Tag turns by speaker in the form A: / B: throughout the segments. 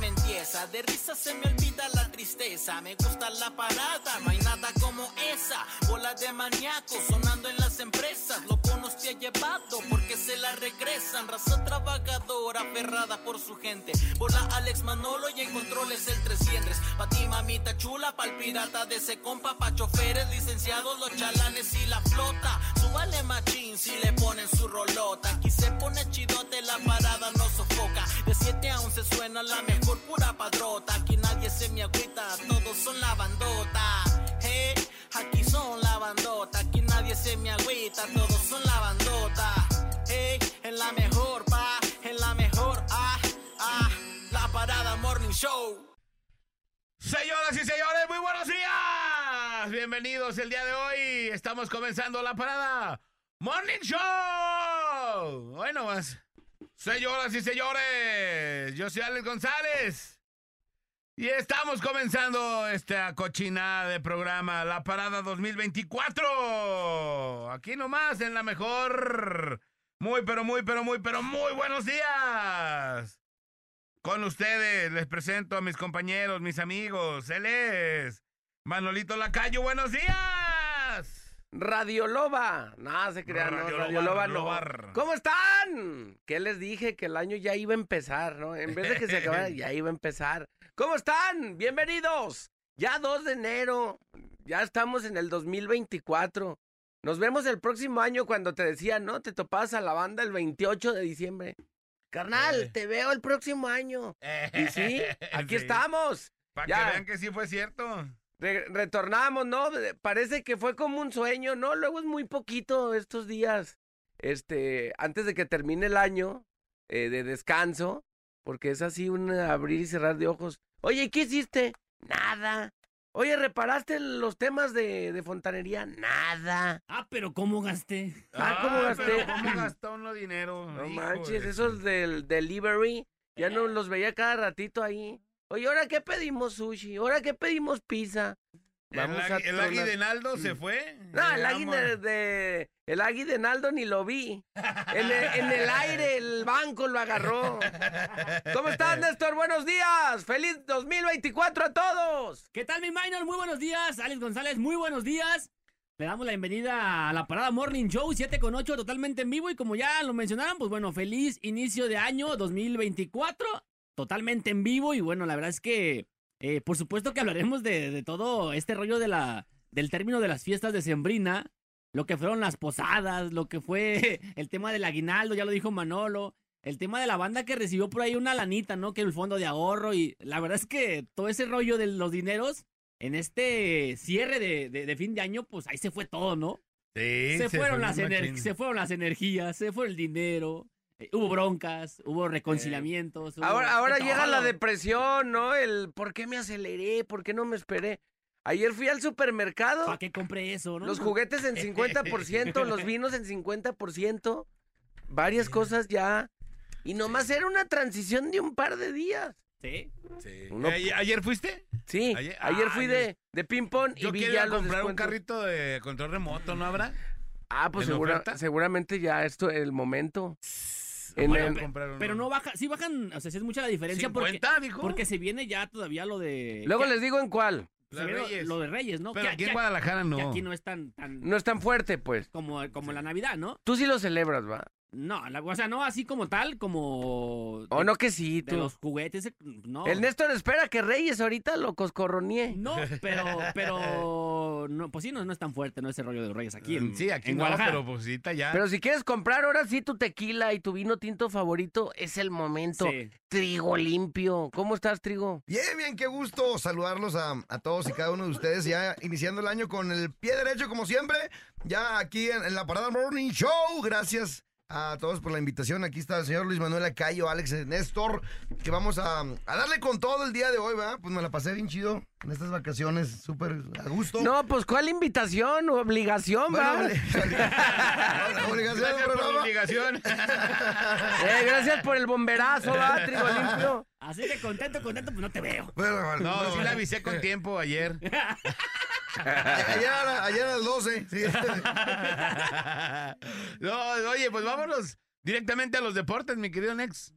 A: risa, de risa se me olvida la tristeza. Me gusta la parada, no hay nada como esa. Bola de maníaco sonando en las empresas. Loco nos te ha llevado porque se la regresan. Raza trabajadora, perrada por su gente. Bola Alex Manolo y en controles el 300. Pa' ti, mamita chula, pa'l pirata de ese compa. Pa' choferes, licenciados, los chalanes y la flota. Súbale machín si le ponen su rolota. Aquí se pone chidote, la parada no sofoca. De 7 a 11 suena la mejor pura padrota. Aquí nadie se me agüita, todos son la bandota. Hey, aquí son la bandota. Aquí nadie se me agüita, todos son la bandota. Hey, en la mejor, pa, en la mejor, ah, ah. La parada Morning Show.
B: Señoras y señores, muy buenos días. Bienvenidos el día de hoy. Estamos comenzando la parada Morning Show. Bueno, más. Señoras y señores, yo soy Alex González. Y estamos comenzando esta cochinada de programa, la parada 2024. Aquí nomás, en la mejor. Muy, pero muy, pero muy, pero muy buenos días. Con ustedes les presento a mis compañeros, mis amigos. Él es Manolito Lacayo. Buenos días.
C: Radioloba. No, se crean, no,
B: Radioloba,
C: Radioloba no.
B: Radiolobar.
C: ¿Cómo están? ¿Qué les dije? Que el año ya iba a empezar, ¿no? En vez de que se acabara, ya iba a empezar. ¿Cómo están? Bienvenidos. Ya 2 de enero. Ya estamos en el 2024. Nos vemos el próximo año cuando te decía, ¿no? Te topabas a la banda el 28 de diciembre. Carnal,
B: Eh.
C: te veo el próximo año. Y sí, aquí estamos.
B: Para
C: Ya.
B: que vean que sí fue cierto.
C: Re- retornamos, ¿no? De- Parece que fue como un sueño, ¿no? Luego es muy poquito estos días, este, antes de que termine el año eh, de descanso, porque es así un abrir y cerrar de ojos. Oye, ¿qué hiciste? Nada. Oye, ¿reparaste los temas de, de fontanería? Nada.
D: Ah, pero ¿cómo gasté?
C: Ah, ¿cómo
B: Ay,
C: gasté?
B: pero ¿Cómo gastó uno dinero?
C: No
B: hijo
C: manches,
B: de-
C: esos del delivery, ya no los veía cada ratito ahí. Oye, ¿ahora qué pedimos sushi? ¿Ahora qué pedimos pizza?
B: El, agui- el
C: tronar- Mm.
B: aguinaldo se fue.
C: No, el
B: Vamos.
C: águila de, de- el águila de Naldo ni lo vi. En el, en el aire el banco lo agarró. ¿Cómo estás, Néstor? Buenos días. Feliz 2024 a todos.
D: ¿Qué tal, mi minor? Muy buenos días. Alex González, muy buenos días. Le damos la bienvenida a la parada Morning Show 7 con 8, totalmente en vivo. Y como ya lo mencionaron, pues bueno, feliz inicio de año 2024, totalmente en vivo. Y bueno, la verdad es que, eh, por supuesto que hablaremos de, de todo este rollo de la, del término de las fiestas de Sembrina, lo que fueron las posadas, lo que fue el tema del aguinaldo, ya lo dijo Manolo. El tema de la banda que recibió por ahí una lanita, ¿no? Que el fondo de ahorro y la verdad es que todo ese rollo de los dineros en este cierre de, de- de fin de año, pues ahí se fue todo, ¿no?
B: Sí,
D: se, fueron
B: fue
D: las
B: bien
D: ener-
B: machín.
D: se fueron las energías, se fue el dinero, eh, hubo broncas, hubo reconciliamientos. hubo
C: Ahora, ahora
D: de
C: llega
D: todo.
C: la depresión, ¿no? El ¿por qué me aceleré? ¿Por qué no me esperé? Ayer fui al supermercado.
D: ¿Para qué compré eso, no?
C: Los juguetes en 50%, los vinos en 50%, varias cosas ya. Y nomás era una transición de un par de días.
D: Sí.
B: Sí.
C: Uno-
B: ¿Ayer, ayer fuiste?
C: Sí,
B: Ayer-
C: ayer,
B: ah,
C: fui
B: ayer.
C: de, de ping-pong y
B: Yo
C: vi
B: quiero ir
C: ya
B: a
C: los
B: comprar un
C: descuentos.
B: carrito de control remoto, ¿no habrá?
C: Ah, pues
B: en
C: segura-
B: oferta.
C: seguramente ya esto es el momento. En
B: Voy a
C: el-
B: comprar uno.
D: Pero no baja, sí bajan, o sea, sí es mucha la diferencia porque,
B: 50, dijo.
D: porque se viene ya todavía lo de...
C: Luego
D: que-
C: les digo en cuál.
B: Las
D: se viene lo-
B: Reyes.
D: Lo de Reyes, ¿no?
B: Pero
D: Que-
B: aquí
D: que-
B: en Guadalajara
D: que
B: no.
D: aquí no es tan, tan
C: No es tan fuerte, pues.
D: como, como la Navidad, ¿no?
C: Tú sí lo celebras, ¿va?
D: No, la- o sea, no así como tal, como
C: O
D: de-
C: no que sí,
D: de
C: tú.
D: los juguetes, eh, no.
C: El Néstor espera que Reyes ahorita lo coscorronie.
D: No, pero, pero, no, pues sí, no, no es tan fuerte, no ese rollo de los reyes aquí en,
B: sí, aquí
D: en
B: no,
D: Guadalajara.
B: pero pues sí, está ya.
C: Pero si quieres comprar ahora sí tu tequila y tu vino tinto favorito, es el momento.
D: Sí.
C: Trigo limpio. ¿Cómo estás, Trigo?
E: Bien, bien, qué gusto saludarlos a, a todos y cada uno de ustedes, ya iniciando el año con el pie derecho como siempre, ya aquí en, en la Parada Morning Show, gracias a todos por la invitación, aquí está el señor Luis Manuel Acayo, Alex Néstor, que vamos a, a darle con todo el día de hoy, ¿verdad? Pues me la pasé bien chido en estas vacaciones, súper a gusto.
C: No, pues ¿cuál invitación o obligación, va?
E: Bueno, la obligación del
B: Gracias por la
E: programa.
B: obligación.
C: Eh, gracias por el bomberazo, va, Trigo limpio.
D: Así que contento, contento, pues no te veo.
E: Bueno, bueno,
B: No,
E: bueno, Eh.
B: sí la avisé con tiempo ayer.
E: Ayer a la- ayer a las 12. sí.
B: no, oye, pues vámonos directamente a los deportes, mi querido Nex.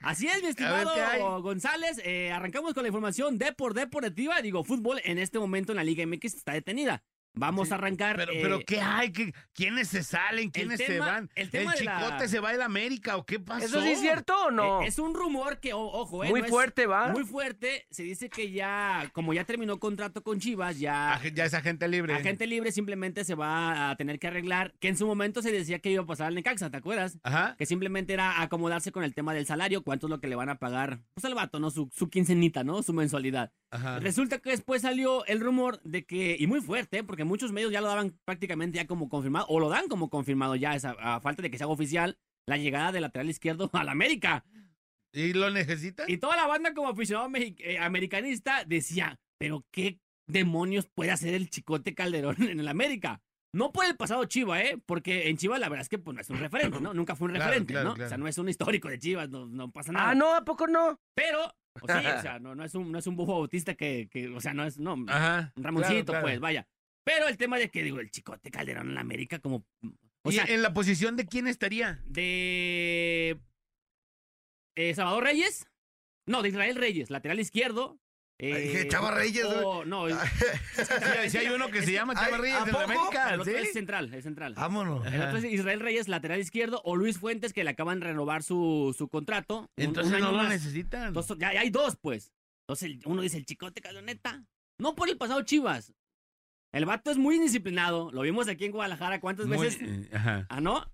D: Así es, mi estimado
B: qué hay.
D: González. Eh, arrancamos con la información de por deportiva. Digo, fútbol en este momento en la Liga MX está detenida. Vamos a arrancar.
B: Pero,
D: eh,
B: pero ¿qué hay? ¿Qué- ¿Quiénes se salen? ¿Quiénes se
D: tema-
B: van?
D: el tema de la-
B: chicote se va a la América o qué pasó? E,
C: ¿Eso sí es cierto o no?
D: eh, Es un rumor que, o- ojo, eh,
C: Muy
D: no es-
C: fuerte, ¿va?
D: Muy fuerte. Se dice que ya, como ya terminó contrato con Chivas, ya.
B: Ah, Ya es agente libre.
D: Agente libre simplemente se va a tener que arreglar. Que en su momento se decía que iba a pasar al Necaxa, ¿te acuerdas?
B: Ajá.
D: Que simplemente era acomodarse con el tema del salario, cuánto es lo que le van a pagar. Pues al vato, ¿no? Su, su quincenita, ¿no? Su mensualidad.
B: Ajá.
D: Resulta que después salió el rumor de que, y muy fuerte, porque muchos medios ya lo daban prácticamente ya como confirmado, o lo dan como confirmado ya, esa- a falta de que se haga oficial, la llegada del lateral izquierdo al América.
B: ¿Y lo necesitan?
D: Y toda la banda como aficionado mexi- eh, americanista decía, pero qué demonios puede hacer el Chicote Calderón en el América. No por el pasado Chiva, ¿eh? Porque en Chivas la verdad es que pues, no es un referente, ¿no? Nunca fue un
B: Claro,
D: referente,
B: claro,
D: ¿no?
B: claro.
D: O sea, no es un histórico de Chivas, no, no pasa nada.
C: Ah, no, ¿a poco no?
D: Pero, o sí, o sea, no, no es un, no es un bufo bautista que, que, o sea, no es, no,
B: Ajá.
D: un Ramoncito,
B: Claro, claro.
D: pues, vaya. Pero el tema de que, digo, el Chicote Calderón en la América como... O
B: ¿Y
D: sea,
B: en la posición de quién estaría?
D: de... eh, Salvador Reyes. No, de Israel Reyes, lateral izquierdo. Eh,
E: Ay, que Chava Reyes,
D: o- no, es-
B: Si hay uno que se llama Chava
E: Ay,
B: Reyes
E: ¿a
B: en la
E: poco?
B: América.
D: el otro es
B: ¿sí?
D: central, es central.
E: Vámonos.
D: El otro es
B: Ajá.
D: Israel Reyes, lateral izquierdo, o Luis Fuentes, que le acaban de renovar su, su contrato. un- un
B: Entonces no
D: año
B: lo
D: más.
B: necesitan.
D: Entonces, ya, ya hay dos, pues. Entonces, el- uno dice, el chicote caloneta. No por el pasado Chivas. El vato es muy indisciplinado. Lo vimos aquí en Guadalajara cuántas
B: Muy-
D: veces.
B: eh, Ajá.
D: Ah, ¿no?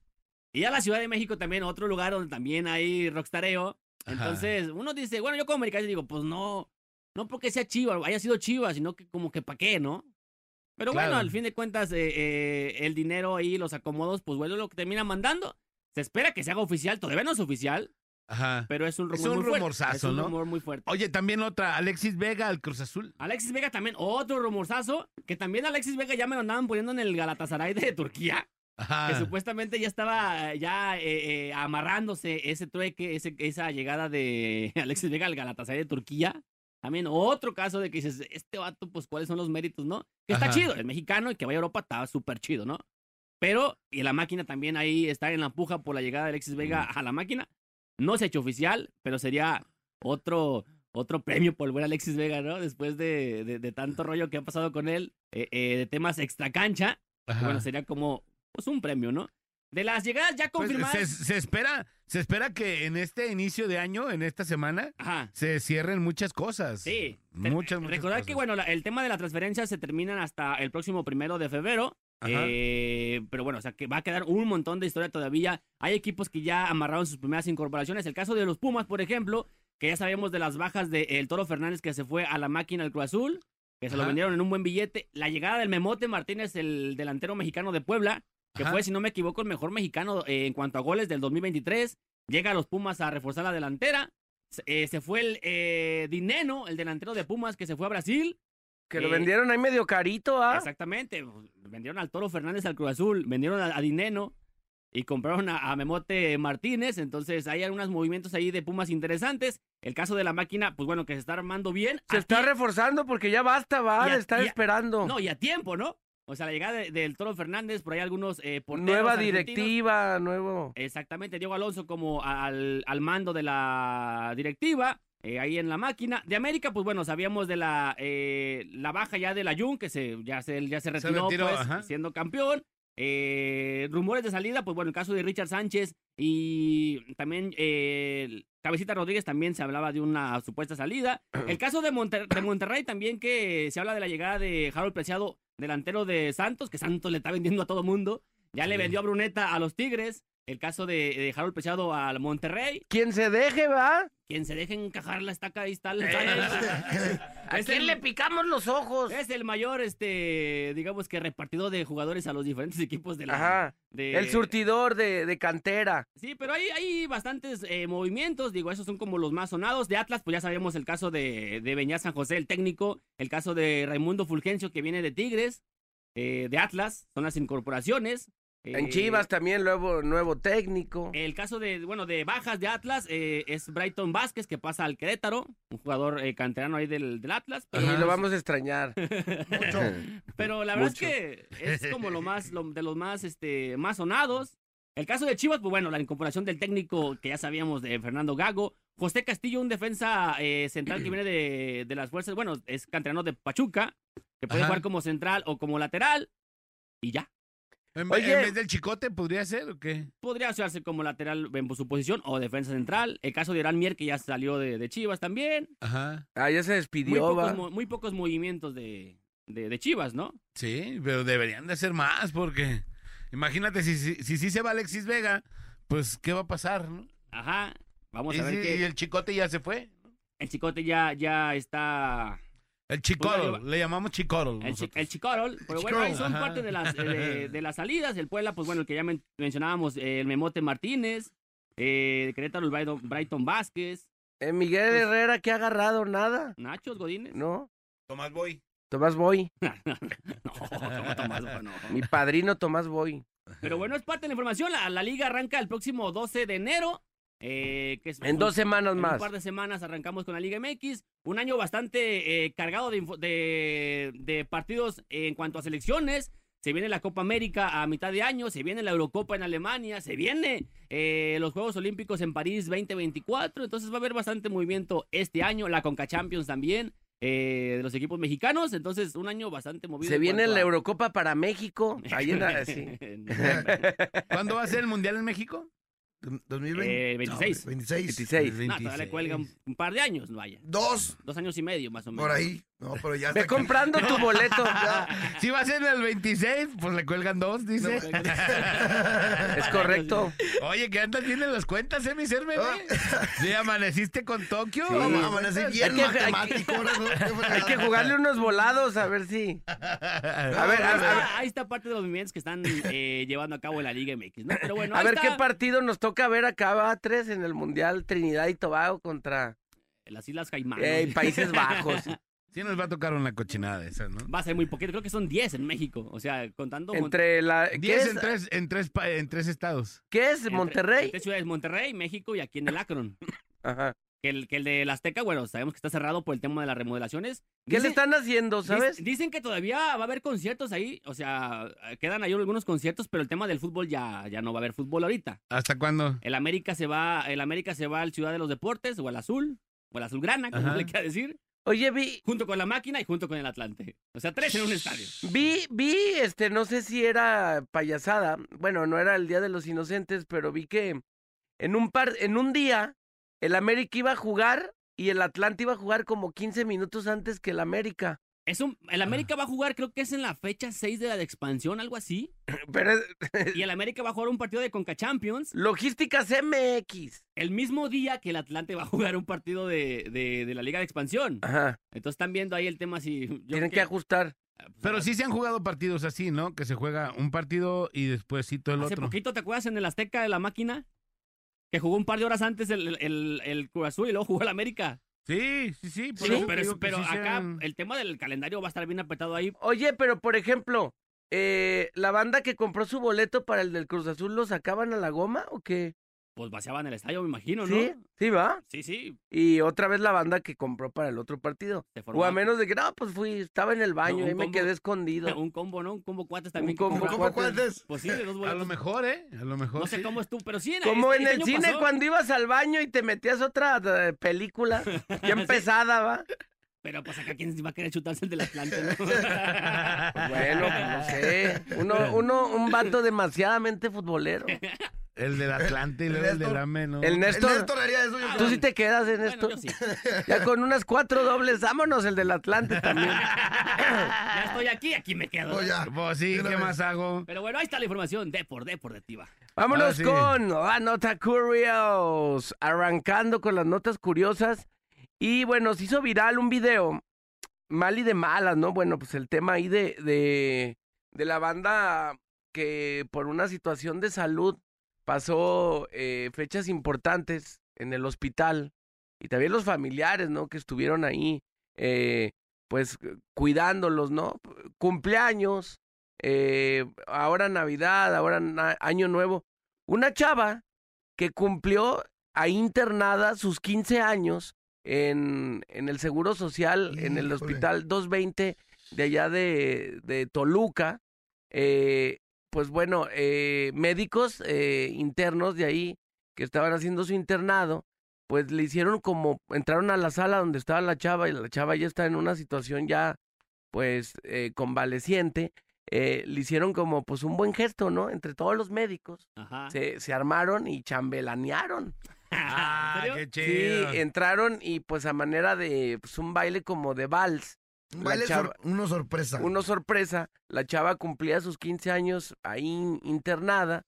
D: Y a la Ciudad de México también, otro lugar donde también hay rockstareo.
B: Ajá.
D: Entonces, uno dice, bueno, yo como americano digo, pues no, no porque sea Chivas, haya sido Chivas, sino que como que pa' qué, ¿no? Pero bueno,
B: Claro.
D: al fin de cuentas, eh, eh, el dinero ahí, los acomodos, pues bueno, lo que termina mandando. Se espera que se haga oficial, todavía no es oficial,
B: Ajá.
D: pero es un rumor
B: Es un
D: muy fuerte.
B: rumorzazo,
D: Es un
B: ¿no?
D: rumor muy fuerte.
B: Oye, también otra, Alexis Vega al Cruz Azul.
D: Alexis Vega también, otro rumorzazo, que también Alexis Vega ya me lo andaban poniendo en el Galatasaray de Turquía, que
B: Ajá.
D: supuestamente ya estaba eh, ya eh, eh, amarrándose ese trueque, ese- esa llegada de Alexis Vega al Galatasaray de Turquía. También otro caso de que dices, este vato, pues, ¿cuáles son los méritos, no? Que está
B: Ajá.
D: chido, el mexicano y que vaya a Europa está súper chido, ¿no? Pero, y la máquina también ahí está en la puja por la llegada de Alexis Vega a la máquina. No se ha hecho oficial, pero sería otro, otro premio por el buen Alexis Vega, ¿no? Después de, de- de tanto rollo que ha pasado con él, eh, eh, de temas extra cancha.
B: Ajá.
D: Bueno, sería como, pues, un premio, ¿no? De las llegadas ya
B: Pues,
D: confirmadas.
B: se, se espera, se espera que en este inicio de año, en esta semana,
D: Ajá.
B: se cierren muchas cosas.
D: Sí. Te-
B: Muchas, muchas
D: Recordar que,
B: cosas.
D: bueno, la- el tema de las transferencias se terminan hasta el próximo primero de febrero.
B: Ajá.
D: Eh, pero bueno, o sea que va a quedar un montón de historia todavía. Hay equipos que ya amarraron sus primeras incorporaciones. El caso de los Pumas, por ejemplo, que ya sabemos de las bajas de el Toro Fernández que se fue a la máquina del Cruz Azul, que se lo
B: Ajá.
D: vendieron en un buen billete. La llegada del Memote Martínez, el delantero mexicano de Puebla, que
B: Ajá.
D: fue, si no me equivoco, el mejor mexicano eh, en cuanto a goles del 2023. Llega a los Pumas a reforzar la delantera. Se- eh, se fue el eh, Dineno, el delantero de Pumas, que se fue a Brasil.
C: Que lo
D: Eh,
C: vendieron ahí medio carito, ¿ah?
D: Exactamente. pues, Vendieron al Toro Fernández al Cruz Azul, vendieron a, a Dineno y compraron a, a Memote Martínez. Entonces hay algunos movimientos ahí de Pumas interesantes. El caso de la máquina, pues bueno, que se está armando bien.
C: Se
D: A
C: está
D: tie-
C: reforzando porque ya basta, va,
D: Y a-
C: de estar
D: y a-
C: esperando.
D: No, y a tiempo, ¿no? O sea, la llegada de- del Toro Fernández, por ahí algunos eh, porteros
C: Nueva
D: argentinos.
C: directiva, nuevo.
D: Exactamente, Diego Alonso como al, al mando de la directiva, eh, ahí en la máquina. De América, pues bueno, sabíamos de la, eh, la baja ya de la Jun, que se, ya, se, ya se retiró
B: retiró,
D: pues,
B: ajá.
D: siendo campeón. Eh, rumores de salida, pues bueno, el caso de Richard Sánchez y también eh, el Cabecita Rodríguez también se hablaba de una supuesta salida. El caso de, Monter- de Monterrey también que se habla de la llegada de Harold Preciado, delantero de Santos, que Santos le está vendiendo a todo mundo. Ya le
B: Sí.
D: vendió a Bruneta a los Tigres. El caso de, de Harold Preciado al Monterrey.
C: Quien se deje, va. Este
D: Quien se deje encajar la estaca, ahí está. el-
C: ¿A
D: Es
C: quién
D: el-
C: le picamos los ojos?
D: Es el mayor, este, digamos que repartido de jugadores a los diferentes equipos de la...
C: Ajá.
D: de-
C: El surtidor de, de cantera.
D: Sí, pero hay, hay bastantes eh, movimientos, digo, esos son como los más sonados. De Atlas, pues ya sabemos el caso de, de Beñat San José, el técnico, el caso de Raimundo Fulgencio, que viene de Tigres, eh, de Atlas, son las incorporaciones.
C: En
D: Eh,
C: Chivas también, nuevo, nuevo técnico.
D: El caso de, bueno, de bajas de Atlas eh, es Brighton Vázquez, que pasa al Querétaro, un jugador eh, canterano ahí del, del Atlas. Pero, pues
C: Y lo vamos a extrañar.
D: pero la verdad
C: Mucho.
D: es que es como lo más, lo- de los más, este, más sonados. El caso de Chivas, pues bueno, la incorporación del técnico que ya sabíamos de Fernando Gago. José Castillo, un defensa eh, central que viene de, de las fuerzas, bueno, es canterano de Pachuca, que puede
B: Ajá.
D: jugar como central o como lateral. Y ya,
B: En, ve-
C: Oye.
B: en vez del chicote, ¿podría ser o qué?
D: podría usarse como lateral en su posición o defensa central. El caso de Irán Mier, que ya salió de, de Chivas también.
B: Ajá.
C: Ah, ya se
D: Muy
C: despidió,
D: pocos,
C: va.
D: mo- muy pocos movimientos de, de- de Chivas, ¿no?
B: Sí, pero deberían de hacer más porque imagínate si si, si sí se va Alexis Vega, pues ¿qué va a pasar? no?
D: Ajá, vamos
B: Y,
D: a ver Pues,
B: si-
D: que
B: y el chicote ya se fue.
D: el chicote ya, ya está
B: El chicoro,
D: Pues,
B: le llamamos chicoro.
D: El, chi-
B: nosotros.
D: el Chicorol, pero bueno,
B: Chicorol,
D: ahí son
B: ajá.
D: parte de las, eh, de, de las salidas. El Puebla, pues bueno, el que ya men- mencionábamos, eh, el Memote Martínez, eh, de Querétaro, el Brighton, Brighton Vázquez, Pues,
C: Eh, Miguel Herrera, ¿qué ha agarrado? Nada,
D: Nachos Godínez.
C: ¿no?
B: Tomás Boy.
C: Tomás Boy,
D: No, ¿cómo Tomás, no, no.
C: mi padrino Tomás Boy.
D: Pero bueno, es parte de la información. La, la liga arranca el próximo 12 de enero. eh, que es-
C: En dos semanas
D: en
C: más.
D: un par de semanas arrancamos con la Liga MX. Un año bastante eh, cargado de, info- de- de partidos en cuanto a selecciones. Se viene la Copa América a mitad de año, se viene la Eurocopa en Alemania, se viene eh, los Juegos Olímpicos en París 2024. Entonces va a haber bastante movimiento este año. La Conca Champions también eh, de los equipos mexicanos. Entonces un año bastante movido.
C: Se
D: en
C: viene
D: cuanto
C: la
D: a-
C: Eurocopa para México. Ahí en la- sí.
D: No,
B: ¿Cuándo va a ser el mundial en México?
E: 2020.
D: Eh, 26.
E: No, 26.
C: 26.
D: No, todavía le cuelga un, un par de años, vaya.
E: Dos,
D: Dos años y medio más o menos.
E: por ahí. No, pero ya
C: Ve
E: está. aquí.
C: comprando tu boleto.
B: Si va a ser el 26, pues le cuelgan dos, dice.
C: Es correcto.
B: Oye, que andas bien en las cuentas, ¿eh, mi ser bebé?
D: Ah.
B: ¿Sí amaneciste con Tokio?
C: Sí.
E: No,
B: Vamos a
E: vamos a
B: amanecer
E: amanecer
B: bien.
E: bien
C: que- hay que-
E: matemático. ahora, ¿no? Qué
C: Hay
E: fregada.
C: que jugarle unos volados a ver si. A
D: Ahí
C: ver, a, a ver.
D: está- ahí está parte de los movimientos que están eh, llevando a cabo en la Liga MX, ¿no? Pero bueno,
C: A
D: ahí
C: ver qué
D: está.
C: partido nos toca ver acá, va tres en el Mundial Trinidad y Tobago contra
D: Las Islas Caimán. ¿no?
C: eh, Países Bajos.
B: Sí nos va a tocar una cochinada esa, ¿no?
D: Va a ser muy poquito, creo que son 10 en México. O sea, contando. Mon-
C: Entre la. ¿Qué
B: 10
C: es,
B: en tres, en, tres, pa- en tres estados.
C: qué es
D: entre-
C: Monterrey?
D: entre ciudades, Monterrey, México y aquí en el Akron.
C: Ajá.
D: Que el, que el de la Azteca, bueno, sabemos que está cerrado por el tema de las remodelaciones.
C: ¿Qué
D: Dicen-
C: le están haciendo,
D: Dic-
C: sabes?
D: Dicen que todavía va a haber conciertos ahí, o sea, quedan ahí algunos conciertos, pero el tema del fútbol ya, ya no va a haber fútbol ahorita.
B: ¿Hasta cuándo?
D: El América se va, el América se va al Ciudad de los Deportes o al Azul, o al Azulgrana, como
B: Ajá.
D: le quiera decir,
C: Oye, vi,
D: junto con la máquina y junto con el Atlante. O sea, tres en un estadio.
C: vi, vi, este, no sé si era payasada. Bueno, no era el Día de los Inocentes, pero vi que en un par, en un día, el América iba a jugar y el Atlante iba a jugar como 15 minutos antes que el América.
D: Es un,
C: Ah.
D: el América va a jugar, creo que es en la fecha 6 de la de expansión, algo así.
C: Pero es-
D: Y el América va a jugar un partido de Conca Champions
C: Logísticas MX.
D: el mismo día que el Atlante va a jugar un partido de, de- de la Liga de Expansión.
C: Ajá.
D: Entonces están viendo ahí el tema si. yo
C: Tienen que
D: creo
C: ajustar.
D: pues,
B: Pero sí se han jugado partidos así, ¿no? Que se juega un partido y después sí todo el
D: Hace
B: otro.
D: poquito, ¿te acuerdas en el Azteca de la máquina? Que jugó un par de horas antes el, el, el Cruz Azul y luego jugó el América.
B: Sí, sí, sí. por
D: Pero,
B: eso te
D: pero,
B: digo que
D: pero
B: sí se
D: acá
B: han-
D: el tema del calendario va a estar bien apretado ahí.
C: Oye, pero por ejemplo, eh, la banda que compró su boleto para el del Cruz Azul, ¿lo sacaban a la goma o qué?
D: Pues vaciaban el estadio, me imagino, ¿no?
C: Sí, sí, va.
D: Sí, sí.
C: Y otra vez la banda que compró para el otro partido.
D: Se formó
C: O a menos de que, no, pues fui, estaba en el baño
D: No,
C: y
D: un
C: me
D: combo-
C: quedé escondido.
D: un combo, ¿no? Un combo cuates también. que
C: combo
E: ¿Cómo,
D: compraron.
E: cómo cuates?
D: Pues sí, de dos
B: A lo
D: boletos.
B: mejor, ¿eh? A lo mejor.
D: No sé
B: sí.
D: cómo estuvo, pero sí.
C: Como en
D: este
C: el
D: año
C: cine
D: pasó.
C: cuando ibas al baño y te metías otra eh, película, bien pesada, ¿va?
D: Pero pues acá quién va a querer chutarse el del Atlante, ¿no?
C: Bueno, pues, no sé. Uno, uno, un vato demasiadamente futbolero.
B: El del Atlante y luego el del
E: Ernesto.
B: AME, ¿no?
C: El
E: El
C: Néstor,
E: Néstor haría eso. yo
D: Ah,
C: tú
E: creo.
C: sí te quedas en esto.
D: bueno, yo sí.
C: Ya con unas cuatro dobles, vámonos el del Atlante también.
D: Ya estoy aquí, aquí me quedo.
E: Pues ya.
B: Pues sí,
E: Yo
B: ¿qué
E: la-
B: más hago?
D: Pero bueno, ahí está la información. De por deportiva.
C: Vámonos
B: Ah, sí.
C: con la nota curios, arrancando con las notas curiosas. Y bueno, se hizo viral un video, mal y de malas, ¿no? Bueno, pues el tema ahí de, de, de la banda que por una situación de salud pasó eh, fechas importantes en el hospital y también los familiares, ¿no? Que estuvieron ahí, eh, pues cuidándolos, ¿no? Cumpleaños, eh, ahora Navidad, ahora na- Año Nuevo. Una chava que cumplió ahí internada sus 15 años en, en el Seguro Social, en el
E: Híjole.
C: Hospital 220 de allá de, de Toluca. eh, pues bueno, eh, médicos eh, internos de ahí que estaban haciendo su internado, pues le hicieron como, entraron a la sala donde estaba la chava y la chava ya está en una situación ya, pues, eh, convaleciente, eh, le hicieron como, pues, un buen gesto, ¿no? Entre todos los médicos,
D: Ajá.
C: se, se armaron y chambelanearon.
D: ¿En
B: Ah,
D: serio?
B: qué
C: Sí,
B: chido.
C: entraron y pues a manera de, pues, un baile como de vals.
E: Un
C: La
E: baile
C: chava-
E: sor- uno sorpresa.
C: Uno sorpresa, la chava cumplía sus 15 años ahí in- internada,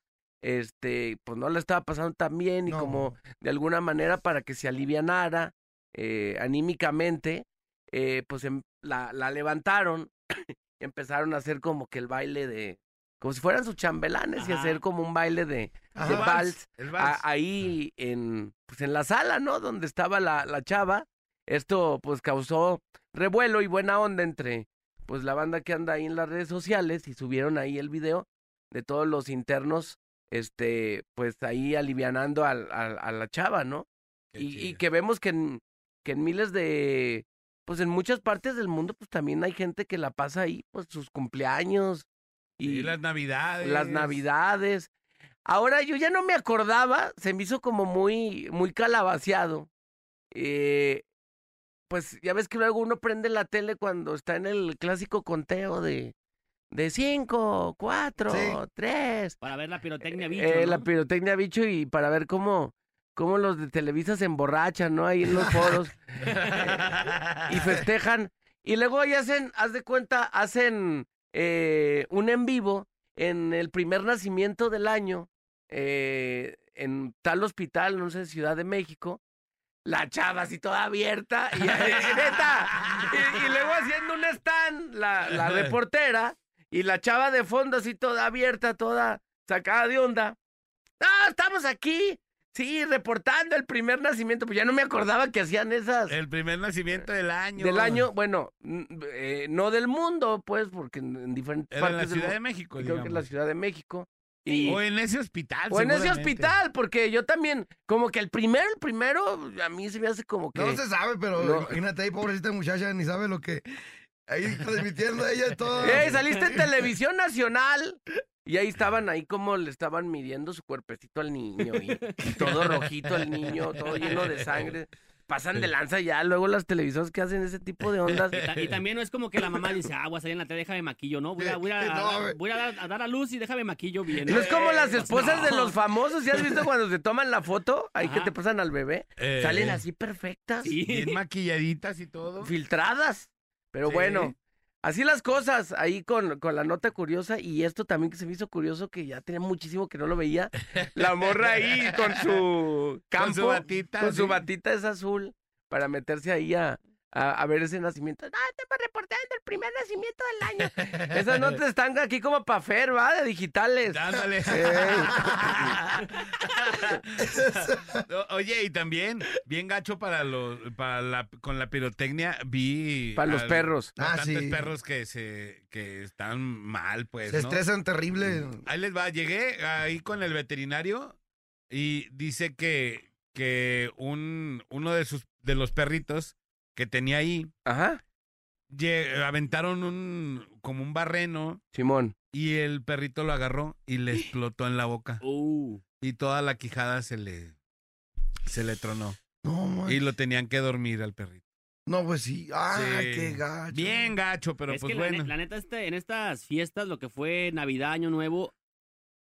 C: este, pues no la estaba pasando tan bien y
E: No.
C: como de alguna manera para que se alivianara eh, anímicamente, eh, pues em- la, la levantaron y empezaron a hacer como que el baile de, como si fueran sus chambelanes y
D: Ajá.
C: hacer como un baile de,
E: Ajá.
C: de vals
B: El
C: a-
B: vals.
C: ahí en, pues en la sala, ¿no? Donde estaba la, la chava. Esto pues causó revuelo y buena onda entre pues la banda que anda ahí en las redes sociales y subieron ahí el video de todos los internos, este, pues ahí alivianando al- al- a, la chava, ¿no?
B: Qué
C: Y, y
B: chido.
C: que vemos que en, que en miles de, pues en muchas partes del mundo pues también hay gente que la pasa ahí, pues sus cumpleaños y
B: Sí, las navidades.
C: las navidades. Ahora yo ya no me acordaba, se me hizo como muy, muy calabaceado. Eh, pues ya ves que luego uno prende la tele cuando está en el clásico conteo de, de cinco, cuatro,
E: Sí.
C: tres.
D: Para ver la pirotecnia bicho,
C: eh,
D: ¿no?
C: La pirotecnia bicho y para ver cómo, cómo los de Televisa se emborrachan, ¿no? Ahí en los foros y festejan. Y luego ahí hacen, haz de cuenta, hacen eh, un en vivo en el primer nacimiento del año, eh, en tal hospital, no sé, Ciudad de México. La chava así toda abierta y, eh, neta, y- y luego haciendo un stand, la, la reportera, y la chava de fondo así toda abierta, toda sacada de onda. ¡Ah, estamos aquí! Sí, reportando el primer nacimiento, pues ya no me acordaba que hacían esas
B: El primer nacimiento del año.
C: del año, bueno, n- eh, no del mundo, pues, porque en, en diferentes
B: Era en
C: partes
B: la
C: del
B: Ciudad
C: mu-
B: de México,
C: creo que en la
B: digamos.
C: Ciudad de México. Y,
B: O en ese hospital.
C: o en ese
B: seguramente.
C: hospital, porque yo también, como que el primero, el primero, a mí se me hace como que...
E: No se sabe, pero
C: No.
E: imagínate ahí, pobrecita muchacha, ni sabe lo que. Ahí transmitiendo ella todo.
C: ¡Ey, saliste en Televisión Nacional! Y ahí estaban, ahí como le estaban midiendo su cuerpecito al niño y, y todo rojito el niño, todo lleno de sangre. Pasan de lanza ya, luego las televisoras que hacen ese tipo de ondas.
D: Y ta- Y también no es como que la mamá dice, ah, voy a salir en la tele, déjame maquillo, ¿no? Voy a, voy a-
E: No,
D: a-
E: güey.
D: voy a dar, a dar a luz y déjame maquillo bien.
C: No es como las
D: Pues
C: esposas de
D: no.
C: los famosos, ¿sí has visto cuando se toman la foto? Ahí que
D: Ajá.
C: te pasan al bebé.
B: Eh,
C: Salen así perfectas,
D: Sí.
B: Bien maquilladitas y todo.
C: filtradas. Pero
B: Sí.
C: bueno, así las cosas ahí con, con la nota curiosa. Y esto también que se me hizo curioso, que ya tenía muchísimo que no lo veía. La morra ahí con su campo.
B: Con su batita.
C: con su
B: sí.
C: batita es azul para meterse ahí a, a, a ver ese nacimiento. No, Ah, estamos reportando el primer nacimiento del año. Esas notas están aquí como para Fer, ¿va? De digitales.
B: Dándole. O- Oye, y también, bien gacho para los, para la, con la pirotecnia, vi.
C: Para los
B: al-
C: perros.
E: Ah,
B: Bastantes
E: sí.
B: perros que se, que están mal, pues.
E: Se
B: ¿no? Mm,
E: estresan terrible.
B: Ahí les va, llegué ahí con el veterinario y dice que, que un, uno de sus de los perritos que tenía ahí
C: Ajá.
B: lle- aventaron un como un barreno
C: Simón.
B: y el perrito lo agarró y le explotó en la boca
D: Uh,
B: y toda la quijada se le se le tronó
E: No, man.
B: y lo tenían que dormir al perrito.
E: No, pues sí. Ah,
B: Sí.
E: qué gacho.
B: Bien gacho, pero
D: es
B: pues
D: que la ne-
B: bueno.
D: la, neta, este, en estas fiestas, lo que fue Navidad, Año Nuevo,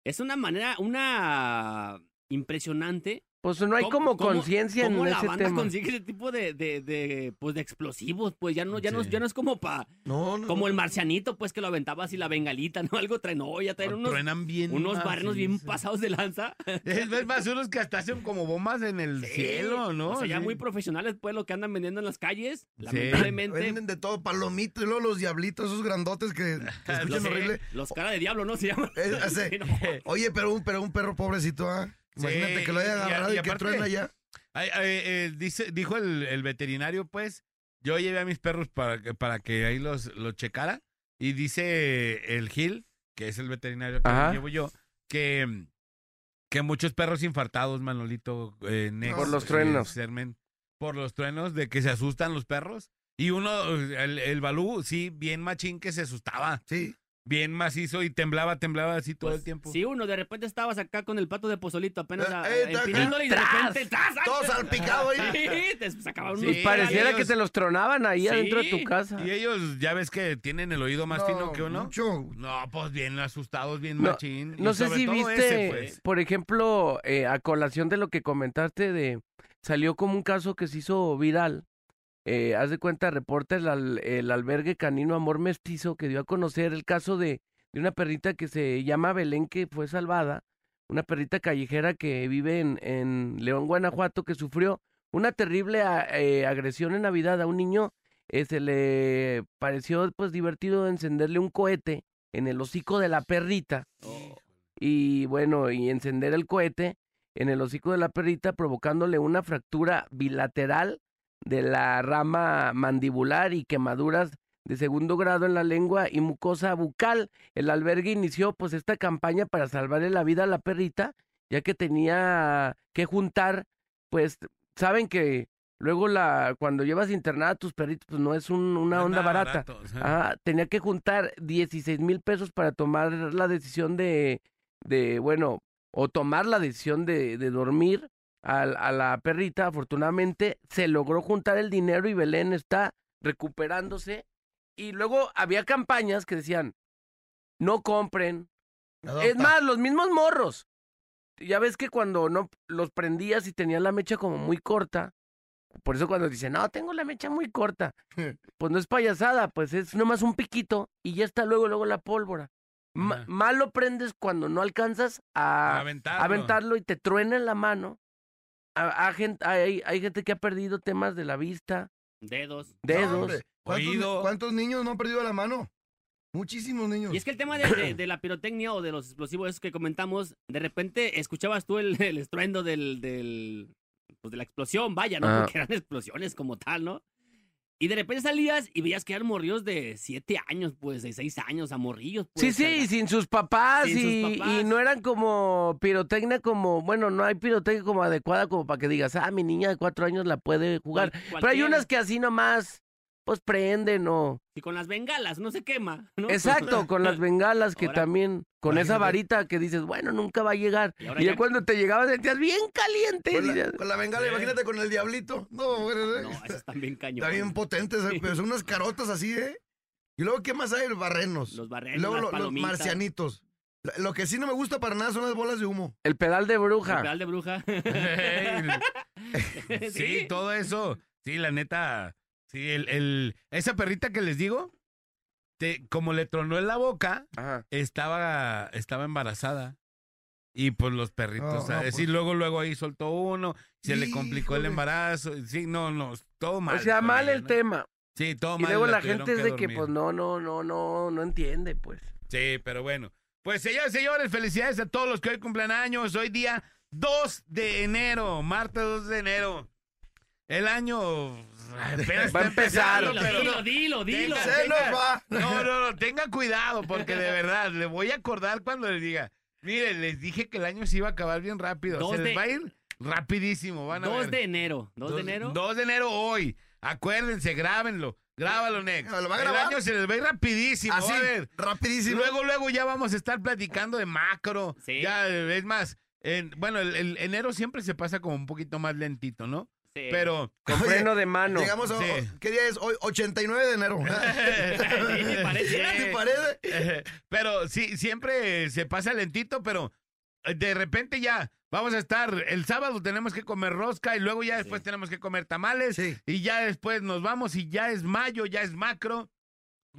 D: es una manera, una impresionante.
C: Pues no hay
D: ¿Cómo-
C: como
D: cómo-
C: conciencia en
D: ¿Cómo la
C: ese
D: banda
C: tema.
D: consigue ese tipo de, de, de, pues, de explosivos? Pues ya no, ya no,
B: Sí.
D: ya no es como pa,
E: No, no.
D: como el marcianito, pues que lo aventaba así la bengalita, ¿no? Algo traen, no, ya traen unos,
B: truenan bien
D: unos
B: más,
D: barrenos
B: sí,
D: bien
B: sí.
D: pasados de lanza.
B: Es es más unos que hasta hacen como bombas en el cielo, ¿no?
D: O sea, ya
B: Sí.
D: muy profesionales, pues, lo que andan vendiendo en las calles.
B: Sí.
D: Lamentablemente.
E: Venden de todo, palomitos y luego los diablitos, esos grandotes que, que
D: Los,
E: escuchan
D: eh,
E: horrible.
D: los cara de diablo, ¿no? Se llaman.
E: Eh, hace-
D: Sí, no.
E: Oye, pero un, pero un perro pobrecito, ¿ah? Imagínate
B: Sí,
E: que lo haya
B: y- y-
E: agarrado y,
B: y
E: que
B: aparte-
E: truena ya.
B: Ay, ay, eh, dice, dijo el, el veterinario, pues, yo llevé a mis perros para que, para que ahí los, los checara. Y dice el Gil, que es el veterinario que
C: Ajá.
B: llevo yo, que, que muchos perros infartados, Manolito, eh, Nex,
E: Por los
B: eh,
C: truenos.
B: Sermen, por los truenos, de que se asustan los perros. Y uno, el, el Balú, sí, bien machín que se asustaba.
E: Sí.
B: bien macizo y temblaba, temblaba así
C: Pues,
B: todo el tiempo. Ah,
D: Si uno de repente estabas acá con el plato de pozolito apenas
E: Eh,
D: a-
E: eh, taca.
D: empinándole y de
C: ¡Tras!
D: repente ¡tras! ¡Ay!
E: Todo salpicado ahí.
D: Sí, te sacaban
B: Sí,
D: unos
C: Y pareciera
B: ellos-
C: que te los tronaban ahí
D: Sí.
C: adentro de tu casa.
B: Y ellos, ya ves que tienen el oído más fino que uno.
E: mucho.
B: No, pues bien asustados, bien
C: No,
B: machín. Y
C: No sé
B: sobre
C: si
B: todo
C: viste,
B: ese, pues.
C: por ejemplo, eh, a colación de lo que comentaste de salió como un caso que se hizo viral. Eh, haz de cuenta, reporta el, al- el albergue canino Amor Mestizo que dio a conocer el caso de, de una perrita que se llama Belén que fue salvada, una perrita callejera que vive en, en León, Guanajuato, que sufrió una terrible a- eh, agresión en Navidad a un niño. Eh, se le pareció pues divertido encenderle un cohete en el hocico de la perrita
B: Oh.
C: y bueno, y encender el cohete en el hocico de la perrita, provocándole una fractura bilateral de la rama mandibular y quemaduras de segundo grado en la lengua y mucosa bucal. El albergue inició pues esta campaña para salvarle la vida a la perrita, ya que tenía que juntar, pues saben que luego la cuando llevas internada a tus perritos pues no es un- una
B: No es
C: onda
B: nada
C: barata.
B: barato, o sea.
C: Ajá, Ah, tenía que juntar 16 mil pesos para tomar la decisión de, de bueno, o tomar la decisión de, de dormir al- a, la perrita. Afortunadamente se logró juntar el dinero y Belén está recuperándose. Y luego había campañas que decían, no compren.
E: Adopta.
C: Es más, los mismos morros. Ya ves que cuando no los prendías y tenían la mecha como muy corta, por eso cuando dicen, no, tengo la mecha muy corta, pues no es payasada, pues es nomás un piquito y ya está luego, luego la pólvora. Ma-
B: Ajá.
C: mal lo prendes cuando no alcanzas a
B: Aventarlo.
C: aventarlo, y te truena en la mano. A- a gen- hay, hay gente que ha perdido temas de la vista,
D: dedos.
E: No,
C: dedos.
E: hombre, ¿Cuántos,
B: Oído.
E: cuántos niños no han perdido la mano? Muchísimos niños.
D: Y es que el tema de, de- de la pirotecnia o de los explosivos esos que comentamos, de repente escuchabas tú el, el estruendo del, del- pues de la explosión, vaya, ¿no?
C: Ajá.
D: Porque eran explosiones como tal, ¿no? Y de repente salías y veías que eran morrillos de siete años, pues, de seis años, a morrillos.
C: Sí,
D: Pues,
C: sí, y sin sus papás,
D: Sin sus
C: y,
D: papás.
C: y no eran como pirotecnia como, bueno, no hay pirotecnia como adecuada como para que digas, ah, mi niña de cuatro años la puede jugar. Pero hay unas que así nomás, pues prenden o...
D: Y con las bengalas, no se quema, ¿no?
C: Exacto, con las bengalas que
D: Ahora-
C: también, con esa
E: Imagínate.
C: varita que dices, bueno, nunca va a llegar.
D: Y
C: Y,
D: ahora
C: ya
D: ya-
C: cuando te llegaba sentías bien caliente.
E: Con la,
C: dices,
E: con la bengala,
B: Sí.
E: imagínate con el diablito. No, bueno,
D: No, esas están bien
E: está
D: cañones.
E: bien potente, esa- pero son unas carotas así, ¿eh? Y luego, ¿qué más hay? Los barrenos.
D: Los
E: Y
D: barrenos,
E: luego
D: las
E: lo- los
D: palomitas,
E: marcianitos. Lo- Lo que sí no me gusta para nada son las bolas de humo.
C: El pedal de
D: el
C: bruja.
D: pedal de bruja.
B: sí, todo eso. Sí, la neta. Sí, el, el- esa perrita que les digo, te- como le tronó en la boca,
C: Ajá.
B: estaba, estaba embarazada. Y pues los perritos,
E: No,
B: o sea,
E: no,
B: sí,
E: pues.
B: luego, luego ahí soltó uno, se le complicó el
E: Híjole.
B: embarazo. Sí, no, no, todo mal.
C: o sea,
B: con
C: mal
B: ella,
C: el
B: ¿no?
C: tema.
B: Sí, todo
C: Y
B: mal.
C: luego la
B: tuvieron
C: gente es de que,
B: dormir.
C: pues no, no, no, no, no entiende, pues.
B: Sí, pero bueno. Pues señores, señores, felicidades a todos los que hoy cumplen años. Hoy día 2 de enero, martes 2 de enero. El año apenas
C: Va
B: está
C: a empezar.
B: empezando,
D: Dilo, dilo,
B: pero-
D: dilo, dilo.
B: Tenga-
E: Se nos va.
B: No, no, no, tenga cuidado porque de verdad le voy a acordar cuando le diga, miren, les dije que el año se iba a acabar bien rápido,
D: Dos
B: se les
D: de-
B: va a ir rapidísimo, van a
D: 2
B: ver.
D: de enero. 2 de
B: Dos-
D: enero.
B: 2 de enero hoy. Acuérdense, grábenlo. Grábalo, Nex.
E: ¿Lo va a
B: el
E: grabar?
B: año se les va a ir rapidísimo.
E: Así,
B: va a ver. Y
E: rapidísimo.
B: luego, luego ya vamos a estar platicando de macro.
D: Sí.
B: Ya, eh, es más, en- bueno, el, el enero siempre se pasa como un poquito más lentito, ¿no?
D: Sí.
B: Pero
C: Con
E: Oye,
C: freno de mano.
E: Llegamos a...
B: Sí.
E: ¿Qué día es hoy? 89 de enero.
D: Sí, sí, parece.
E: ¿Te parece?
B: pero sí, siempre se pasa lentito, pero eh, de repente ya vamos a estar, el sábado tenemos que comer rosca y luego ya después tenemos que comer tamales
E: Sí.
B: y ya después nos vamos y ya es mayo, ya es macro.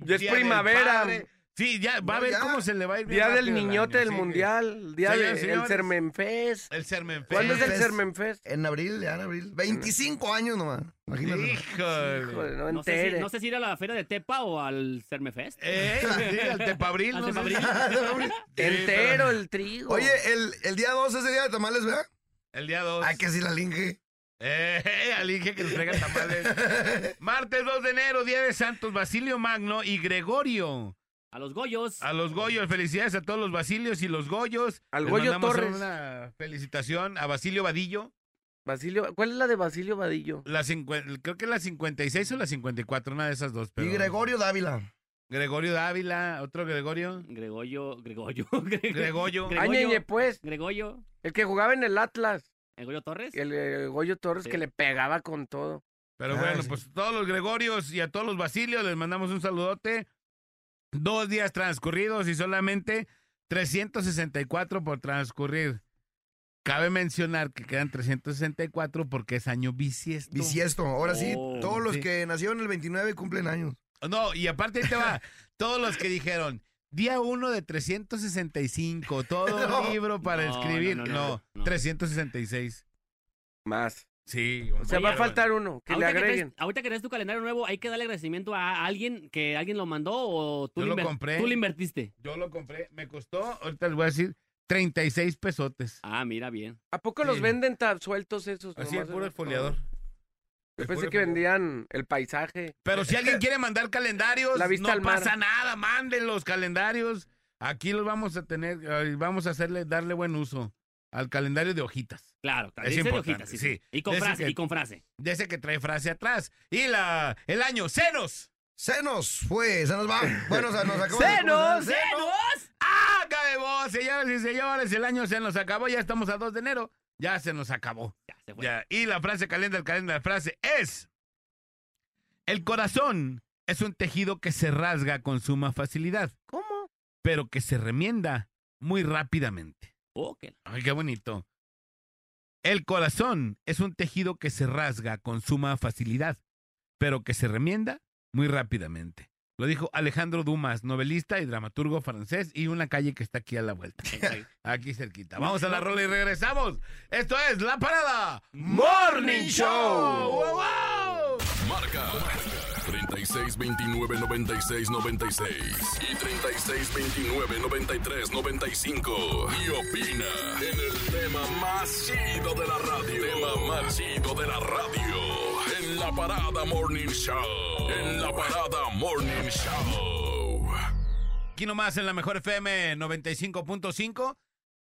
C: Ya es
B: Día del
C: primavera.
B: Padre. Sí, ya va a
E: No,
B: ver
E: ya.
B: cómo se le va a ir. bien
C: Día del
B: rápido el
C: niñote
B: año, sí.
C: del mundial, día
B: Señores,
C: del
B: señores.
C: Sermenfest.
B: El Pues, Sermenfest.
C: ¿Cuándo es el
E: Fest.
C: Sermenfest?
E: En abril, ya en abril. 25 años nomás. Imagínate.
B: Híjole.
C: Híjole, no
D: No sé, si,
C: entere.
D: no sé si ir a la feria de Tepa o al Cermefest.
B: Eh, sí, al Tepabril.
D: Al
B: no sé.
D: Tepabril.
B: Sí,
C: Entero
B: pero
C: el trigo.
E: Oye, el, el día 2 es el día de tamales, ¿verdad?
B: El día 2.
E: Hay que sí la linge.
B: Eh, al Inge que nos traiga tamales. Martes 2 de enero, Día de Santos, Basilio Magno y Gregorio.
D: A los Goyos.
B: A los Goyos, felicidades a todos los Basilios y los Goyos.
C: Al
B: Les
C: Goyo
B: mandamos
C: Torres.
B: Una felicitación a Basilio Vadillo.
C: Basilio, ¿cuál es la de Basilio Vadillo?
B: La cincuen- creo que la 56 o la 54, una de esas dos. pero-
E: Y Gregorio Dávila.
B: Gregorio Dávila, otro Gregorio.
D: Gregorio, Gregorio.
B: Gregoyo.
D: Gregorio.
C: Áñeñe, pues,
D: Gregorio.
C: el que jugaba en el Atlas,
D: Gregorio Torres.
C: el eh, Goyo Torres
D: Sí.
C: que le pegaba con todo.
B: Pero
E: Ah,
B: bueno,
E: sí.
B: pues todos los Gregorios y a todos los Basilios les mandamos un saludote. Dos días transcurridos y solamente 364 por transcurrir. Cabe mencionar que quedan 364 porque es año bisiesto.
E: Bisiesto. Ahora sí,
D: Oh,
E: todos los
B: sí.
E: que nacieron el 29 cumplen años.
B: No, y aparte ahí te va, todos los que dijeron, día 1 de 365, todo
E: No.
B: libro para
D: No,
B: escribir.
D: no,
B: No,
D: no, no, no.
B: 366.
C: Más.
B: Sí.
C: O sea,
D: Oye,
C: va a
D: pero-
C: faltar uno, que le
D: Ahorita que, traes,
C: agreguen.
D: ahorita que traes tu calendario nuevo, hay que darle agradecimiento a alguien que alguien lo mandó o tú,
B: Yo lo
D: inver-
B: compré.
D: tú lo invertiste.
B: Yo lo compré, me costó, ahorita les voy a decir, 36 pesotes.
D: Ah, mira, bien.
C: ¿A poco los
B: Sí.
C: venden tan sueltos esos?
B: Así, el
C: Nomás
B: puro
C: en-
B: exfoliador.
C: Yo
B: El
C: pensé
B: puro
C: que
B: exfoliador.
C: vendían el paisaje.
B: Pero si alguien quiere mandar calendarios,
C: La vista
B: no
C: al mar.
B: pasa nada, manden los calendarios. Aquí los vamos a tener, eh, vamos a hacerle, darle buen uso al calendario de hojitas.
D: Claro, claro.
B: Es
D: Dice de
B: importante,
D: hojitas, sí, sí.
B: sí.
D: Y con
B: Dice
D: frase,
B: que-
D: y con frase.
B: De ese que trae frase atrás. Y la, el año, senos.
E: Se nos fue, pues, se nos va. Bueno, se nos acabó.
C: ¡Se nos!
E: ¡Se
B: ¡Ah, cabe vos, señoras y señores! El año se nos acabó, ya estamos a 2 de enero. Ya se nos acabó.
D: Ya, se fue.
B: Ya, y la frase calenda, el calenda, la frase es: El corazón es un tejido que se rasga con suma facilidad,
C: ¿Cómo?
B: pero que se remienda muy rápidamente.
D: Oh, que-
B: Ay, qué bonito. El corazón es un tejido que se rasga con suma facilidad, pero que se remienda muy rápidamente. Lo dijo Alejandro Dumas, novelista y dramaturgo francés, y una calle que está aquí a la vuelta,
D: exacto.
B: aquí cerquita. Vamos a la rola y regresamos. Esto es La Parada
C: Morning Show.
B: ¡Wow, wow!
F: Marca 36 29 96 96 y 36 29 93 95. Y opina en el tema más chido de la radio. Tema más chido de la radio. En la parada Morning Show. En la parada Morning Show.
B: Aquí nomás en la mejor FM 95.5.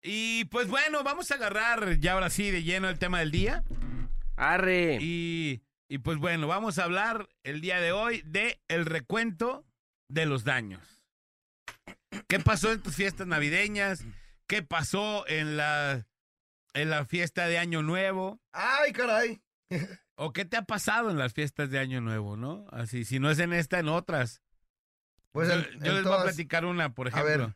B: Y pues bueno, vamos a agarrar ya ahora sí de lleno el tema del día.
C: Arre.
B: Y, y, pues bueno, vamos a hablar el día de hoy de el recuento de los daños. ¿Qué pasó en tus fiestas navideñas? ¿Qué pasó en la, en la fiesta de Año Nuevo?
E: ¡Ay, caray!
B: ¿O qué te ha pasado en las fiestas de Año Nuevo, no? Así, si no es en esta, en otras.
E: Pues
B: yo
E: en-
B: yo
E: en
B: les voy a
E: todas-
B: platicar una, por
E: A
B: ejemplo.
E: ver.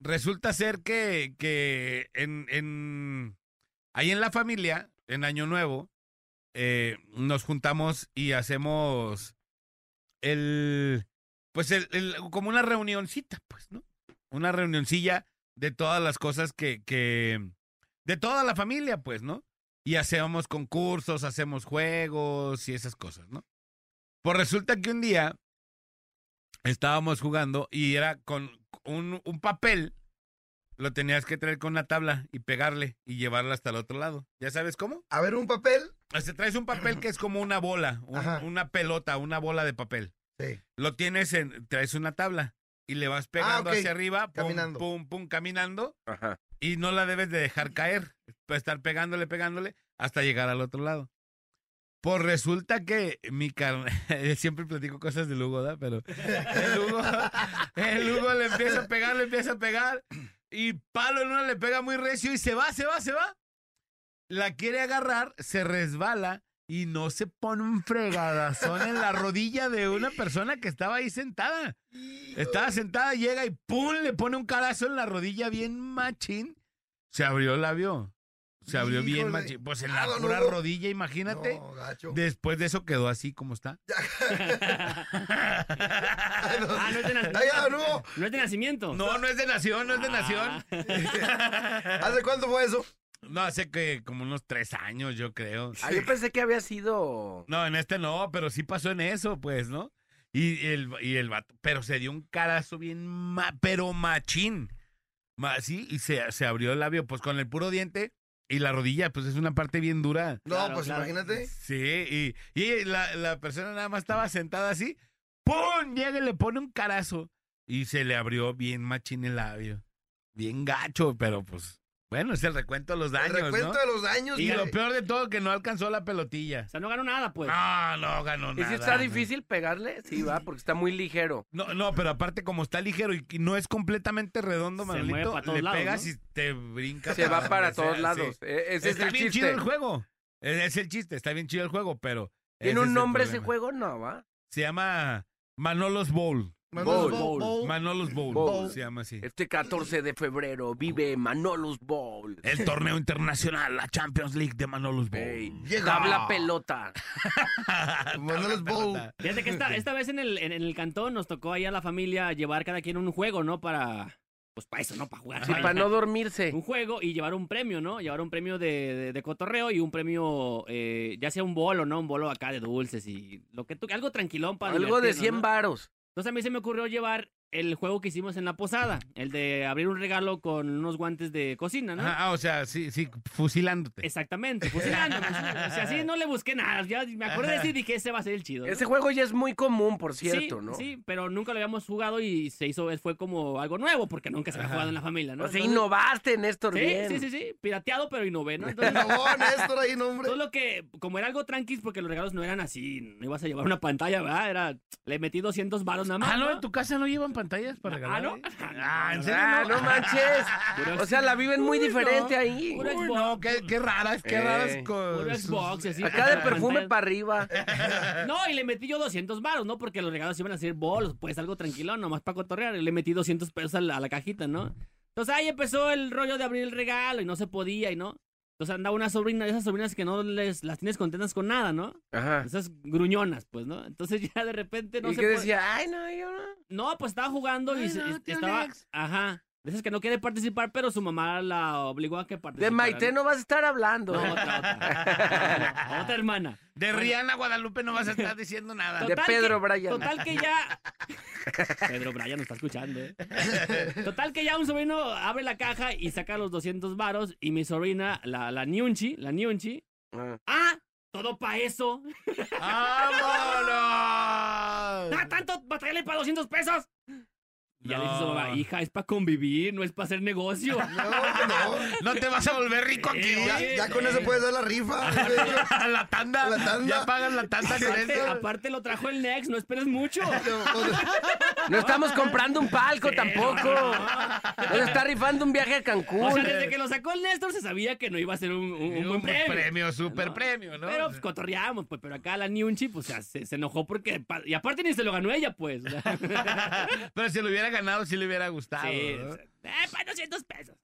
B: Resulta ser que, que en, en- ahí en la familia, en Año Nuevo, eh, nos juntamos y hacemos el, pues el, el- como una reunioncita, pues, ¿no? Una reunioncilla de todas las cosas que, que, de toda la familia, pues, ¿no? Y hacemos concursos, hacemos juegos y esas cosas, ¿no? Pues resulta que un día estábamos jugando y era con un, un papel, lo tenías que traer con una tabla y pegarle y llevarla hasta el otro lado. ¿Ya sabes cómo?
E: A ver, un papel.
B: O sea, traes un papel que es como una bola, un-
E: Ajá.
B: una pelota, una bola de papel.
E: Sí. Ah,
B: Lo tienes en, traes una tabla y le vas pegando
E: ok.
B: hacia arriba, pum,
E: Caminando.
B: pum, pum, caminando
C: Ajá.
B: y no la debes de dejar caer. Puedes estar pegándole, pegándole hasta llegar al otro lado. Pues resulta que mi carnal, siempre platico cosas de Lugo, ¿da? Pero el Hugo, el Hugo le empieza a pegar, le empieza a pegar y palo en una le pega muy recio y se va, se va, se va. La quiere agarrar, se resbala y no se pone un fregadazón en la rodilla de una persona que estaba ahí sentada. Estaba sentada, llega y ¡pum! le pone un carazo en la rodilla bien machín. Se abrió el labio. Se abrió bien
E: Híjole.
B: machín. Pues en la
E: Ah, don
B: pura
E: Hugo.
B: rodilla, imagínate.
E: No, gacho.
B: Después de eso quedó así como está.
D: Ah, no es de nacimiento.
E: Ay, ya, no.
D: No es de nacimiento. Ah.
B: No, no es de nación, no es de nación.
E: ¿Hace cuánto fue eso?
B: No, hace que como unos tres años, yo creo.
C: Ah, yo pensé que había sido.
B: No, en este no, pero sí pasó en eso, pues, ¿no? Y el, y el vato, pero se dio un carazo bien, ma- pero machín. Ma- sí, y se, se abrió el labio, pues con el puro diente y la rodilla, pues es una parte bien dura.
E: No,
D: Claro,
E: pues
D: claro.
E: imagínate.
B: Sí, y, y la, la persona nada más estaba sentada así, ¡pum! Llega y le pone un carazo. Y se le abrió bien machín el labio. Bien gacho, pero pues Bueno, es el recuento de los daños,
E: Recuento
B: ¿no?
E: de los daños.
B: Y
E: mira.
B: lo peor de todo, que no alcanzó la pelotilla.
D: O sea, no ganó nada, pues.
B: No, no ganó
C: ¿Y
B: nada.
C: si está
B: no.
C: difícil pegarle? Sí, va, porque está muy ligero.
B: No, no, pero aparte, como está ligero y y no es completamente redondo,
D: Se
B: Manolito,
D: mueve para todos
B: le
D: lados,
B: pegas
D: ¿no?
B: y te brincas.
C: Se va
B: donde
C: para
B: sea,
C: todos
B: sí.
C: lados. E- Ese es
B: Está
C: el
B: bien
C: chiste.
B: chido el juego. E, Es es el chiste, está bien chido el juego, pero. ese
C: ¿Tiene
B: es
C: un
B: el
C: nombre ese
B: problema.
C: juego? No, va.
B: Se llama Manolos Bowl.
E: Manuel,
C: Bowl,
E: bowl,
C: bowl.
E: bowl.
B: Manolos Bowl,
C: Bowl.
B: se llama así.
C: Este 14 de febrero vive Manolos Bowl.
B: El torneo internacional, la Champions League de Manolos Bowl.
C: Ey,
E: Llega.
C: tabla pelota.
E: Manolos Bowl.
D: Fíjate que esta, esta vez en el, en, en el cantón nos tocó ahí a la familia llevar cada quien un juego, ¿no? Para. Pues para eso, ¿no? Para jugar.
C: Sí, para no dormirse.
D: Un juego y llevar un premio, ¿no? Llevar un premio de, de- de cotorreo y un premio, eh, ya sea un bolo, ¿no? Un bolo acá de dulces y lo que tú, algo tranquilón para
C: Algo de
D: divertirnos,
C: 100
D: ¿no?
C: varos.
D: Entonces a mí se me ocurrió llevar el juego que hicimos en la posada, el de abrir un regalo con unos guantes de cocina, ¿no?
B: Ah, ah, o sea, sí, sí, fusilándote.
D: Exactamente, pues, fusilando. fusilando. o sea, así no le busqué nada. Ya me acordé de eso y dije, ese va a ser el chido. ¿no?
C: Ese juego ya es muy común, por cierto,
D: sí,
C: ¿no?
D: Sí, pero nunca lo habíamos jugado y se hizo, fue como algo nuevo, porque nunca se había
B: Ajá.
D: jugado en la familia, ¿no?
C: O sea,
D: Entonces-
C: innovaste, Néstor, bien.
D: sí, sí, sí, sí, pirateado, pero innové, ¿no? Entonces,
E: No, Néstor, ahí, no, hombre.
D: todo lo que, como era algo tranquis, porque los regalos no eran así, no ibas a llevar una pantalla, ¿verdad? Era, le metí 200 baros nada más.
B: Ah, no, en tu casa no llevan pantallas para
D: Ah,
B: regalar.
D: ¿no?
B: ¿eh? Ah, en serio.
C: Ah, no manches.
D: Puro-
C: O sea, la viven muy
D: Uy,
C: diferente
D: no.
C: ahí.
D: Puro
B: Uy,
D: Xbox,
B: no, qué, qué raras, qué
C: Eh,
B: raras.
D: puro
B: con sus-
D: Xbox, y así.
C: Acá de
D: pantallas.
C: perfume para arriba.
D: No, y le metí yo 200 baros, ¿no? Porque los regalos iban a ser bolos, pues algo tranquilo, nomás para cotorrear. Y le metí 200 pesos a la, a la cajita, ¿no? Entonces ahí empezó el rollo de abrir el regalo y no se podía y no. Entonces andaba una sobrina, de esas sobrinas que no les las tienes contentas con nada, ¿no?
C: Ajá.
D: Esas gruñonas, pues, ¿no? Entonces ya de repente no
C: y
D: se
C: que
D: po-
C: decía, ay, no, yo no.
D: No, pues estaba jugando y
B: Ay,
D: se-
B: no,
D: est-
B: tío
D: estaba.
B: Alex.
D: Ajá. De esas que no quiere participar, pero su mamá la obligó a que
C: De
D: participara.
C: Maite no vas a estar hablando.
D: No, otra, otra. otra hermana.
B: De Rihanna Guadalupe no vas a estar diciendo nada.
C: De Pedro Bryan.
D: Total que ya. Pedro Bryan nos está escuchando, ¿eh? Total que ya un sobrino abre la caja y saca los 200 varos y mi sobrina, la, la Niunchi, la Niunchi.
C: Ah.
D: ¡Ah! Todo pa' eso.
B: ¡Vámonos!
D: ¡Ah, tanto! ¡Batallarle para 200 pesos! Y ya le dice su
B: No.
D: mamá, hija, es para convivir, no es para hacer negocio.
E: No, no.
B: No te vas a volver rico aquí.
D: Eh,
E: Ya,
B: güey.
E: ya con eso puedes dar la rifa. güey.
B: la tanda.
E: La tanda.
B: Ya pagas la tanda con
D: aparte,
B: eso.
D: aparte lo trajo el Nex, no esperes mucho.
C: No estamos comprando un palco tampoco. Nos está rifando un viaje a Cancún.
D: O sea, desde que lo sacó el Néstor se sabía que no iba a ser un, un, un buen
B: Un
D: premio.
B: premio, super
D: ¿no?
B: premio, ¿no?
D: Pero pues, cotorreamos, pues, pero acá la Niunchi, pues, o sea, se, se enojó porque... pa- Y aparte ni se lo ganó ella, pues. o sea.
B: Pero si lo hubiera ganado, sí le hubiera gustado.
D: sí,
B: ¿no?
D: o sea, eh, para 200 pesos.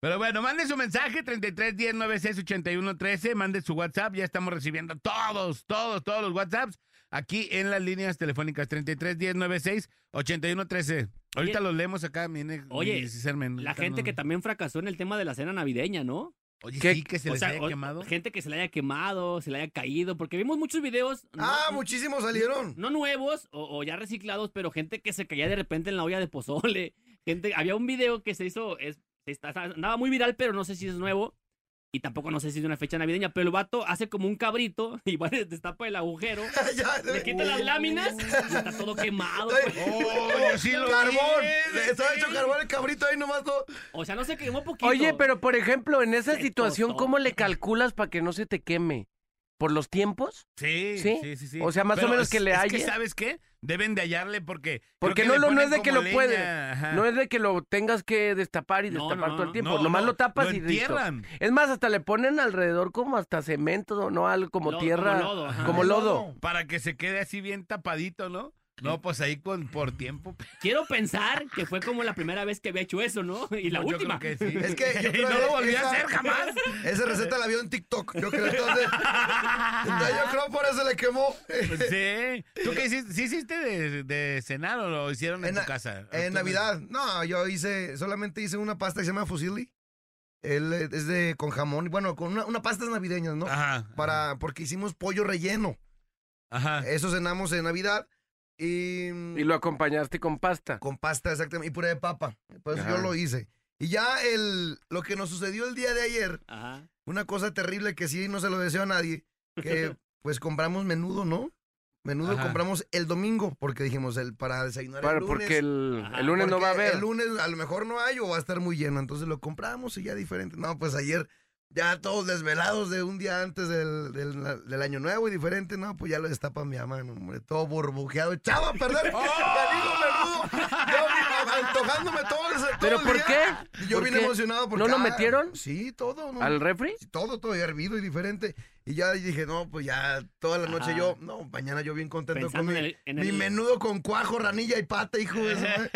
B: Pero bueno, mande su mensaje 33 10 96 81 13, mande su WhatsApp, ya estamos recibiendo todos, todos, todos los WhatsApps aquí en las líneas telefónicas 33 10 96 81 13. Ahorita
D: Oye.
B: los leemos acá, mire.
D: Oye,
B: mire, sí, Sermen,
D: La
B: ahorita
D: gente
B: no-
D: que también fracasó en el tema de la cena navideña, ¿no?
B: Oye,
C: que-
B: sí que se
D: o
B: les
D: sea,
B: haya
D: o-
B: quemado.
D: gente que se le haya quemado, se le haya caído, porque vimos muchos videos... ¿no?
E: Ah, muchísimos salieron.
D: no nuevos o, o ya reciclados, pero gente que se caía de repente en la olla de pozole. Gente, había un video que se hizo, es, se está- andaba muy viral, pero no sé si es nuevo. Y tampoco no sé si es de una fecha navideña, pero el vato hace como un cabrito y va, destapa el agujero,
E: Ya,
D: le quita las láminas y está todo quemado. pues.
B: Oh, yo sí lo vi,
E: carbón.
B: sí.
E: Estaba hecho carbón el cabrito ahí nomás. todo.
D: O sea, no se quemó poquito.
C: Oye, pero por ejemplo, en esa
D: Se
C: situación,
D: tostó.
C: ¿cómo le calculas para que no se te queme? ¿Por los tiempos?
B: Sí,
C: ¿Sí?
B: sí, sí, sí.
C: O sea, más o menos que
B: es-
C: le
B: es
C: halle.
B: ¿Sabes qué? Deben de hallarle porque. creo
C: Porque
B: que
C: no
B: le
C: lo- no
B: ponen
C: es de que
B: como
C: lo pueden.
B: leña, ajá.
C: No es de que lo tengas que destapar y
D: No,
C: destapar
D: no,
C: todo el
D: no.
C: tiempo.
B: No,
C: Nomás
B: no,
C: lo tapas
B: lo
C: y listo.
B: entierran.
C: Es más, hasta le ponen alrededor como hasta cemento, ¿no? Algo como
D: Lo-
C: tierra.
D: Como lodo. ajá.
C: como lodo.
B: Para que se quede así bien tapadito, ¿no? No, pues ahí con por tiempo.
D: Quiero pensar que fue como la primera vez que había hecho eso, ¿no? Y la
B: Yo creo
D: última.
B: que sí.
E: Es que yo
B: Y
E: creo
B: no
E: que
B: lo volví a
E: esa-
B: hacer jamás.
E: Esa receta la vio en TikTok. Yo creo entonces. entonces yo creo por eso le quemó.
B: Pues Sí. ¿Tú qué hiciste? ¿Sí hiciste de, de cenar o lo hicieron en,
E: En
B: tu
E: na-
B: casa?
E: En Eh, Navidad. No, yo hice, solamente hice una pasta que se llama fusilli. Él eh, es de con jamón, bueno, con una, una pastas navideñas, ¿no?
B: Ajá.
E: Para, porque hicimos pollo relleno.
B: Ajá.
E: Eso cenamos en Navidad y,
C: Y lo acompañaste con pasta.
E: con pasta exactamente y puré de papa. Por eso
C: Ajá.
E: yo lo hice. Y ya el lo que nos sucedió el día de ayer,
D: Ajá.
E: una cosa terrible que sí no se lo deseo a nadie, que pues compramos menudo, ¿no? Menudo
B: Ajá.
E: compramos el domingo porque dijimos el para desayunar
C: Para-
E: el lunes.
C: porque el,
D: Ajá,
C: el lunes no
E: porque
C: va a haber.
E: El lunes a lo mejor no hay o va a estar muy lleno, entonces lo compramos y ya diferente. No, pues ayer ya todos desvelados de un día antes del, del- del año nuevo y diferente. No, pues ya lo destapa mi mamá, no, hombre, todo burbujeado, echado a perder. ¡Oh! menudo. Yo antojándome todo ese todo
C: ¿Pero
E: el
C: por
E: día.
C: qué?
E: Y Yo
C: ¿Por
E: bien
C: qué?
E: emocionado porque
C: ¿No lo
E: ah,
C: metieron?
E: Sí, todo, ¿no?
C: ¿Al refri?
E: todo, todo ya hervido y diferente. Y ya dije, no, pues ya toda la noche
D: Ajá.
E: yo, no, mañana yo bien contento
D: Pensando
E: con
D: en
E: mi,
D: el- en
E: mi
D: el-
E: menudo con cuajo, ranilla y pata, hijo de su madre.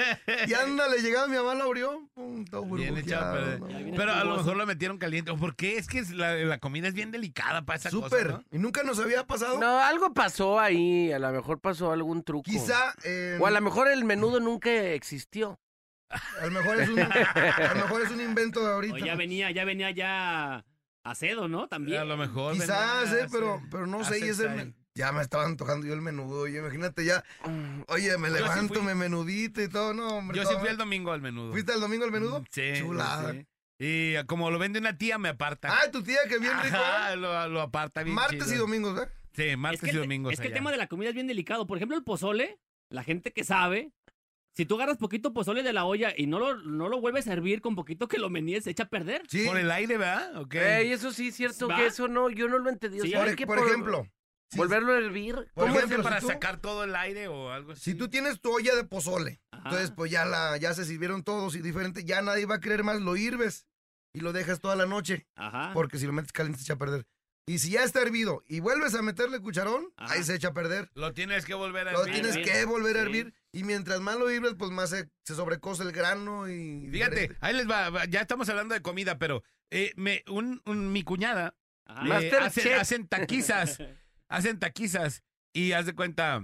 E: Y ándale, llegaba mi mamá, lo abrió, pum, todo
B: Bien echado a
E: burbujeado,
B: perder.
E: ¿no?
D: Ya viene
B: Pero a lo
D: jugoso.
B: mejor lo metieron caliente. ¿O por qué? Es que es la, la comida es bien delicada para esa
E: Súper.
B: cosa, ¿no?
E: Y nunca nos había pasado.
C: No, algo pasó ahí. A lo mejor pasó algún truco.
E: Quizá, eh,
C: O a lo mejor el menudo nunca existió.
E: a lo mejor es un, a lo mejor es un invento de ahorita.
D: O ya venía, ya venía ya a cedo, ¿no? También.
B: A lo mejor.
E: Quizás,
B: venía
E: eh, pero,
B: hace-
E: pero no sé, y
B: hace
E: ese
B: time.
E: men- ya me estaba antojando yo el menudo, oye, imagínate ya,
C: Mm.
E: oye, me
B: Yo sí
E: levanto,
B: fui.
E: me menudito y todo, no, hombre.
B: Yo sí
E: todo- ¿eh?
B: fui el domingo al menudo. Mm,
E: ¿Fuiste el domingo el menudo?
B: Sí.
E: Chulada.
B: sí. Y eh, como lo vende una tía, me aparta.
E: Ah, tu tía, que bien rico.
B: Ajá,
E: ¿eh?
B: lo, lo aparta bien
E: Martes
B: chido.
E: y domingos, ¿eh? ¿verdad?
B: Sí,
D: es
B: martes
D: que, el,
B: y
D: te-
B: domingos.
D: es que el
B: allá.
D: tema de la comida es bien delicado. Por ejemplo, el pozole, la gente que sabe, si tú agarras poquito pozole de la olla y no lo, no lo vuelves a hervir con poquito que lo meníes, se echa a perder.
E: Sí.
B: Por el aire, ¿verdad? ¿O qué?
C: Ey, eso sí es cierto
D: ¿Va?
C: que eso no, yo no lo entendí. O
D: Sí,
C: sea,
E: Por,
C: hay que
E: por
C: por-
E: ejemplo, sí.
C: volverlo a hervir.
E: Por
B: ¿Cómo
E: ejemplo,
B: hace
E: si
B: para
E: tú-
B: sacar todo el aire o algo así?
E: si tú tienes tu olla de pozole,
D: Ajá.
E: entonces pues ya la, ya se sirvieron todos y diferente, ya nadie va a querer más, lo hirves y lo dejas toda la noche,
D: Ajá.
E: porque si lo metes caliente se echa a perder. Y si ya está hervido y vuelves a meterle cucharón,
D: Ajá.
E: ahí se echa a perder.
B: Lo tienes que volver a
E: Lo
B: hervir.
E: tienes
D: hervir.
E: que volver a
D: Sí.
E: hervir y mientras más lo hirves, pues más se, se sobrecose el grano y...
B: Fíjate,
E: diferente.
B: ahí les va, va, ya estamos hablando de comida, pero eh, me, un, un- mi cuñada
D: ajá.
B: le hacen,
C: Masterchef.
B: hacen taquizas, hacen taquizas y haz de cuenta,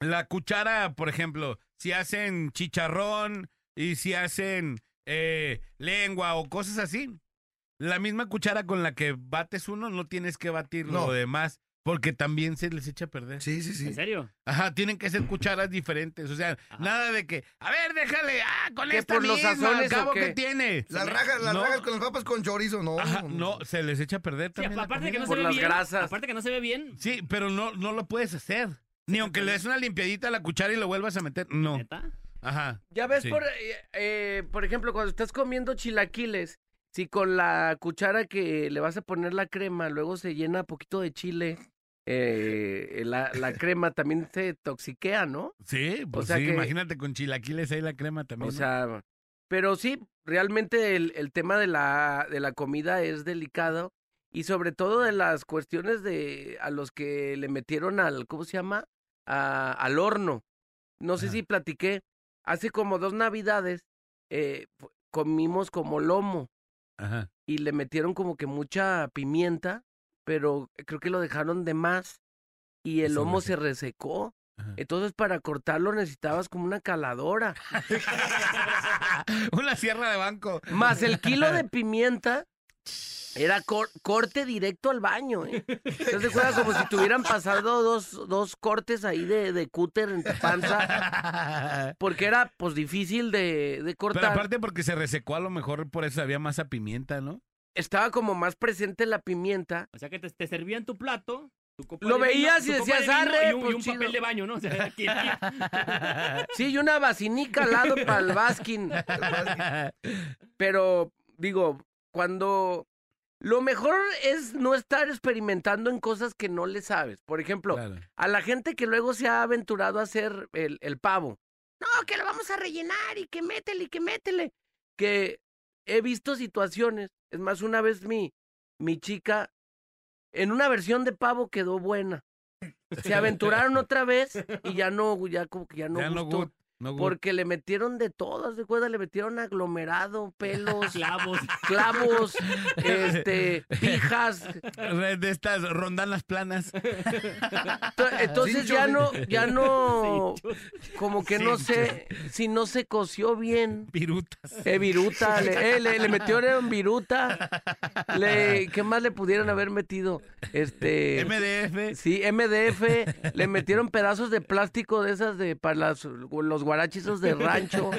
B: la cuchara, por ejemplo, si hacen chicharrón y si hacen eh, lengua o cosas así, la misma cuchara con la que bates uno no tienes que batir
E: No.
B: lo demás, porque también se les echa a perder.
E: Sí, sí, sí.
D: ¿En serio?
B: Ajá, tienen que ser cucharas diferentes. O sea,
D: Ajá.
B: nada de que, a ver, déjale, ah, con
C: ¿Que
B: esta
C: por los
B: misma,
C: sazones o
B: cabo
C: qué?
B: que tiene.
E: Las rajas, las
B: No.
E: rajas con las papas con chorizo, no.
B: Ajá, no, se les echa a perder
D: Sí,
B: también. la
D: aparte que no
B: comida.
D: se
C: Por
D: ve
C: las
D: bien.
C: grasas.
D: Aparte que no se ve bien.
B: Sí, pero no, no lo puedes hacer. Ni aunque le des una limpiadita a la cuchara y lo vuelvas a meter. No.
D: ¿Neta?
B: Ajá.
C: Ya ves,
B: Sí.
C: por, eh, eh, por ejemplo, cuando estás comiendo chilaquiles, si con la cuchara que le vas a poner la crema, luego se llena poquito de chile, eh, la, la crema también se toxiquea, ¿no?
B: Sí, pues
C: sea
B: sí,
C: que-
B: imagínate con chilaquiles ahí la crema también.
C: O
B: ¿no?
C: sea, pero sí, realmente el, el tema de la, de la comida es delicado y sobre todo de las cuestiones de a los que le metieron al, ¿cómo se llama? A- al horno. No sé
B: Ajá.
C: si platiqué, hace como dos navidades eh, fu- comimos como lomo
B: Ajá.
C: y le metieron como que mucha pimienta, pero creo que lo dejaron de más y el
B: se
C: lomo
B: resecó.
C: se resecó.
B: Ajá.
C: Entonces para cortarlo necesitabas como una caladora.
B: una sierra de banco.
C: Más el kilo de pimienta era cor- corte directo al baño, ¿eh? Entonces te acuerdas como si tuvieran pasado dos, dos cortes ahí de, de cúter en tu panza, porque era pues difícil de, de
B: Pero
C: cortar.
B: aparte porque se resecó a lo mejor por eso había más a pimienta, ¿no?
C: Estaba como más presente la pimienta.
D: O sea que te, te servían tu plato. Tu copa
C: Lo
D: de vino-
C: veías y
D: tu copa
C: decías,
D: de vino
C: "Arre,
D: Y un,
C: pues,
D: y un
C: chido".
D: papel de baño, ¿no? O sea, aquí, aquí.
C: Sí, y una vacinica al lado para el baskin. Pero digo, cuando... Lo mejor es no estar experimentando en cosas que no le sabes. Por ejemplo,
B: Claro.
C: a la gente que luego se ha aventurado a hacer el, el pavo. No, que lo vamos a rellenar y que métele y que métele. Que he visto situaciones. Es más, una vez mi, mi chica en una versión de pavo quedó buena. Se aventuraron otra vez y ya no, ya como que ya no
B: Ya no
C: gustó.
B: good, no good.
C: porque le metieron de todas, de cuerda, le metieron aglomerado, pelos,
D: Clavos.
C: clavos, este, pijas,
B: Red de estas rondanas planas.
C: To- Entonces
E: Cincho,
C: ya
E: Ah, sí.
C: no, ya no, como que no
B: Cincho.
C: sé si no se coció bien.
B: Pirutas.
C: Eh, viruta, le, eh, le, le metieron viruta.
E: Ah.
C: Le, ¿Qué más le pudieron haber metido? Este.
B: MDF.
C: Sí, MDF, le metieron pedazos de plástico de esas de para las- los guarachizos de rancho.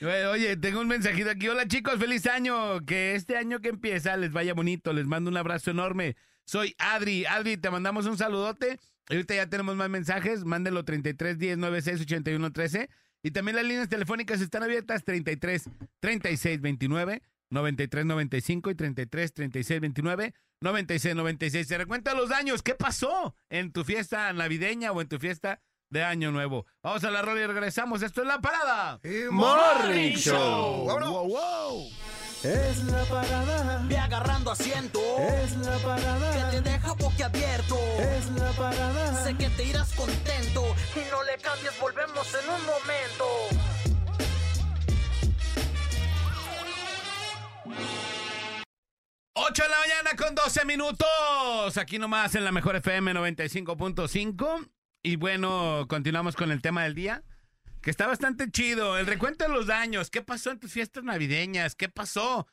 B: Güey, Oye, tengo un mensajito aquí. Hola chicos, feliz año. Que este año que empieza les vaya bonito. Les mando un abrazo enorme. Soy Adri. Adri, te mandamos un saludote. Ahorita ya tenemos más mensajes. Mándelo 33 10 96 81 13. Y también las líneas telefónicas están abiertas 33 36 29 93 95 y 33 36 29 96 96. Se recuentan los años. ¿Qué pasó en tu fiesta navideña o en tu fiesta de Año Nuevo? Vamos a la rola y regresamos. Esto es La Parada.
E: Y
C: Morning Show.
E: Vámonos.
G: Es la parada,
A: Ve agarrando asiento.
G: es la
A: Que te
G: parada,
A: deja boquiabierto.
G: es la parada,
A: Sé que te irás contento. Y no le cambies, volvemos en un momento.
B: Ocho de la mañana con 12 minutos. Aquí nomás en la mejor FM 95.5. Y bueno, continuamos con el tema del día, que está bastante chido. El recuento de los daños. ¿Qué pasó en tus fiestas navideñas? ¿Qué pasó?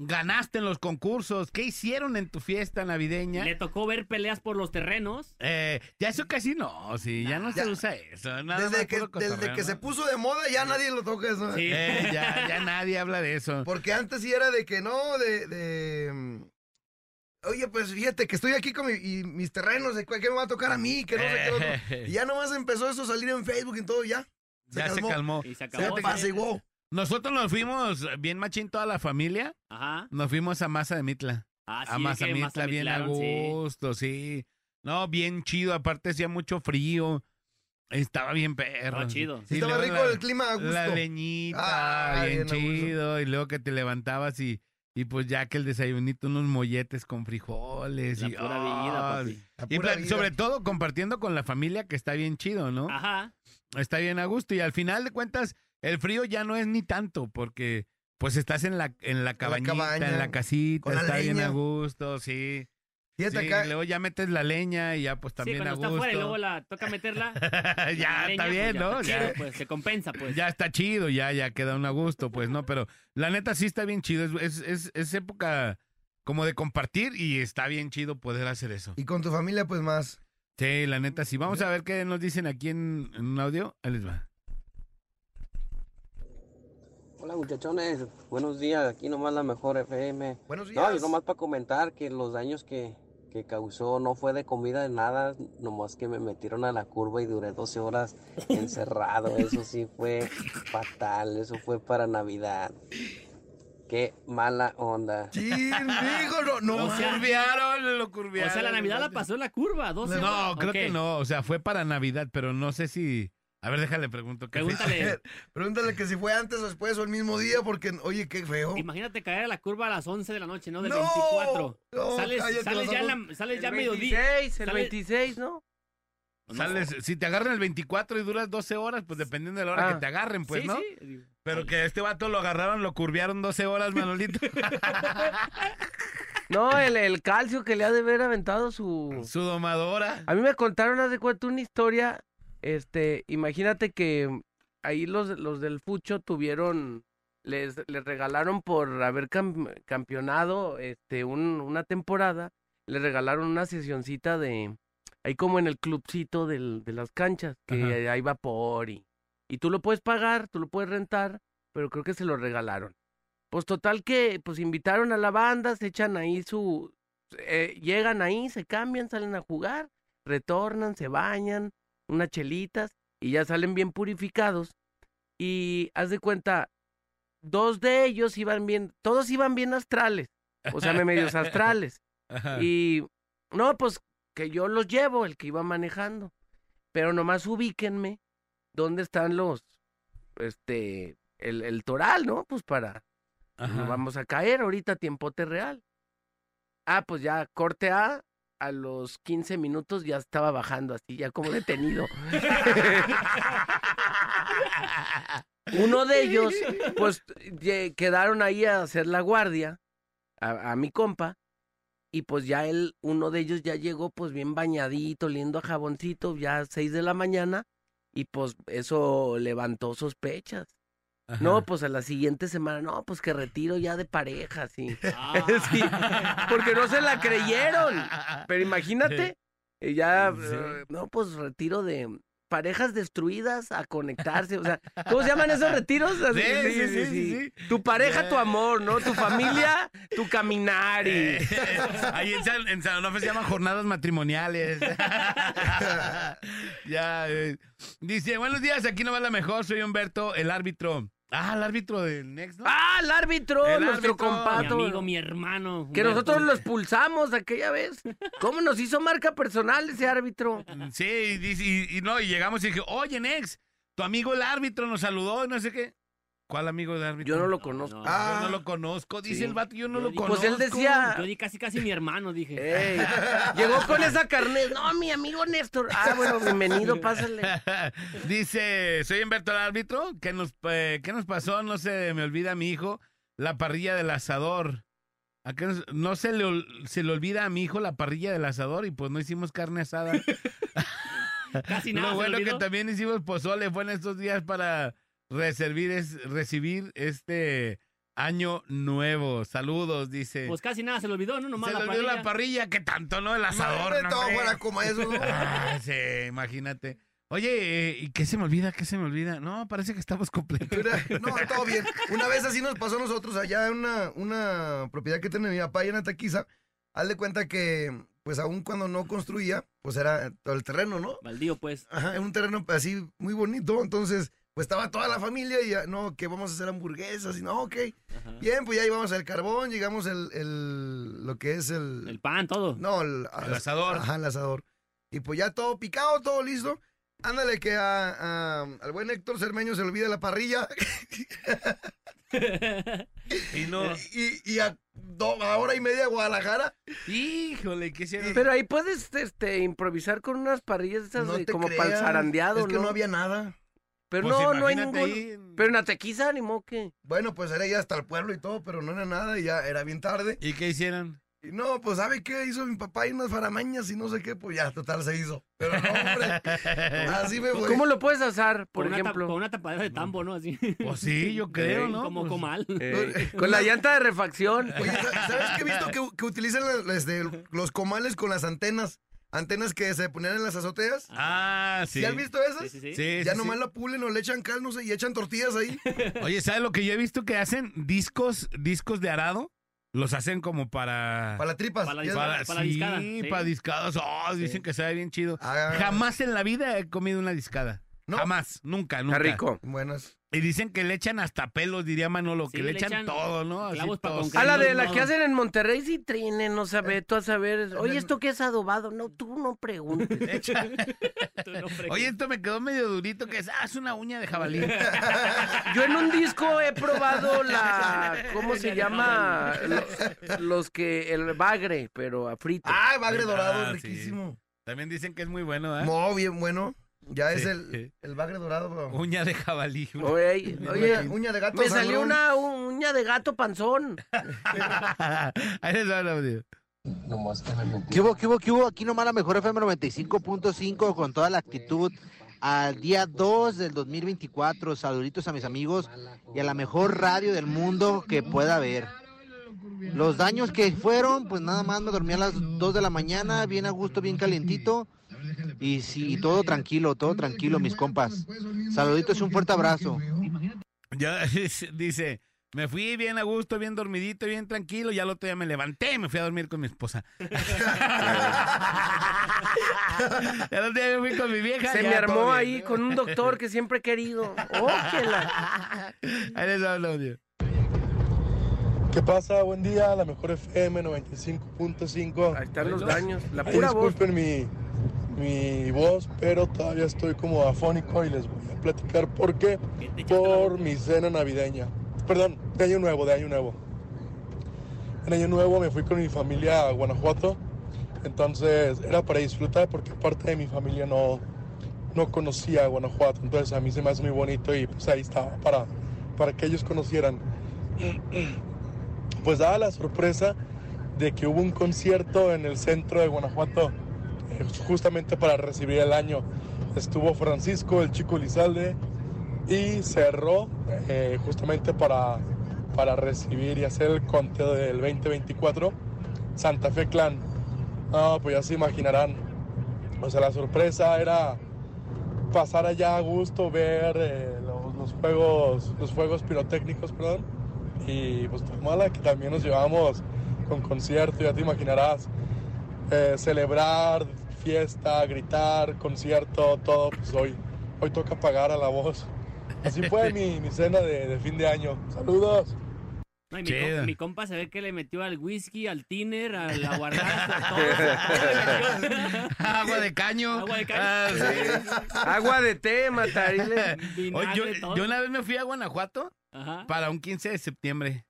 B: ¿Ganaste en los concursos? ¿Qué hicieron en tu fiesta navideña?
D: Le tocó ver peleas por los terrenos.
B: Eh, ya eso casi no, sí, ya no
E: Ya.
B: se usa eso. nada más
E: Desde que,
B: puro
E: desde
B: cotorreo,
E: que
B: ¿no?
E: se puso de moda ya nadie lo toca eso. ¿eh?
D: Sí.
B: Eh, ya, ya nadie habla de eso.
E: Porque antes sí era de que no, de, de, mm, Oye, pues fíjate que estoy aquí con mi- y mis terrenos, de cuál- ¿qué me va a tocar a mí? Que no sé qué otro. Y ya nomás empezó eso a salir en Facebook y en todo, ya. Se
B: Eh. ya
E: calmó.
B: se calmó.
D: Y se acabó. Ah,
E: Se apaciguó.
B: Nosotros nos fuimos bien machín toda la familia.
D: Ajá.
B: Nos fuimos a Maza de Mitla.
D: Ah, sí,
B: a
D: de
B: Maza
D: que
B: Mitla, bien a
D: mazamitlaron, sí.
B: gusto, sí. No, bien chido. Aparte hacía mucho frío. Estaba bien perro.
D: Estaba chido.
E: Sí,
B: Y
E: estaba
B: luego
E: rico
B: la-
E: el clima a gusto.
B: La leñita,
E: Ah,
B: bien,
E: bien a gusto.
B: chido. Y luego que te levantabas y, y pues ya que el desayunito, unos molletes con frijoles.
D: La
B: y,
D: pura
B: ah,
D: vida, papi.
E: la
B: y
E: pura
B: pla-
E: vida.
B: sobre todo compartiendo con la familia que está bien chido, ¿no?
D: Ajá.
B: está bien a gusto. Y al final de cuentas, el frío ya no es ni tanto, porque pues estás en la, en la cabañita,
E: cabaña,
B: en la casita,
E: con la
B: está bien a
E: leña.
B: gusto, sí.
E: Fíjate
B: Sí,
E: acá.
B: Luego ya metes la leña y ya pues
D: Sí,
B: también
D: cuando
B: a
D: está
B: gusto.
D: fuera y luego la toca meterla.
B: ya
D: la leña,
B: está
D: pues,
B: bien,
D: ya
B: ¿no?
D: está
B: Ya-
D: chido, pues se compensa, pues.
B: ya está chido, ya, ya queda un a gusto, pues, ¿no? Pero la neta sí está bien chido. Es, es, es, es época como de compartir y está bien chido poder hacer eso.
E: Y con tu familia, pues más.
B: Sí, la neta sí. Vamos a ver qué nos dicen aquí en, en un audio. Ahí les va.
H: Hola muchachones, buenos días, aquí nomás la mejor FM.
E: Buenos días.
H: No, y nomás para comentar que los daños que, que causó no fue de comida de nada, nomás que me metieron a la curva y duré 12 horas encerrado, eso sí fue fatal, eso fue para Navidad. Qué mala onda.
E: Chin, digo, no, no.
B: Lo
D: sea,
B: curviaron, lo curviaron.
D: o sea, la Navidad la pasó en la curva, 12
B: No,
D: horas.
B: creo
D: Ok.
B: que no. O sea, fue para Navidad, pero no sé si. A ver, déjale, pregunto. ¿qué fecha?
D: Pregúntale,
E: Pregúntale que si fue antes o después o el mismo día, porque, oye, qué feo.
D: imagínate caer a la curva a las 11 de la noche, ¿no? Del
E: No,
D: 24.
E: no,
D: sales
E: cállate
D: sales
E: los
D: ya, en
E: ojos.
D: la, sales
C: El
D: ya mediodía.
C: 26, el
D: Sale-
C: 26, ¿no?
B: Sales- si te agarran el 24 y duras 12 horas, pues dependiendo de la hora
C: Ah.
B: que te agarren, pues,
D: Sí,
B: ¿no?
D: sí.
B: Pero que a este vato lo agarraron, lo curviaron 12 horas, Manolito.
C: No, el, el calcio que le ha de haber aventado su...
B: Su domadora.
C: A mí me contaron hace cuenta una historia, este, imagínate que ahí los, los del Fucho tuvieron, les, les regalaron por haber cam- campeonado este, un- una temporada, les regalaron una sesioncita de, ahí como en el clubcito del- de las canchas, que
B: Ajá.
C: hay vapor y, y tú lo puedes pagar, tú lo puedes rentar, pero creo que se lo regalaron. Pues total que, pues invitaron a la banda, se echan ahí su, eh, llegan ahí, se cambian, salen a jugar, retornan, se bañan, unas chelitas y ya salen bien purificados. Y haz de cuenta, dos de ellos iban bien, todos iban bien astrales, o sea, me- medios astrales.
B: Ajá.
C: Y no, pues que yo los llevo, el que iba manejando. Pero nomás ubíquenme dónde están los, este, el, el toral, ¿no? Pues para,
B: Ajá.
C: nos vamos a caer ahorita, tiempote real. Ah, pues ya, corte A, a los 15 minutos ya estaba bajando así, ya como detenido. Uno de ellos, pues ye- quedaron ahí a hacer la guardia, a, a mi compa, y pues ya él, uno de ellos ya llegó pues bien bañadito, oliendo a jaboncito, ya a 6 de la mañana, y pues eso levantó sospechas.
B: Ajá.
C: No, pues a la siguiente semana, no, pues que retiro ya de pareja, sí.
D: Ah,
C: Sí, porque no se la creyeron. Pero imagínate, eh, ya,
B: Sí.
C: eh, no, pues retiro de parejas destruidas a conectarse. O sea, ¿cómo se llaman esos retiros? Así,
B: Sí, sí, sí, sí,
C: Tu pareja, tu amor, ¿no? Tu familia, tu caminar. Y...
B: Eh, Ahí en San, en San Onofre se llaman jornadas matrimoniales. ya. eh. Dice, buenos días, aquí no va la mejor, soy Humberto, el árbitro. Ah, el árbitro del Next, ¿no?
C: ¡Ah, el árbitro!
B: El
C: nuestro
B: árbitro.
D: Mi
C: compato.
D: amigo, mi hermano.
C: Que
D: Humberto.
C: nosotros lo expulsamos aquella vez. ¿Cómo nos hizo marca personal ese árbitro?
B: Mm, Sí, y, dice- y- y no, y llegamos y dije, oye, Next, tu amigo el árbitro nos saludó y no sé qué. ¿Cuál amigo del árbitro?
C: Yo no lo conozco.
D: No,
E: Ah.
B: Yo no lo conozco, dice
C: Sí.
B: el vato, yo no
D: yo
B: lo
D: di-
B: conozco.
C: Pues él decía-
D: Yo di casi, casi mi hermano, dije.
C: Ey, llegó con esa carne. Ah, No, mi amigo Néstor. Ah, bueno, bienvenido, pásale.
B: Dice, soy Humberto el árbitro. ¿Qué nos, eh, ¿Qué nos pasó? No se me olvida a mi hijo la parrilla del asador. ¿A qué nos- no se le, ol- se le olvida a mi hijo la parrilla del asador y pues no hicimos carne asada.
D: Casi nada.
B: Lo
D: se
B: bueno
D: le
B: que
D: olvidó.
B: también hicimos pozole fue en estos días para recibir, es, recibir este año nuevo. Saludos, dice.
D: Pues casi nada, se le olvidó, ¿no? Nomás
B: se le
D: la
B: olvidó
D: parrilla.
B: la parrilla, que tanto, ¿no? El asador.
E: Hombre,
B: no,
E: todo
B: hombre.
E: fuera como eso. ¿no?
B: Ah, sí, imagínate. Oye, eh, ¿y qué se me olvida? ¿Qué se me olvida? No, parece que estamos completos.
E: No, todo bien. Una vez así nos pasó a nosotros allá en una, una propiedad que tenía mi papá allá en Ataquiza. Haz de cuenta que, pues aún cuando no construía, pues era todo el terreno, ¿no?
D: Baldío, pues.
E: Ajá, en un terreno así muy bonito. Entonces, pues estaba toda la familia y ya, no, que vamos a hacer hamburguesas y no, ok.
D: Ajá.
E: Bien, pues ya llevamos el carbón, llegamos el, el lo que es el...
D: El pan, todo.
E: no, el,
B: El asador.
E: Ajá, el asador. Y pues ya todo picado, todo listo. Ándale que a- a- al buen Héctor Cermeño se le olvida la parrilla
B: Y no.
E: y, y a, do- a hora y media a Guadalajara.
B: Híjole, ¿qué hicieron?
C: Pero ahí puedes este, improvisar con unas parrillas esas
E: No
C: de-
E: te
C: como para
E: creas,
C: el zarandeado,
E: Es que
C: ¿no?
E: no, había nada.
C: Pero
B: Pues
C: no, no hay
B: imagínate
C: ningún.
B: ahí.
C: Pero en Atequiza animó que.
E: Bueno, pues era ya hasta el pueblo y todo, pero no era nada y ya era bien tarde.
B: ¿Y qué hicieron?
E: Y no, pues ¿sabe qué? Hizo mi papá y unas faramañas y no sé qué, pues ya, total se hizo. Pero no, hombre, así me fue.
C: ¿Cómo lo puedes asar, por
D: Con una tap- Con
C: ejemplo?
D: una tapadera de tambo, ¿no? Así.
B: Pues sí, yo creo,
D: Sí,
B: ¿no?
D: Como
B: Pues-
D: comal.
C: Eh, con la llanta de refacción.
E: Oye, ¿sa- ¿sabes qué he visto que, que utilizan las- las de los comales con las antenas? Antenas que se ponían en las azoteas.
B: Ah, sí.
E: ¿Ya has visto esas?
D: Sí, sí, sí.
B: Sí,
E: Ya
B: sí,
E: nomás
B: sí.
E: la pulen o le echan cal, no sé, y echan tortillas ahí.
B: Oye, ¿sabes lo que yo he visto que hacen? Discos, discos de arado, los hacen como para...
E: Para las tripas.
D: Para la
E: Ya-
D: dispa- para
B: sí,
D: discada, sí.
B: para discadas. Oh, dicen que sabe bien chido.
E: Ah.
B: Jamás en la vida he comido una discada.
E: No.
B: Jamás, nunca, nunca.
C: Está rico.
E: Buenas.
B: Y dicen que le echan hasta pelos, diría Manolo,
D: Sí,
B: que le,
D: le
B: echan,
D: echan
B: todo, ¿no? Así
D: clavos pa'
B: todo. Eh.
D: con-
C: A la de
D: no,
C: la
D: no.
C: que hacen en Monterrey, sí, trine, no sabe, tú a saber. Oye,
E: el-
C: ¿esto qué es adobado? No, tú no preguntes.
D: Tú no fregues.
B: Oye, esto me quedó medio durito, que es, ah, es una uña de jabalí.
C: Yo en un disco he probado la. ¿Cómo se llama? Los, los que. El bagre, pero a frito.
E: Ah, bagre dorado,
B: Ah,
E: riquísimo.
B: También dicen que es muy bueno, ¿eh?
E: Muy bien, bueno. Ya es
B: Sí.
E: el, el bagre dorado, bro.
B: uña de jabalí.
C: Oye,
E: Oye,
C: oye,
E: uña de gato.
C: me salió
E: sangrón.
C: una u- uña de gato panzón.
B: Ahí les va el audio.
H: Nomás que me metieron.
I: ¿Qué hubo, qué hubo, qué hubo? Aquí nomás la mejor FM 95.5 con toda la actitud al día 2 del 2024. Saluditos a mis amigos y a la mejor radio del mundo que pueda haber. Los daños que fueron, pues nada más me dormí a las 2 de la mañana, bien a gusto, bien calientito. Y sí, todo tranquilo, todo tranquilo, mis compas. Saluditos y un fuerte abrazo.
B: Ya, dice, me fui bien a gusto, bien dormidito, bien tranquilo. Ya al otro día me levanté y me fui a dormir con mi esposa. el otro día me fui con mi vieja.
C: Se
B: ya
C: me
B: todo
C: armó
B: bien.
C: ahí con un doctor que siempre he querido. ¡Oh, que la-
B: Ahí les va el audio.
J: ¿Qué pasa? Buen día, la mejor FM 95.5.
C: Ahí están los daños. La
J: Ay,
C: pura voz.
J: disculpen mi, mi voz, pero todavía estoy como afónico y les voy a platicar por qué.
D: Que te echaste la
J: Por
D: boca.
J: mi cena navideña. Perdón, de año nuevo, de año nuevo. En año nuevo me fui con mi familia a Guanajuato. Entonces era para disfrutar porque parte de mi familia no, no conocía Guanajuato. Entonces a mí se me hace muy bonito y pues ahí estaba para, para que ellos conocieran. Pues daba la sorpresa de que hubo un concierto en el centro de Guanajuato eh, justamente para recibir el año. Estuvo Francisco, el chico Lizalde, y cerró eh, justamente para, para recibir y hacer el conteo del 2024 Santa Fe Clan. Ah, No, pues ya se imaginarán. O sea, la sorpresa era pasar allá a gusto, ver eh, los, los juegos, los juegos pirotécnicos, perdón. Y pues Tumala, que también nos llevamos con concierto, ya te imaginarás. eh, celebrar, fiesta, gritar, concierto, todo, pues hoy, hoy toca pagar a la voz. Así fue mi, mi cena de- de fin de año. Saludos.
D: No, y mi, com-
B: Chido.
D: mi compa se ve que le metió al whisky, al tiner, al aguardate, a todo. Le metió
B: Agua de caño.
D: Agua de caño.
B: Ah, sí.
C: Agua de té, matarile.
B: Oye,
D: vinagre,
B: yo,
D: todo.
B: yo una vez me fui a Guanajuato
D: Ajá.
B: para un 15 de septiembre.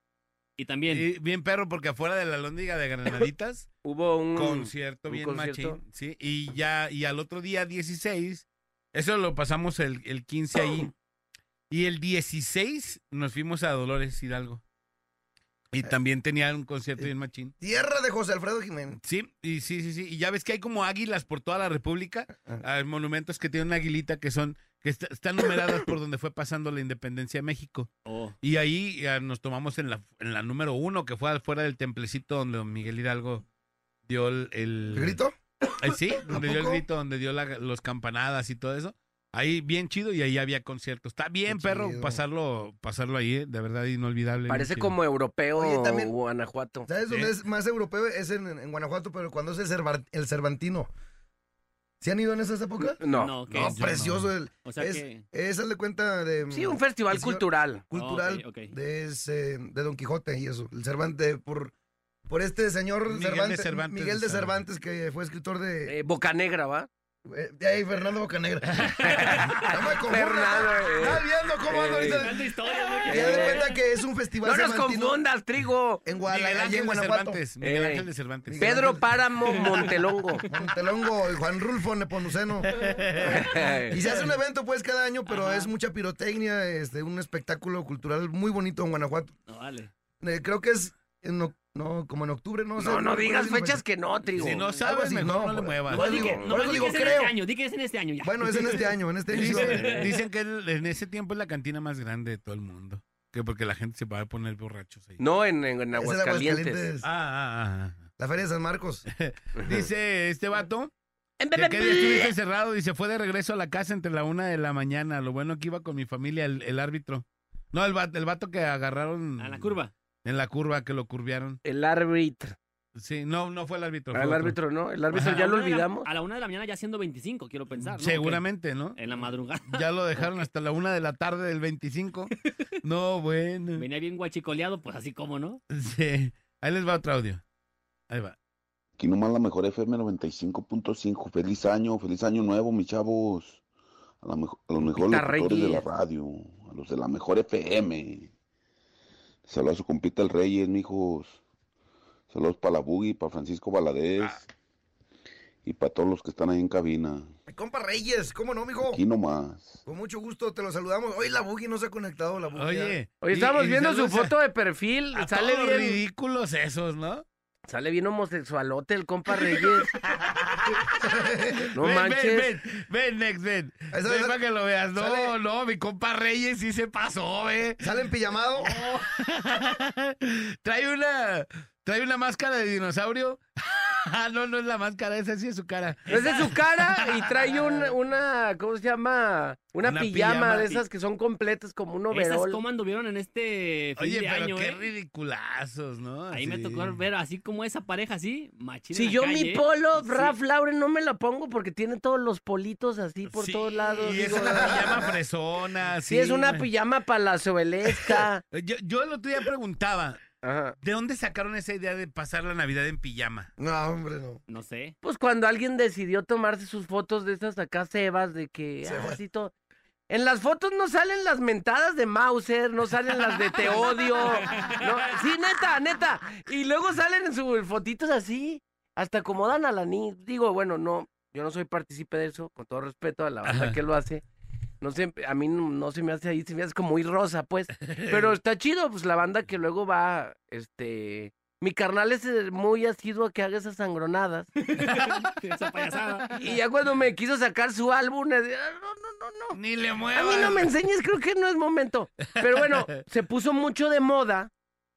D: Y también.
B: Y bien perro, porque afuera de la lóndiga de Granaditas,
C: Hubo un
B: concierto
C: un
B: bien
C: concierto.
B: machín. Sí, y ya, y al otro día 16, eso lo pasamos el, el 15 ahí. Y el 16 nos fuimos a Dolores Hidalgo.
C: Eh,
B: Y también tenía un concierto bien machín.
E: Tierra de José Alfredo Jiménez.
B: Sí, y sí, sí, sí. Y ya ves que hay como águilas por toda la República.
E: Ah,
B: Hay monumentos que tienen una aguilita que son, que est- están numeradas por donde fue pasando la independencia de México.
D: Oh.
B: Y ahí ya, nos tomamos en la, en la número uno, que fue afuera del templecito donde don Miguel Hidalgo dio el... el-
E: ¿El grito?
B: Eh, sí, donde dio el
E: poco?
B: grito, donde dio la- los campanadas y todo eso. Ahí bien chido y ahí había conciertos. Está bien,
E: Qué
B: perro,
E: chido.
B: pasarlo pasarlo ahí, eh, de verdad, inolvidable.
C: Parece
B: bien chido.
C: como europeo
E: Oye, también-
C: Guanajuato.
E: ¿Sabes dónde
B: Sí.
E: es más europeo? Es en, en Guanajuato, pero cuando es el, Cervar- el Cervantino. ¿Se han ido en esas épocas?
C: No.
D: No, ¿qué
E: No,
D: es?
E: precioso. El,
D: O sea
E: es,
D: que.
E: es, hazle cuenta de...
C: Sí, un festival
E: El señor-
C: cultural.
E: cultural
D: Ok, ok.
E: De, ese- de Don Quijote y eso. El Cervantes, por, por este señor
B: Miguel de
E: Cervantes,
B: Cervantes
E: Miguel
C: ah.
E: de
B: de Cervantes.
E: Cervantes, que fue escritor de...
C: Eh, Boca Negra, ¿va?
E: eh, De ahí, Fernando Bocanegra. no me confundas,
C: Fernando, eh.
E: Estás viendo cómo ando
C: Eh.
E: ahorita.
D: Dando historias, güey,
E: Y
D: que-
E: haz de cuenta que es un festival
C: No nos
E: cervantino
C: confundas, trigo.
E: en
B: Miguel
E: Guadalajara,
B: Ángel
E: en
B: de
E: Guanajuato.
B: Cervantes. Miguel
C: Eh,
B: Ángel de Cervantes.
E: Miguel-
C: Pedro Páramo Montelongo.
E: Montelongo y Juan Rulfo Nepomuceno. Y se hace un evento pues cada año, pero
D: Ajá.
E: es mucha pirotecnia, este, un espectáculo cultural muy bonito en Guanajuato.
D: No, vale.
E: Eh, creo que es en oc- no, como en octubre, no sé.
C: No, no digas
E: recuerdo bien
C: fechas que no, trigo.
B: Si no
E: Algo
B: sabes,
E: así,
B: mejor no, le
E: por-
B: muevas.
E: por eso
D: Di que-
E: digo- por
D: nomás
E: eso
D: di
E: digo,
D: que es en
E: creo.
D: este año, di que es en este año ya.
E: Bueno, es en este año, en este año. sí va a
B: Dicen,
E: haber.
B: dicen que el- en ese tiempo es la cantina más grande de todo el mundo. Que porque la gente se va a poner borrachos ahí.
C: No, en, en-
E: Es
C: en
E: en
C: Aguascalientes.
E: Aguascalientes,
B: Ah, ah,
E: La Feria de San Marcos.
B: ah. Dice este vato. ¿De qué día estuviste cerrado? Dice, fue de regreso a la casa entre la una de la mañana. Lo bueno que iba con mi familia, el, el árbitro. No, el vato, el vato que agarraron.
D: A la curva.
B: En la curva, que lo curviaron.
C: El árbitro.
B: Sí, no, no fue el árbitro. fue
C: El
B: otro.
C: árbitro, ¿no? El árbitro
D: A
C: ya
D: la
C: lo
D: una de la-
C: olvidamos.
D: A la una de la mañana ya siendo 25, quiero pensar. ¿no?
B: Seguramente, ¿no?
D: Ok. En la madrugada.
B: Ya lo dejaron hasta la una de la tarde del 25. No, bueno.
D: Venía bien guachicoleado, pues así como, ¿no?
B: Sí. Ahí les va otro audio. Ahí va.
K: Aquí nomás la mejor FM 95.5. Feliz año, feliz año nuevo, mis chavos. A, la mejo- a los mejores
C: Compita
K: locutores de la
C: Reyes.
K: radio, a los de la mejor FM. Saludos a su compita el Reyes, mijos. Saludos para la Boogie, para Francisco Valadez y para todos los que están ahí en cabina.
E: Mi Compa Reyes, ¿cómo no, mijo?
K: Aquí nomás.
E: Con mucho gusto te lo saludamos. Hoy la Bugi no se ha conectado, la Bugi.
B: Oye.
C: Hoy
B: y-
C: estábamos
B: y
C: viendo su
B: saludos a-
C: foto de perfil.
B: a
C: Sale
B: todos
C: bien,
B: los ridículos esos, ¿no?
C: sale bien homosexualote el compa Reyes. no
B: ven,
C: manches.
B: Ven, ven, ven, Nex, ven.
E: Ahí sale-
B: Ven para que lo veas. No,
E: sale-
B: no, mi compa Reyes sí se pasó, ve. Oh.
E: ya. Sale en pijamado.
B: trae una trae una máscara de dinosaurio. Ah, no, no es la máscara, esa sí es su cara.
C: No es de su cara y trae un- una, ¿cómo se llama? Una,
B: Una
C: pijama,
B: pijama.
C: de esas que son completas como un
D: Esas
C: overol.
D: cómo anduvieron en este fin
B: Oye,
D: de
B: pero
D: año,
B: qué
D: ¿eh?
B: ridiculazos, ¿no?
D: Ahí
B: Así.
D: me tocó ver así como esa pareja así, machina.
C: Si yo mi polo Ralph Lauren no me la pongo porque tiene todos los politos así por
B: Sí,
C: todos lados.
B: Y es
C: digo,
B: una
C: "Ah".
B: pijama fresona.
C: Sí, es una
B: güey.
C: pijama palazuelesca.
B: Yo, yo el otro día preguntaba,
C: Ajá.
B: ¿de dónde sacaron esa idea de pasar la Navidad en pijama?
E: No, hombre, no.
D: No sé.
C: Pues cuando alguien decidió tomarse sus fotos de esas acá cebas, de que ah, así todo. En las fotos no salen las mentadas de Mauser, no salen las de Te odio. no, sí, neta, neta. Y luego salen en sus fotitos así, hasta acomodan a la niña. Digo, bueno, no, yo no soy partícipe de eso, con todo respeto a la banda
B: Ajá.
C: que lo hace. No sé, a mí no, no se me hace ahí, se me hace como muy rosa, pues. Pero está chido, pues la banda que luego va, este... Mi carnal es eh, muy asiduo a que haga esas sangronadas.
D: esa payasada.
C: Y ya cuando me quiso sacar su álbum, eh, ah, no, no, no, no.
B: Ni le
C: A
B: muevas.
C: mí no me enseñes, creo que no es momento. Pero bueno, se puso mucho de moda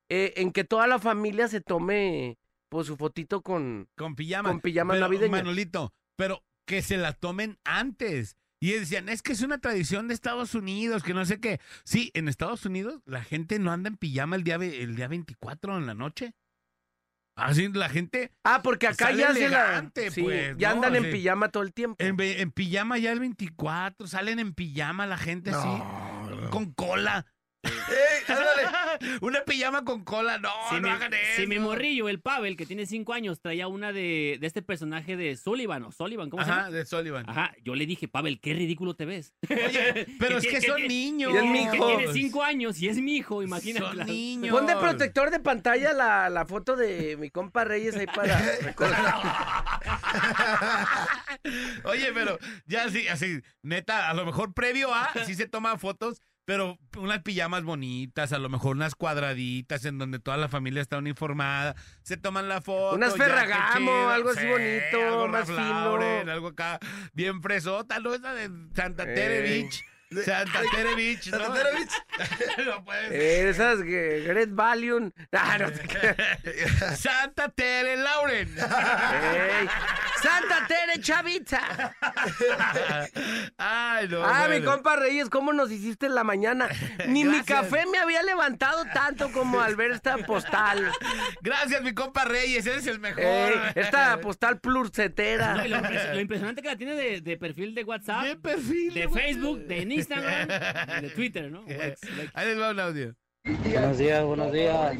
C: eh, en que toda la familia se tome pues, su fotito con...
B: Con pijama.
C: Con pijama
B: Pero,
C: navideña.
B: Manolito, pero que se la tomen antes. Y ellos decían, es que es una tradición de Estados Unidos, que no sé qué. Sí, en Estados Unidos la gente no anda en pijama el día, ve- el día 24 en la noche. Así la gente.
C: Ah, porque acá
B: sale
C: ya se la-
B: elegante,
C: sí,
B: pues,
C: ya
B: ¿no?
C: andan en
B: Así,
C: pijama todo el tiempo.
B: En, ve- en pijama ya el 24, salen en pijama la gente así, con cola. una pijama con cola, no,
D: Si,
B: no
D: mi,
B: hagan eso.
D: si mi morrillo, el Pavel, que tiene cinco años, traía una de, de este personaje de Sullivan o Sullivan, ¿cómo se
B: Ajá,
D: llama?
B: de Sullivan.
D: Ajá, yo le dije, Pavel, qué ridículo te ves.
B: Pero es
D: ti-
B: que son
D: ti-
B: niños.
D: que-
B: Y es mi
D: que
B: hijo.
D: tiene cinco años y es mi hijo, imagínate.
B: Son
D: la-
B: niños.
C: Pon de protector de pantalla la, la foto de mi compa Reyes ahí para recordar.
B: Oye, pero ya sí, así, neta, a lo mejor previo a, sí se toman fotos, pero unas pijamas bonitas, a lo mejor unas cuadraditas en donde toda la familia está uniformada, se toman la foto.
C: Unas
B: ya, qué
C: Ferragamo,
B: chido,
C: algo así bonito,
B: algo
C: más
B: Ralph
C: fino.
B: Lauren, algo acá, bien fresota, ¿no? Esa de Santa
C: Eh.
B: Tere Beach. Santa Tere Beach, ¿no?
E: Santa Tere Beach.
B: No puede ser.
C: Eh, Esas eh, Great Valium. Ah, no te creas.
B: Santa Tere Lauren.
C: Ey, ¡Santa Tere, chavita!
B: Ay, no.
C: Ah, mi
B: bueno.
C: compa Reyes, ¿cómo nos hiciste en la mañana? Ni mi
B: Gracias.
C: café me había levantado tanto como al ver esta postal.
B: Gracias, mi compa Reyes, eres el mejor.
C: Ey, esta postal
D: No, y lo,
C: plurcetera.
D: impres- lo impresionante que la tiene de, de perfil de WhatsApp,
B: ¿Qué perfil?
D: de
B: güey?
D: Facebook, de Instagram, y de Twitter, ¿no?
B: Ahí les va un audio.
H: Buenos días, buenos días.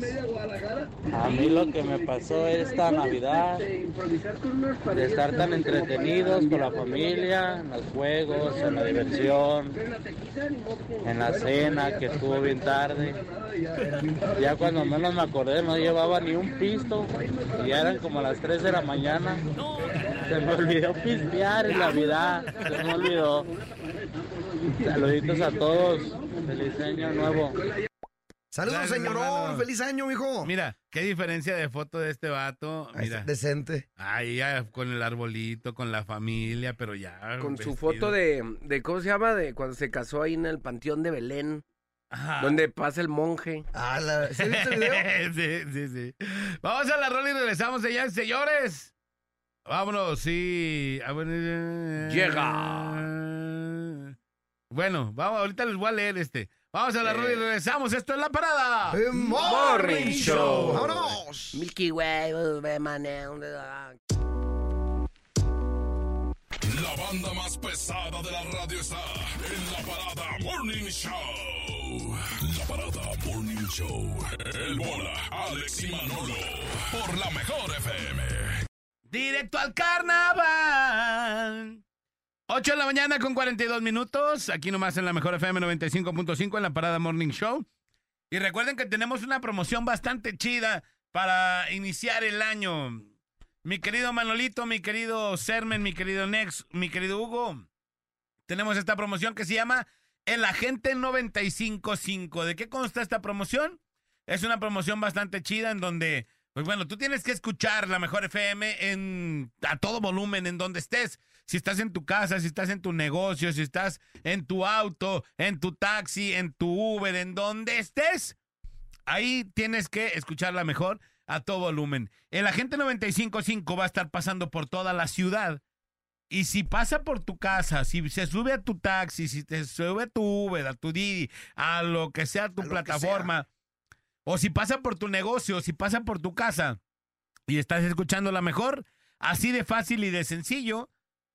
H: A mí lo que me pasó esta Navidad, de estar tan entretenidos con la familia, en los juegos, en la diversión, en la cena que estuvo bien tarde. Ya cuando menos me acordé no llevaba ni un pisto y ya eran como las 3 de la mañana.
D: No, carnal.
H: Se me olvidó pistear en Navidad, se me olvidó. Saluditos a todos, feliz año nuevo.
E: Saludos,
B: Gracias, hermano.
E: señorón. Feliz año, mijo.
B: Mira, qué diferencia de foto de este vato.
E: Ahí está,
B: Mira,
E: Ah, Decente.
B: ahí ya con el arbolito, con la familia, pero ya.
C: Con
B: vestido.
C: su foto de, de, ¿cómo se llama? De cuando se casó ahí en el Panteón de Belén,
B: Ajá.
C: donde pasa el monje.
E: Ah, la... ¿Sí viste el video?
B: sí, sí, sí. Vamos a la rola y regresamos, señores. señores. Vámonos, sí. Ah, A ver, eh,
C: Llega.
B: Bueno, vamos, ahorita les voy a leer este. Vamos a la
C: Eh.
B: rola y regresamos. Esto es La Parada.
E: Eh,
C: Morning Show.
E: ¡Vámonos!
C: Milky Way, uh, Batman, uh,
F: La banda más pesada de la radio está en la parada Morning Show. La parada Morning Show. El bola, Alex y Manolo. Por la mejor FM.
B: Directo al carnaval. 8 de la mañana con 42 minutos. Aquí nomás en la mejor FM 95.5 en la Parada Morning Show. Y recuerden que tenemos una promoción bastante chida para iniciar el año. Mi querido Manolito, mi querido Sermen, mi querido Nex, mi querido Hugo. Tenemos esta promoción que se llama El Agente 955. ¿De qué consta esta promoción? Es una promoción bastante chida en donde pues bueno, tú tienes que escuchar la mejor FM en a todo volumen, en donde estés. Si estás en tu casa, si estás en tu negocio, si estás en tu auto, en tu taxi, en tu Uber, en donde estés, ahí tienes que escucharla mejor a todo volumen. El agente 955 va a estar pasando por toda la ciudad. Y si pasa por tu casa, si se sube a tu taxi, si te sube a tu Uber, a tu Didi, a lo que sea tu
E: A lo que sea.
B: plataforma, o si pasa por tu negocio, si pasa por tu casa y estás escuchando la mejor, así de fácil y de sencillo,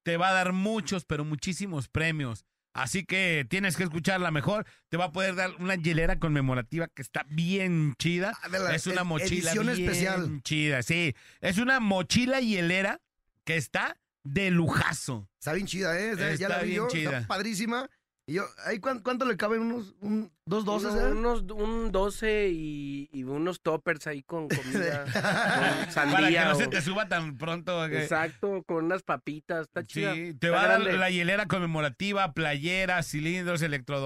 B: te va a dar muchos, pero muchísimos premios. Así que tienes que escuchar la mejor. Te va a poder dar una hielera conmemorativa que está bien chida.
E: Ah, de la-
B: es una
E: ed-
B: mochila
E: edición
B: bien
E: especial.
B: chida, sí. Es una mochila hielera que está de lujazo.
E: Está bien chida, ¿eh? Está- ya
B: Está
E: la vi
B: bien
E: yo.
B: chida.
E: Está padrísima. Y yo, ¿ahí cuán- ¿cuánto le caben? ¿Unos un, dos doces,
C: uno-
E: eh?
C: unos, un 12 y, y unos toppers ahí con comida. con sandía.
B: Para que no se
C: o-
B: te suba tan pronto. que-
C: Exacto, con unas papitas. Está chida.
B: Sí, te
C: está
B: va a dar
C: grande.
B: la hielera conmemorativa, playeras, cilindros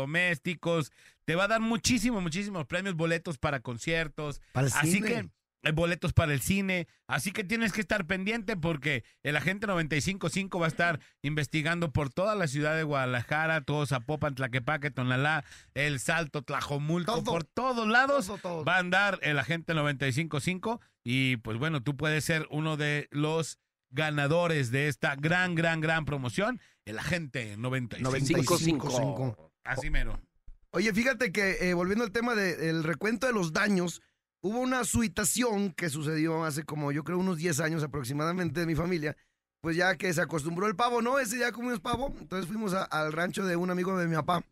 B: electrodomésticos. Te va a dar muchísimos, muchísimos premios, boletos para conciertos.
E: Para el
B: Así
E: cine.
B: que eh, boletos para el cine. Así que tienes que estar pendiente porque el agente 955 va a estar investigando por toda la ciudad de Guadalajara, todo Zapopan, Tlaquepaque, Tonalá, El Salto, Tlajomulco,
E: Todo.
B: por todos lados
E: ¿eh? Todo, todo.
B: va a andar el agente 955 y pues bueno, tú puedes ser uno de los ganadores de esta gran, gran, gran promoción, el agente 95.
E: 95.
B: Así mero.
E: Oye, fíjate que eh, volviendo al tema del recuento de los daños, hubo una suitación que sucedió hace como yo creo unos 10 años aproximadamente de mi familia. Pues ya que se acostumbró el pavo, ¿no? Ese día comimos pavo. Entonces fuimos a- al rancho de un amigo de mi papá.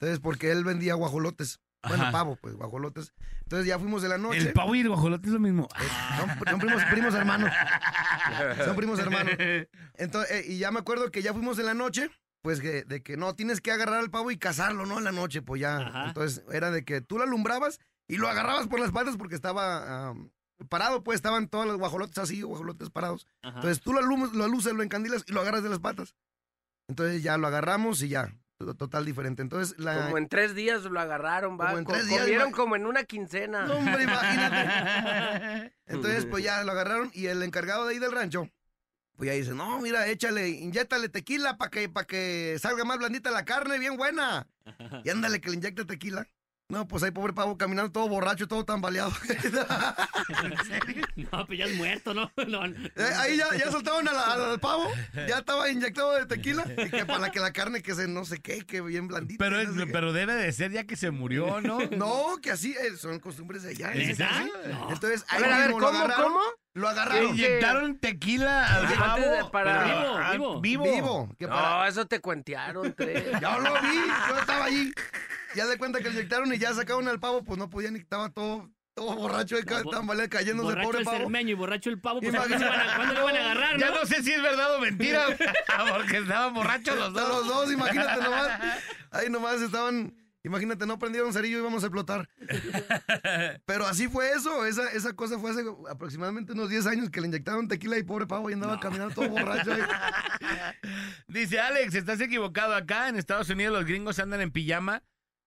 E: Entonces, porque él vendía guajolotes. Bueno,
B: Ajá.
E: pavo, pues guajolotes. Entonces ya fuimos de la noche. Eh,
B: El pavo y el guajolote es lo mismo.
E: Son primos, primos hermanos. Son primos hermanos. Entonces, eh, y ya me acuerdo que ya fuimos en la noche, pues que, de que no, tienes que agarrar al pavo y cazarlo, ¿no? En la noche, pues ya. Entonces era de que tú lo alumbrabas y lo agarrabas por las patas porque estaba am, parado, pues estaban todos los guajolotes así, guajolotes parados.
L: Ajá.
E: Entonces tú lo, alum- lo aluces, lo encandilas y lo agarras de las patas. Entonces ya lo agarramos y ya. to- Total diferente. Entonces la.
C: Como en tres días lo agarraron, va.
E: Como en
C: Co-
E: tres días,
C: comieron
E: va.
C: como en una quincena.
E: No, hombre, imagínate. Entonces, pues ya lo agarraron y el encargado de ahí del rancho, pues ya dice, no, mira, échale, inyétale tequila para que, pa' que salga más blandita la carne, bien buena. Y ándale, que le inyecte tequila. No, pues ahí pobre pavo caminando todo borracho, todo tambaleado.
D: No, pues ya es muerto, ¿no? No, no.
E: Eh, Ahí ya, ya soltaron a la- al, al pavo, ya estaba inyectado de tequila, y que para que la carne que se no sé qué, que bien blandita.
B: Pero,
E: no
B: es-
E: sé qué.
B: pero debe de ser ya que se murió, ¿no?
E: No, que así eh, son costumbres de allá.
B: ¿Neta?
E: Sí, sí. Entonces,
B: A
E: ahí
B: ver, a ver,
E: mismo lo
B: ¿cómo,
E: agarraron,
B: cómo?
E: Lo agarraron.
B: Le inyectaron tequila al pavo, pero- ah, vivo.
E: que
C: no,
E: para-
C: eso te cuentearon tres.
E: Ya lo vi, yo estaba allí. Ya de cuenta que le inyectaron y ya sacaron al pavo, pues no podía ni estaba todo, todo borracho de ca-
D: Bo-
E: tambalea cayéndose el
D: borracho
E: pobre
D: el
E: pavo.
D: cermeño y borracho el pavo, pues ¿cuándo
E: Imagínate.
D: le van a, cuándo le van a agarrar,
B: Ya
D: no?
B: no sé si es verdad o mentira, porque estaban borrachos los dos.
E: Los dos, imagínate nomás. Ahí nomás estaban, imagínate, no prendieron cerillo y íbamos a explotar. Pero así fue eso, esa, esa cosa fue hace aproximadamente unos 10 años que le inyectaron tequila y pobre pavo y andaba caminando todo borracho. ahí.
B: Dice Alex, estás equivocado acá. En Estados Unidos los gringos andan en pijama.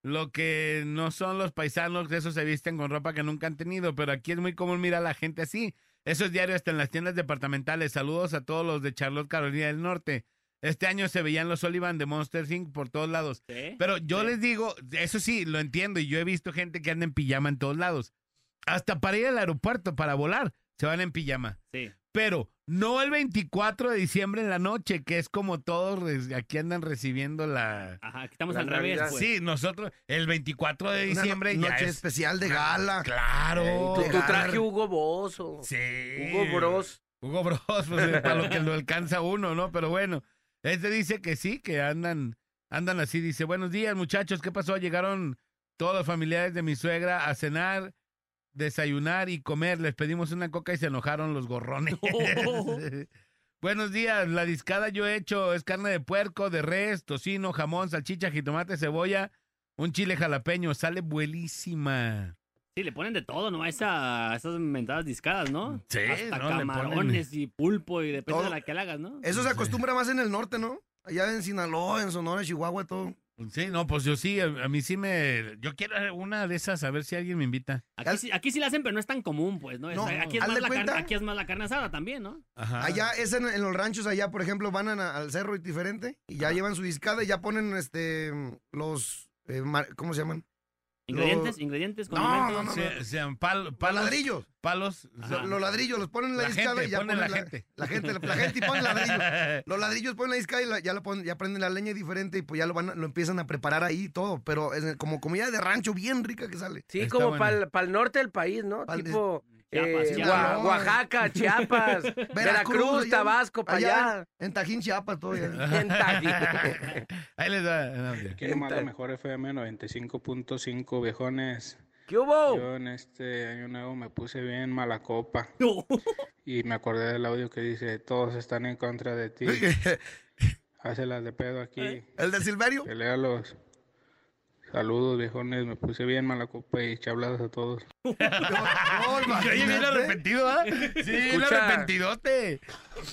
B: Lo que no son los paisanos, esos se visten con ropa que nunca han tenido. Pero aquí es muy común mirar a la gente así. Eso es diario hasta en las tiendas departamentales. Saludos a todos los de Charlotte, Carolina del Norte. Este año se veían los Sullivan de Monster Inc. por todos lados.
D: Sí,
B: Pero yo
D: sí.
B: les digo, eso sí, lo entiendo. Y yo he visto gente que anda en pijama en todos lados. Hasta para ir al aeropuerto, para volar, se van en pijama.
D: Sí.
B: Pero no el 24 de diciembre en la noche, que es como todos re- aquí andan recibiendo la.
D: Ajá, aquí estamos al revés, pues.
B: Sí, nosotros el 24 de
E: Una no-
B: diciembre ya
E: noche
B: es-
E: especial de
B: una-
E: gala.
B: Oh, Claro.
C: Tu, tu traje Hugo Boss o Hugo Bros.
B: Hugo Bros, pues, es para lo que lo alcanza uno, ¿no? Pero bueno, este dice que sí, que andan, andan así. Dice, buenos días, muchachos, ¿qué pasó? Llegaron todos los familiares de mi suegra a cenar, desayunar y comer. Les pedimos una coca y se enojaron los gorrones.
D: Oh,
B: buenos días, la discada yo he hecho es carne de puerco, de res, tocino, jamón, salchicha, jitomate, cebolla, un chile jalapeño. Sale buenísima.
D: Sí, le ponen de todo, ¿no? A, esa- a esas mentadas discadas, ¿no?
B: Sí,
D: Hasta
B: no, le ponen-
D: camarones y pulpo y depende
E: Todo.
D: de la que la hagas, ¿no?
E: Eso se acostumbra más en el norte, ¿no? Allá en Sinaloa, en Sonora, Chihuahua, todo.
B: Sí, no, pues yo sí, a, a mí sí me... Yo quiero una de esas, a ver si alguien me invita.
D: Aquí sí, aquí sí la hacen, pero no es tan común, pues, ¿no? Es-
E: No,
D: aquí, es
E: haz
D: más
E: de
D: la carne,
E: cuenta.
D: aquí es más la carne asada también, ¿no?
B: Ajá.
E: Allá es en, en los ranchos, allá, por ejemplo, van a- al cerro y diferente y ya llevan su discada y ya ponen este los eh, mar- ¿cómo se llaman?
D: Ingredientes,
E: Los-
D: ingredientes,
E: No, no,
D: condimentos.
E: no, no.
B: Se- sean pal- palos.
E: ladrillos.
B: Palos.
E: Lo- Los ladrillos los ponen en la,
B: La
E: discada
B: gente,
E: y ya
B: ponen
E: ponen
B: la gente.
E: La gente, la, la gente y ponen ladrillos. Los ladrillos ponen la discada y la- ya lo ponen, ya prenden la leña diferente y pues ya lo van a- lo empiezan a preparar ahí y todo, pero es como comida de rancho bien rica que sale.
C: Sí, como para el norte del país, ¿no?
E: Pa'l-
C: tipo
E: Chiapas,
C: eh,
E: Chiapas.
C: Gua- Oaxaca, Chiapas, Veracruz,
E: allá en-
C: Tabasco, para allá.
E: En, en Tajín, Chiapas, todo. ya.
B: Ahí les va.
M: Qué mala mejor FM 95.5, viejones.
C: ¿Qué hubo?
M: Yo en este año nuevo me puse bien mala copa. Y me acordé del audio que dice, todos están en contra de ti. Hácelas de pedo aquí.
C: ¿Eh?
E: ¿El de Silverio?
M: Peléalos. Saludos, viejones. Me puse bien mala copa y chabladas a todos.
B: Y oye, bien arrepentido, ¿ah? Sí, bien
C: Escucha.
B: arrepentidote.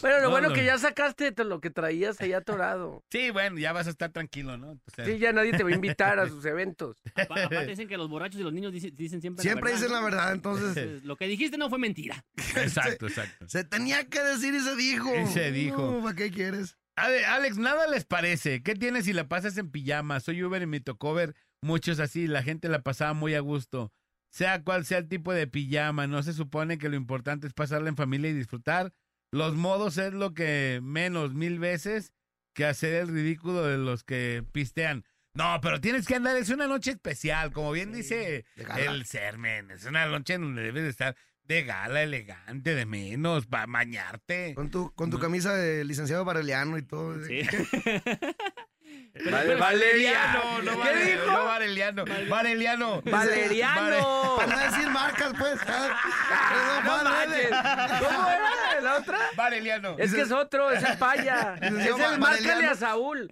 C: Pero lo
B: No,
C: bueno
B: no.
C: que ya sacaste de lo que traías allá atorado.
B: Sí, bueno, ya vas a estar tranquilo, ¿no? pues, O sea,
C: Sí, ya nadie te va a invitar a sus eventos.
D: Apa- Aparte dicen que los borrachos y los niños dice- dicen siempre
E: Siempre
D: la verdad.
E: dicen la
D: ¿no?
E: verdad, entonces
D: Entonces, Lo que dijiste no fue mentira.
B: Exacto, exacto.
E: se tenía que decir y se dijo.
B: Y se dijo.
E: No, ¿Para qué quieres?
B: A ver, Alex, nada les parece. ¿Qué tienes si la pasas en pijama? Soy Uber y me tocó ver muchos así. La gente la pasaba muy a gusto. Sea cual sea el tipo de pijama, no se supone que lo importante es pasarla en familia y disfrutar. Los modos es lo que menos mil veces que hacer el ridículo de los que pistean. No, pero tienes que andar, es una noche especial, como bien dice
L: de gala.
B: el Sermen, es una noche en donde debes de estar de gala, elegante, de menos, para mañarte.
E: Con tu, con tu camisa de licenciado Vareliano y todo.
B: Pero- pero- Valeriano, no Vale- no Vareliano, Vareliano.
E: Vale- Para no decir marcas, pues.
C: Ah, No manches. ¿Cómo era la otra?
B: Vareliano.
C: Es que es otro, es el paya. Es el márcale a Saúl.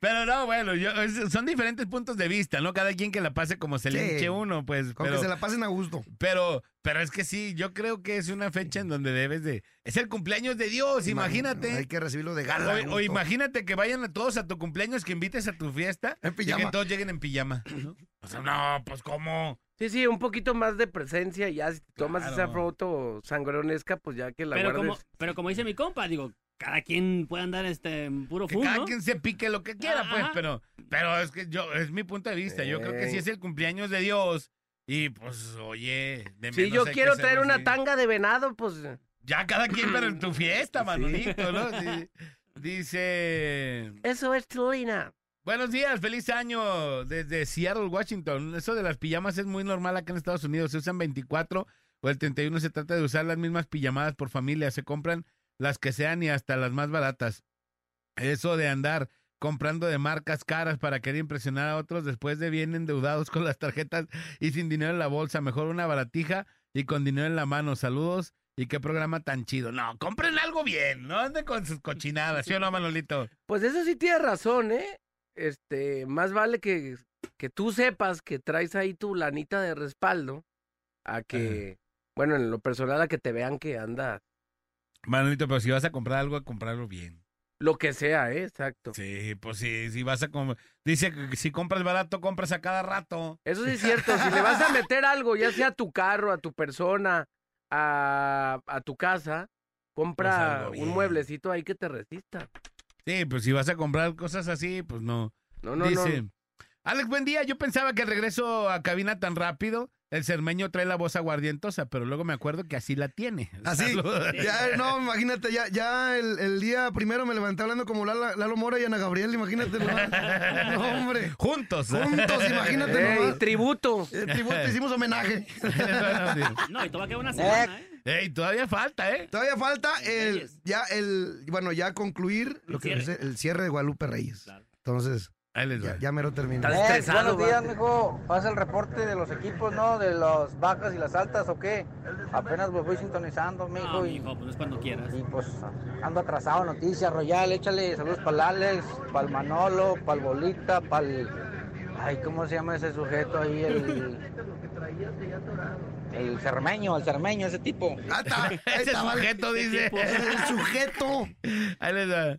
B: Pero no, bueno, yo- es- son diferentes puntos de vista, ¿no? Cada quien que la pase como se
E: Sí.
B: le hinche uno, pues.
E: Con que se la pasen a gusto.
B: Pero, pero es que sí, yo creo que es una fecha en donde debes de. Es el cumpleaños de Dios, imagínate.
E: Hay que recibirlo de gala.
B: O, o imagínate que vayan a todos a tu cumpleaños, que invites a tu fiesta y
E: pijama.
B: que todos lleguen en pijama. ¿no? O sea, no, pues cómo.
C: Sí, sí, un poquito más de presencia y ya si te tomas
B: Claro.
C: esa foto sangronesca, pues ya que la
D: Pero como,
C: guardes.
D: pero como dice mi compa, digo, cada quien puede andar este en puro
B: Que
D: fun,
B: cada
D: ¿no?
B: quien se pique lo que quiera, pues,
D: Ajá.
B: pero, pero es que yo, es mi punto de vista. Yo creo que
E: Eh.
B: si
C: Ey.
B: es el cumpleaños de Dios, y pues, oye, de
C: Si
B: menos
C: yo
B: hay que
C: quiero
B: hacerlo
C: traer una
B: así.
C: tanga de venado, pues...
B: Ya cada quien, pero en tu fiesta, Manolito, ¿no? Sí. Dice.
C: Eso es Tulina.
B: Buenos días, feliz año desde Seattle, Washington. Eso de las pijamas es muy normal acá en Estados Unidos. Se usan 24 o el 31. Se trata de usar las mismas pijamadas por familia. Se compran las que sean y hasta las más baratas. Eso de andar comprando de marcas caras para querer impresionar a otros después de bien endeudados con las tarjetas y sin dinero en la bolsa. Mejor una baratija y con dinero en la mano. Saludos y qué programa tan chido. No, compren algo bien. No anden con sus cochinadas. ¿Sí o no, Manolito?
C: Pues eso sí tienes razón, ¿eh? Este, más vale que, que tú sepas que traes ahí tu lanita de respaldo a que, bueno, en lo personal a que te vean que anda
B: Manolito, pero si vas a comprar algo, a comprarlo bien.
C: lo que sea, ¿eh? Exacto.
B: Sí, pues sí, si vas a com- Dice que si compras barato, compras a cada rato.
C: Eso sí es cierto, si le vas a meter algo, ya sea a tu carro, a tu persona, a, a tu casa,
B: Pues
C: compra
B: algo
C: un
B: bien.
C: mueblecito ahí que te resista.
B: Sí, pues si vas a comprar cosas así, pues no.
C: No, no,
B: Dice,
C: no.
B: Alex, buen día. Yo pensaba que el regreso a cabina tan rápido, el cermeño trae la voz aguardientosa, pero luego me acuerdo que así la tiene.
E: Así.
B: Saludos.
E: Ya, no, imagínate, ya, ya el, el día primero me levanté hablando como Lala- Lalo Mora y Ana Gabriel, imagínate. No, No, hombre.
B: Juntos.
E: Juntos, imagínate
C: Ey,
E: nomás.
C: tributo.
E: Eh, tributo, hicimos homenaje.
D: No, y te va a quedar una semana, ¿eh?
B: Ey, todavía falta, ¿eh?
E: Todavía falta el, ya el, bueno, ya concluir lo que es el cierre de Guadalupe Reyes. Entonces, ya, ya mero termina.
H: Eh, buenos días, mijo. Pasa el reporte de los equipos, ¿no? De las bajas y las altas, ¿o qué? Apenas me voy sintonizando, mijo.
D: No,
H: y,
D: mijo, pues es cuando quieras.
H: y, pues ando atrasado, en noticias, Royal, échale saludos para el Alex, para el Manolo, para el Bolita, para el... Ay, ¿cómo se llama ese sujeto ahí? El... El cermeño, el cermeño, ese tipo.
B: Ah, Ese sujeto,
D: Este
B: dice.
E: El sujeto.
B: Ahí les va.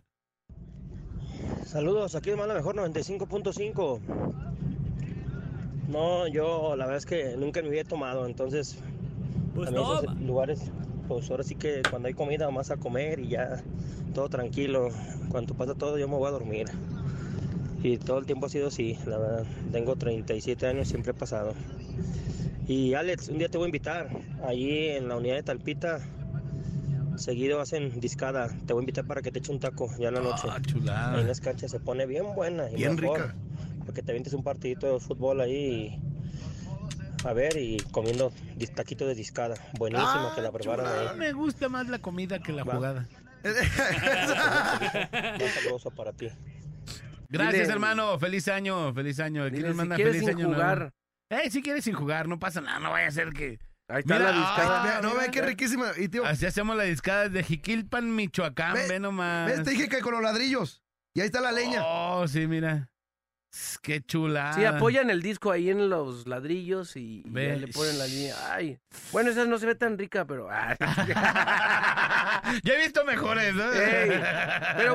N: Saludos, aquí de Mala Mejor 95.5. No, yo la verdad es que nunca me había tomado, entonces
D: pues
N: esos lugares, pues ahora sí que cuando hay comida más a comer y ya todo tranquilo. Cuando pasa todo yo me voy a dormir. Y todo el tiempo ha sido así, la verdad. Tengo 37 años, siempre he pasado. Y Alex, un día te voy a invitar. Allí en la unidad de Talpita, seguido hacen discada. Te voy a invitar para que te eche un taco ya en la noche.
B: Ah, chulada.
N: Ahí en las canchas se pone bien buena. Y
B: Bien
N: mejor,
B: rica.
N: Porque te avientes un partidito de fútbol ahí. y- a ver, y comiendo dis- taquitos de discada. Buenísimo que la ¿eh? preparan ahí.
B: Ah, Me gusta más la comida que la jugada.
N: Muy sabroso para ti.
B: Gracias,
N: Dile-
B: hermano. Feliz año, feliz año. Aquí
N: Dile,
B: nos
N: si
B: manda
N: quieres
B: feliz
N: sin
B: año.
N: jugar.
B: nuevo. Eh, si quieres sin jugar, no pasa nada, no vaya a ser que. ah.
C: Ahí
E: está la discada. Vea, no, ve qué
B: riquísima. Así hacemos la discada de Jiquilpan, Michoacán. Ve,
E: Ve-
B: nomás.
E: ¿Ves? Te dije que con los ladrillos. Y ahí está la leña.
B: Oh, sí, mira. Sss, Qué chula.
C: Sí, apoyan el disco ahí en los ladrillos y, y
B: Ve.
C: ya le ponen la línea. Ay, bueno, esa no se ve tan rica, pero... ah. ay.
B: Ya he visto mejores, ¿no?
C: Ey, Pero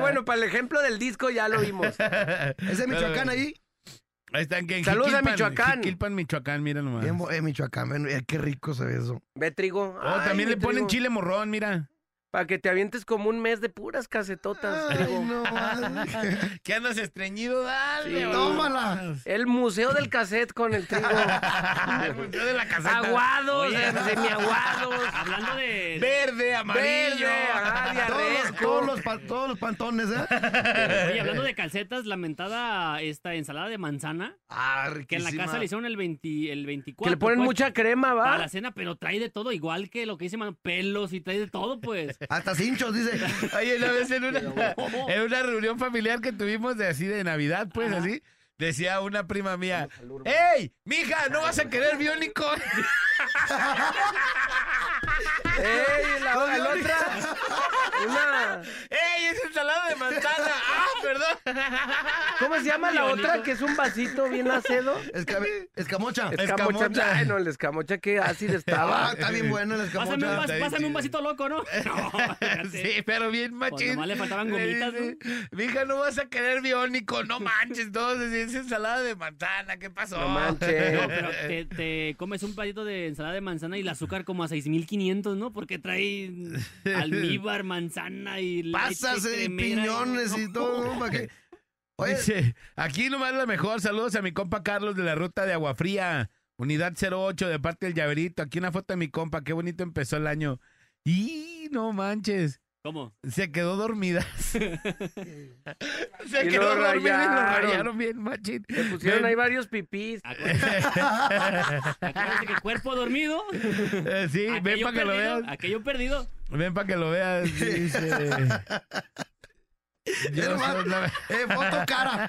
C: bueno, para el ejemplo del disco ya lo vimos.
E: ¿Es de Michoacán ahí?
B: Ahí están que en
C: Saludos a
B: Jiquilpan,
C: Michoacán.
B: Jiquilpan, Michoacán, mira nomás.
E: Bien, bo- eh, Michoacán, ven, eh, qué rico se ve eso.
C: Ve trigo.
B: Oh, también le ponen chile morrón, mira.
C: Para que te avientes como un mes de puras casetotas. digo.
B: ¿Qué andas estreñido? Dale.
C: Sí.
B: Tómala.
C: El museo del cassette con el trigo.
B: El museo de la caseta.
C: Aguados,
B: Oye.
C: eh, semiaguados.
D: Hablando de.
B: Verde, amarillo. ah,
C: Verde,
D: ah,
C: ajá,
E: Todos,
C: diarreico.
E: todos los, pa- todos los pantones, ¿eh?
D: Oye, hablando de calcetas, lamentada esta ensalada de manzana. que en la
E: Ah, riquísima.
D: casa le hicieron el, 20 el 24.
C: Que le ponen
D: pues,
C: mucha crema, ¿va?
D: Para la cena, pero trae de todo, igual que lo que dice mano, pelos y trae de todo, pues.
E: Hasta cinchos, dice.
B: Oye, una vez en una,
D: Pero-
B: en una reunión familiar que tuvimos de así de Navidad, pues así, decía una prima mía, ¡Ey, mija, no vas a querer biónico!
C: ¡Ey, la, la otra! Una...
B: ¡Ey, es ensalada de manzana! ¡Ah, perdón!
C: ¿Cómo se llama la otra? Que es un vasito bien acedo.
E: Esca- escamocha.
C: Escamocha. Ay, no, el escamocha que ácido estaba.
E: Ah, está bien bueno el escamocha.
D: Pásame un, vas-
B: está bien
D: pásame un
B: chido.
D: vasito loco, ¿no? No, espérate.
B: Sí, pero bien machín.
D: nomás le faltaban gomitas,
B: dice, Mija, no vas a querer biónico, no manches, todos decían, es ensalada de manzana, ¿qué pasó?
C: No manches.
D: No, pero te, te comes un platito de ensalada de manzana y el azúcar como a 6500, ¿no? Porque trae almíbar, manzana y leche,
E: Pasas de
D: cremera
E: piñones y todo, ¿no? ¿Para qué? Oye,
B: Dice, aquí nomás la mejor. Saludos a mi compa Carlos de la ruta de Agua Fría, unidad 08, de parte del llaverito. Aquí una foto de mi compa, qué bonito empezó el año. Y no manches,
D: ¿Cómo?
B: se quedó dormida. se
C: Y lo
B: quedó dormida y lo
C: rayaron.
B: rayaron bien, machín.
H: Eh,
C: Le
H: pues,
C: pusieron
B: Ven.
C: ahí varios pipís.
D: Acuérdate que cuerpo dormido.
B: Eh, sí,
D: aquello
B: ven para que lo
D: perdido,
B: veas.
D: Aquello perdido.
B: Ven para que lo veas. Dice. Yo soy la-
E: eh, foto cara.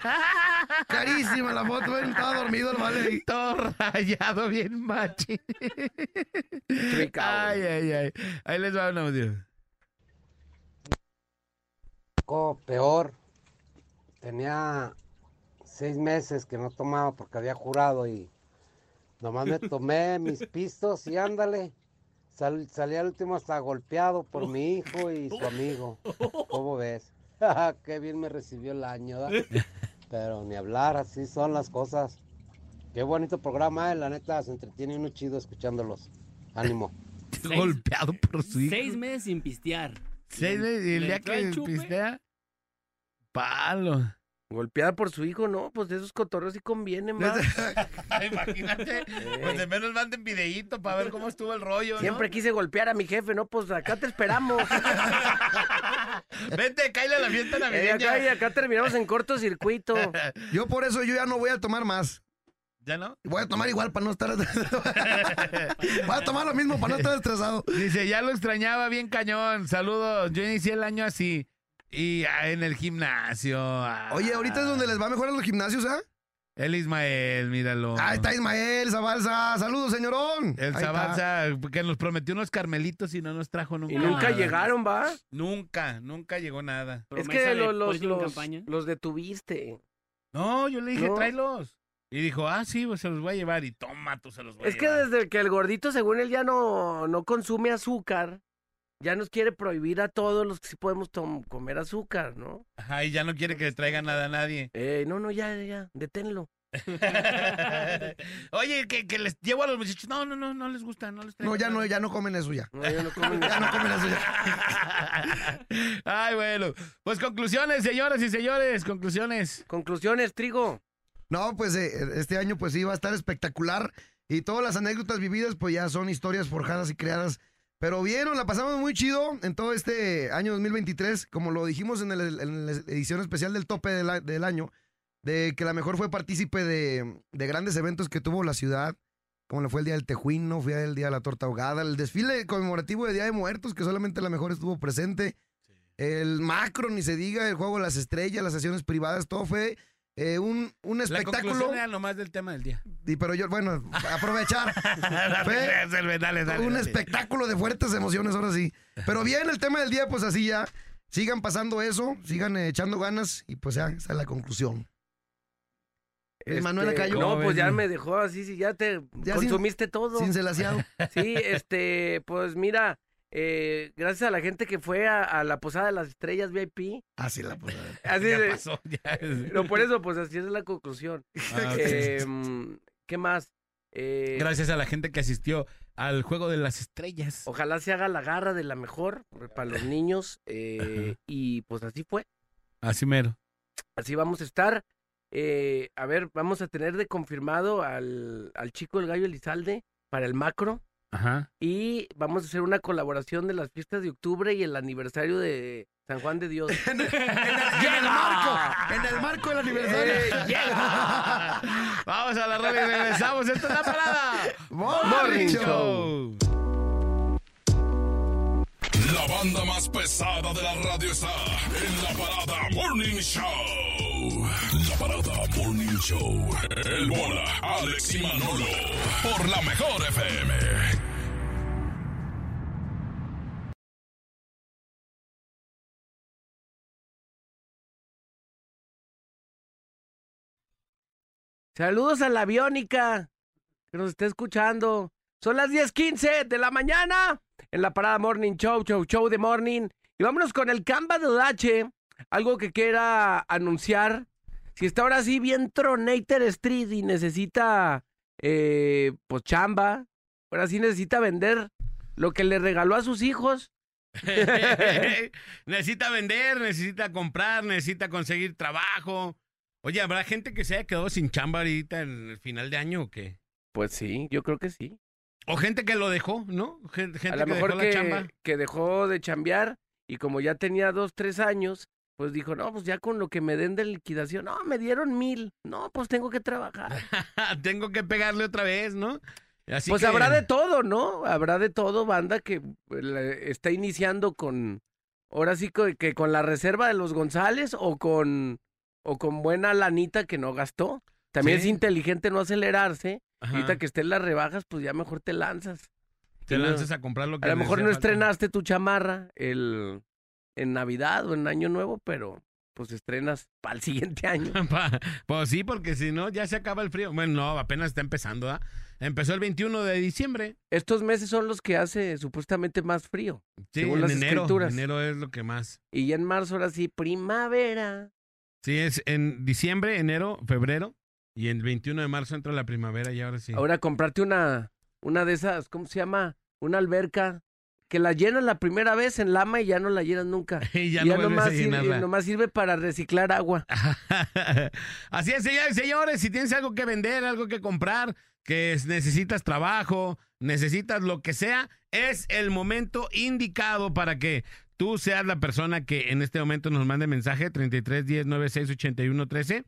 E: Carísima la foto, ven, estaba dormido el vale.
B: Todo rayado bien, machín.
C: Tricado.
B: Ay, ay, ay. Ahí les va un audio.
H: Co- peor. Tenía seis meses que no tomaba porque había jurado y nomás me tomé mis pistos y ándale. Sal- salí al último hasta golpeado por mi hijo y su amigo. ¿Cómo ves? Qué bien me recibió el año, ¿verdad? Pero ni hablar, así son las cosas. Qué bonito programa, ¿eh? la neta, se entretiene uno chido escuchándolos. Ánimo.
D: Seis-
B: Golpeado por su hijo.
D: Seis meses sin pistear.
B: Seis meses, y el
D: le
B: día
D: entró
B: que
D: el chupe.
B: pistea, palo.
C: Golpeada por su hijo, no, pues de esos cotorros sí convienen más. Eh.
B: Imagínate, pues de menos manden videíto para ver cómo estuvo el rollo, ¿no?
C: Siempre quise golpear a mi jefe, ¿no? Pues acá te esperamos.
B: Vente, cállale a la fiesta
C: Eh, acá, y
B: navideña.
C: acá terminamos en cortocircuito.
E: Yo por eso yo ya no voy a tomar más.
B: ¿Ya no?
E: Voy a tomar igual para no estar Voy a tomar lo mismo para no estar estresado.
B: Dice, ya lo extrañaba bien cañón. Saludos. Yo inicié el año así. Y ah, en el gimnasio. ah.
E: Oye, ahorita es donde les va mejor a los gimnasios, ¿ah?
B: El Ismael, míralo.
E: Ahí está Ismael Zabalza. Saludos, señorón.
B: El
E: Ahí está.
B: Zabalza, que nos prometió unos carmelitos y no nos trajo nunca.
C: Y nunca
B: nada.
C: llegaron, ¿va?
B: Nunca, nunca llegó nada.
C: Es
D: Promesa
C: que
D: de
C: lo- los,
D: político en
C: los,
D: campaña.
C: los detuviste.
B: No, yo le dije,
C: No.
B: tráelos. Y dijo, ah, sí, pues se los voy a llevar. Y toma, tú se los voy
C: Es
B: a
C: que
B: llevar.
C: desde que el gordito, según él, ya no, no consume azúcar, ya nos quiere prohibir a todos los que sí podemos tom- comer azúcar, ¿no?
B: Ajá, y ya no quiere que le traiga nada a nadie.
C: Eh, no, no, ya, ya, deténlo.
B: Oye, que, que les llevo a los muchachos. No, no, no, no les gusta, no les traigo.
E: No, ya no,
B: nada.
E: ya no comen eso ya.
C: No, ya no comen
E: Ya no comen eso ya.
B: Ay, bueno. Pues conclusiones, señoras y señores, conclusiones.
C: Conclusiones, trigo.
E: No, pues eh, este año pues sí va a estar espectacular y todas las anécdotas vividas pues ya son historias forjadas y creadas. Pero vieron, la pasamos muy chido en todo este año 2023, como lo dijimos en, el- en la edición especial del tope del, a- del año, de que la mejor fue partícipe de, de grandes eventos que tuvo la ciudad, como le fue el Día del Tejuino, fue el Día de la Torta Ahogada, el desfile conmemorativo de Día de Muertos, que solamente la mejor estuvo presente, el macro, ni se diga, el Juego de las Estrellas, las sesiones privadas, todo fue eh, un, un
B: La
E: espectáculo.
B: conclusión era nomás del tema del día.
E: Y pero yo, bueno, aprovechar. Fue
B: Dale, dale, dale,
E: un
B: dale.
E: espectáculo de fuertes emociones, ahora sí. Pero bien, el tema del día, pues así ya. Sigan pasando eso, sigan eh, echando ganas y pues ya, esa es la conclusión. El Manuel acá yo-
B: ¿Cómo
C: No, pues
B: ven?
C: ya me dejó así, sí, ya te
E: Ya sin-
C: consumiste todo.
E: Sin celaseado.
C: Sí, este, pues mira, eh, gracias a la gente que fue a, a la Posada de las Estrellas VIP.
E: Así la pues,
C: Así
B: Ya
C: de-
B: pasó, ya.
C: No, por eso, pues así es la conclusión.
B: Ah, ok.
C: Eh, mm, ¿Qué más? Eh,
B: Gracias a la gente que asistió al juego de las estrellas.
C: Ojalá se haga la garra de la mejor para los niños. eh, y pues así fue.
B: Así mero.
C: Así vamos a estar. Eh, a ver, vamos a tener de confirmado al, al chico el gallo Elizalde para el macro.
B: Ajá.
C: Y vamos a hacer una colaboración de las fiestas de octubre y el aniversario de San Juan de Dios. en, el, marco,
E: en el marco del aniversario.
B: Vamos a la radio y regresamos. Esta es la parada.
F: Morning Show. La banda más pesada de la radio está en la parada Morning Show. La parada Morning Show. El bola, Alex y Manolo. Por la mejor FM.
C: Saludos a la Biónica, que nos está escuchando. Son las 10:15 de la mañana en la parada Morning Show, Show, Show de Morning. Y vámonos con el Canva de Dache. Algo que quiera anunciar. Si está ahora sí bien Tronator Street y necesita, eh, pues, chamba. Ahora sí necesita vender lo que le regaló a sus hijos.
B: necesita vender, necesita comprar, necesita conseguir trabajo. Oye, ¿habrá gente que se haya quedado sin chamba ahorita en el final de año o qué?
C: Pues sí, yo creo que sí.
B: O gente que lo dejó, ¿no? Gen- Gente
C: a lo
B: que
C: mejor
B: dejó
C: que,
B: la chamba.
C: que dejó de chambear y como ya tenía dos, tres años, pues dijo, no, pues ya con lo que me den de liquidación, no, me dieron mil, no, pues tengo que trabajar.
B: Tengo que pegarle otra vez, ¿no? Ah, Así
C: pues
B: que-
C: habrá de todo, ¿no? Habrá de todo, banda que eh, está iniciando con, ahora sí co- que, con la reserva de los González o con, o con buena lanita que no gastó. También
B: Sí.
C: es inteligente no acelerarse.
B: Ajá.
C: Ahorita que estén las rebajas, pues ya mejor te lanzas.
B: Te
C: Y no-
B: lanzas a comprar lo que
C: a lo
B: les
C: mejor
B: hacía
C: no
B: falta.
C: estrenaste tu chamarra el, en Navidad o en Año Nuevo, pero pues estrenas para el siguiente año.
B: Pa- pues sí, porque si no, ya se acaba el frío. Bueno, no, apenas está empezando, ¿ah? Empezó el 21 de diciembre.
C: Estos meses son los que hace supuestamente más frío,
B: Sí,
C: según
B: en
C: las
B: enero.
C: escrituras.
B: Enero es lo que más.
C: Y ya en marzo ahora sí, primavera.
B: Sí, es en diciembre, enero, febrero. Y el 21 de marzo entra la primavera y ahora sí.
C: Ahora comprarte una, una de esas, ¿cómo se llama? Una alberca que la llenas la primera vez en lama y ya no la llenas nunca.
B: Y ya no vuelves a
C: nomás, sir-
B: llenarla.
C: nomás sirve para reciclar agua.
B: Así es, señores, señores, si tienes algo que vender, algo que comprar, que es- necesitas trabajo, necesitas lo que sea, es el momento indicado para que tú seas la persona que en este momento nos mande mensaje 33 10 96 81 13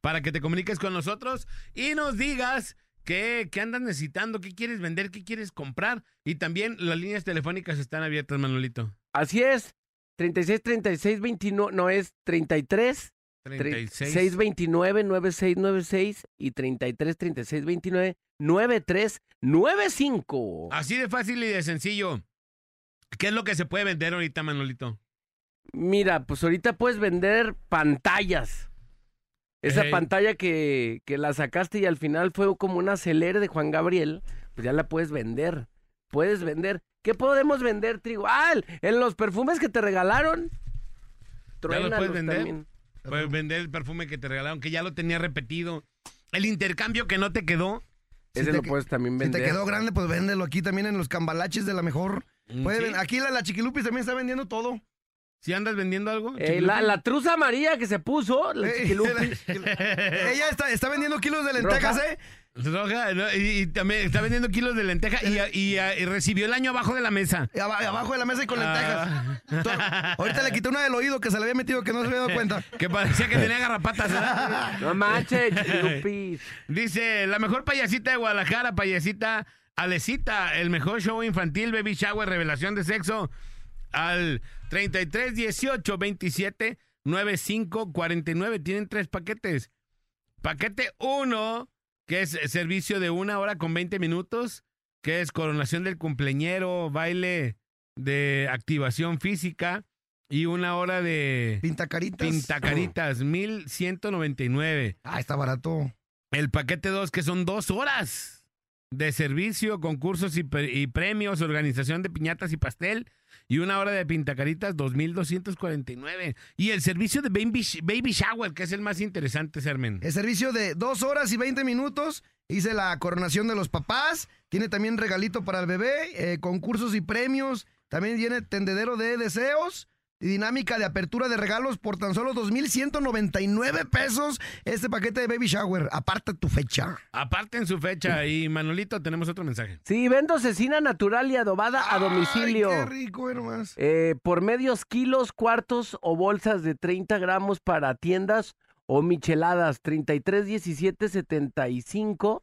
B: para que te comuniques con nosotros y nos digas qué, qué andas necesitando, qué quieres vender, qué quieres comprar y también las líneas telefónicas están abiertas, Manolito.
C: Así es. 36, 36, 29, no es 33.
B: 36.
C: 629 9696 y 33 36 29 9395.
B: Así de fácil y de sencillo. ¿Qué es lo que se puede vender ahorita, Manolito?
C: Mira, pues ahorita puedes vender pantallas. Esa
B: Ey.
C: pantalla que, que la sacaste y al final fue como un acelere de Juan Gabriel, pues ya la puedes vender. Puedes vender. ¿Qué podemos vender, Trigo? Ah, el- en los perfumes que te regalaron.
B: ¿Ya lo puedes
C: Truénalos
B: vender?
C: también.
B: Puedes vender el perfume que te regalaron, que ya lo tenía repetido. El intercambio que no te quedó.
E: Ese Si te lo que- puedes
C: Pues también
E: Si te quedó grande, pues véndelo aquí también en los cambalaches de la mejor. Puede
B: sí.
E: ven- Aquí la, la Chiquilupis también está vendiendo todo.
B: Si andas vendiendo algo.
C: Eh, la, la truza amarilla que se puso, la
E: Ey,
C: chiquilupi.
E: Ella está, está vendiendo kilos de lentejas, ¿eh?
B: Roja, ¿no? y, y también está vendiendo kilos de lenteja y, y- ah, y recibió el año abajo de la mesa.
E: Y aba- y abajo de la mesa y con
B: Ah.
E: lentejas. To- Ahorita le quité una del oído que se le había metido que no se había dado cuenta.
B: Que parecía que tenía garrapatas, ¿verdad?
C: No manches, Lupis.
B: Dice, la mejor payasita de Guadalajara, payasita Alecita, el mejor show infantil, baby shower, revelación de sexo, al 33 18 27 95 49. Tienen tres paquetes. Paquete 1, que es servicio de una hora con 20 minutos, que es coronación del cumpleañero, baile de activación física y una hora de...
E: Pintacaritas. Oh.
B: Pintacaritas, 1199.
E: Ah, está barato.
B: El paquete 2, que son dos horas de servicio, concursos y, pre- y premios, organización de piñatas y pastel, y una hora de pintacaritas, 2249. Y el servicio de baby, sh- baby shower, que es el más interesante, Sermen.
E: El servicio de dos horas y 20 minutos Hice la coronación de los papás. Tiene también regalito para el bebé, eh, concursos y premios. También tiene tendedero de deseos y dinámica de apertura de regalos por tan solo 2,199 pesos este paquete de baby shower. Aparta tu fecha.
B: Aparte en su fecha. Y Manolito, tenemos otro mensaje.
C: Sí, vendo cecina natural y adobada a domicilio.
E: Ay, qué rico, eh, nomás.
C: Eh, por medios kilos, cuartos o bolsas de 30 gramos para tiendas o micheladas 33 17 75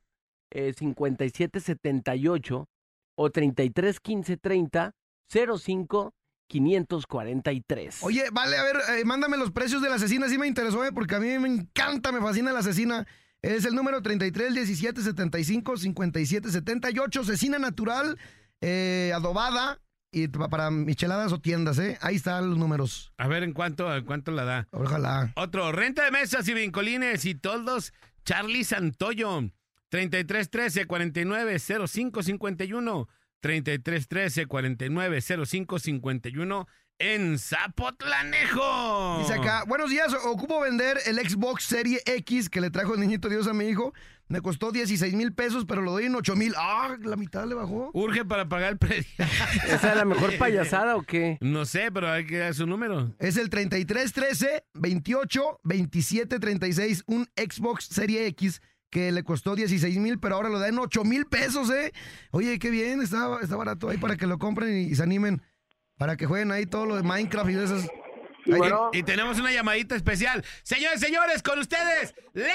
C: eh, 57 78 o 33 15 30 05 543.
E: Oye, vale, a ver, eh, mándame los precios de la asesina, sí me interesó, eh, porque a mí me encanta, me fascina la asesina. Es el número 33 17 75 57 78, asesina natural, eh, adobada, y pa- para micheladas o tiendas, ¿eh? Ahí están los números.
B: A ver en cuánto, en cuánto la da.
E: Ojalá.
B: Otro, renta de mesas y vincolines y toldos, Charlie Santoyo, 3313-490551, 3313-490551 en Zapotlanejo.
E: Dice acá, buenos días, ocupo vender el Xbox Serie X que le trajo el niñito Dios a mi hijo. Me costó 16 mil pesos, pero lo doy en 8 mil. Ah, la mitad le bajó.
B: Urge para pagar el precio.
C: ¿Esa es la mejor payasada o qué?
B: No sé, pero hay que dar su número.
E: Es el 33 13 28 27 36, un Xbox Serie X que le costó 16 mil, pero ahora lo dan 8 mil pesos, ¿eh? Oye, qué bien, está, está barato ahí para que lo compren y, y se animen, para que jueguen ahí todo lo de Minecraft y de esas.
B: Y, y tenemos una llamadita especial. Señores, señores, con ustedes, ¡Len!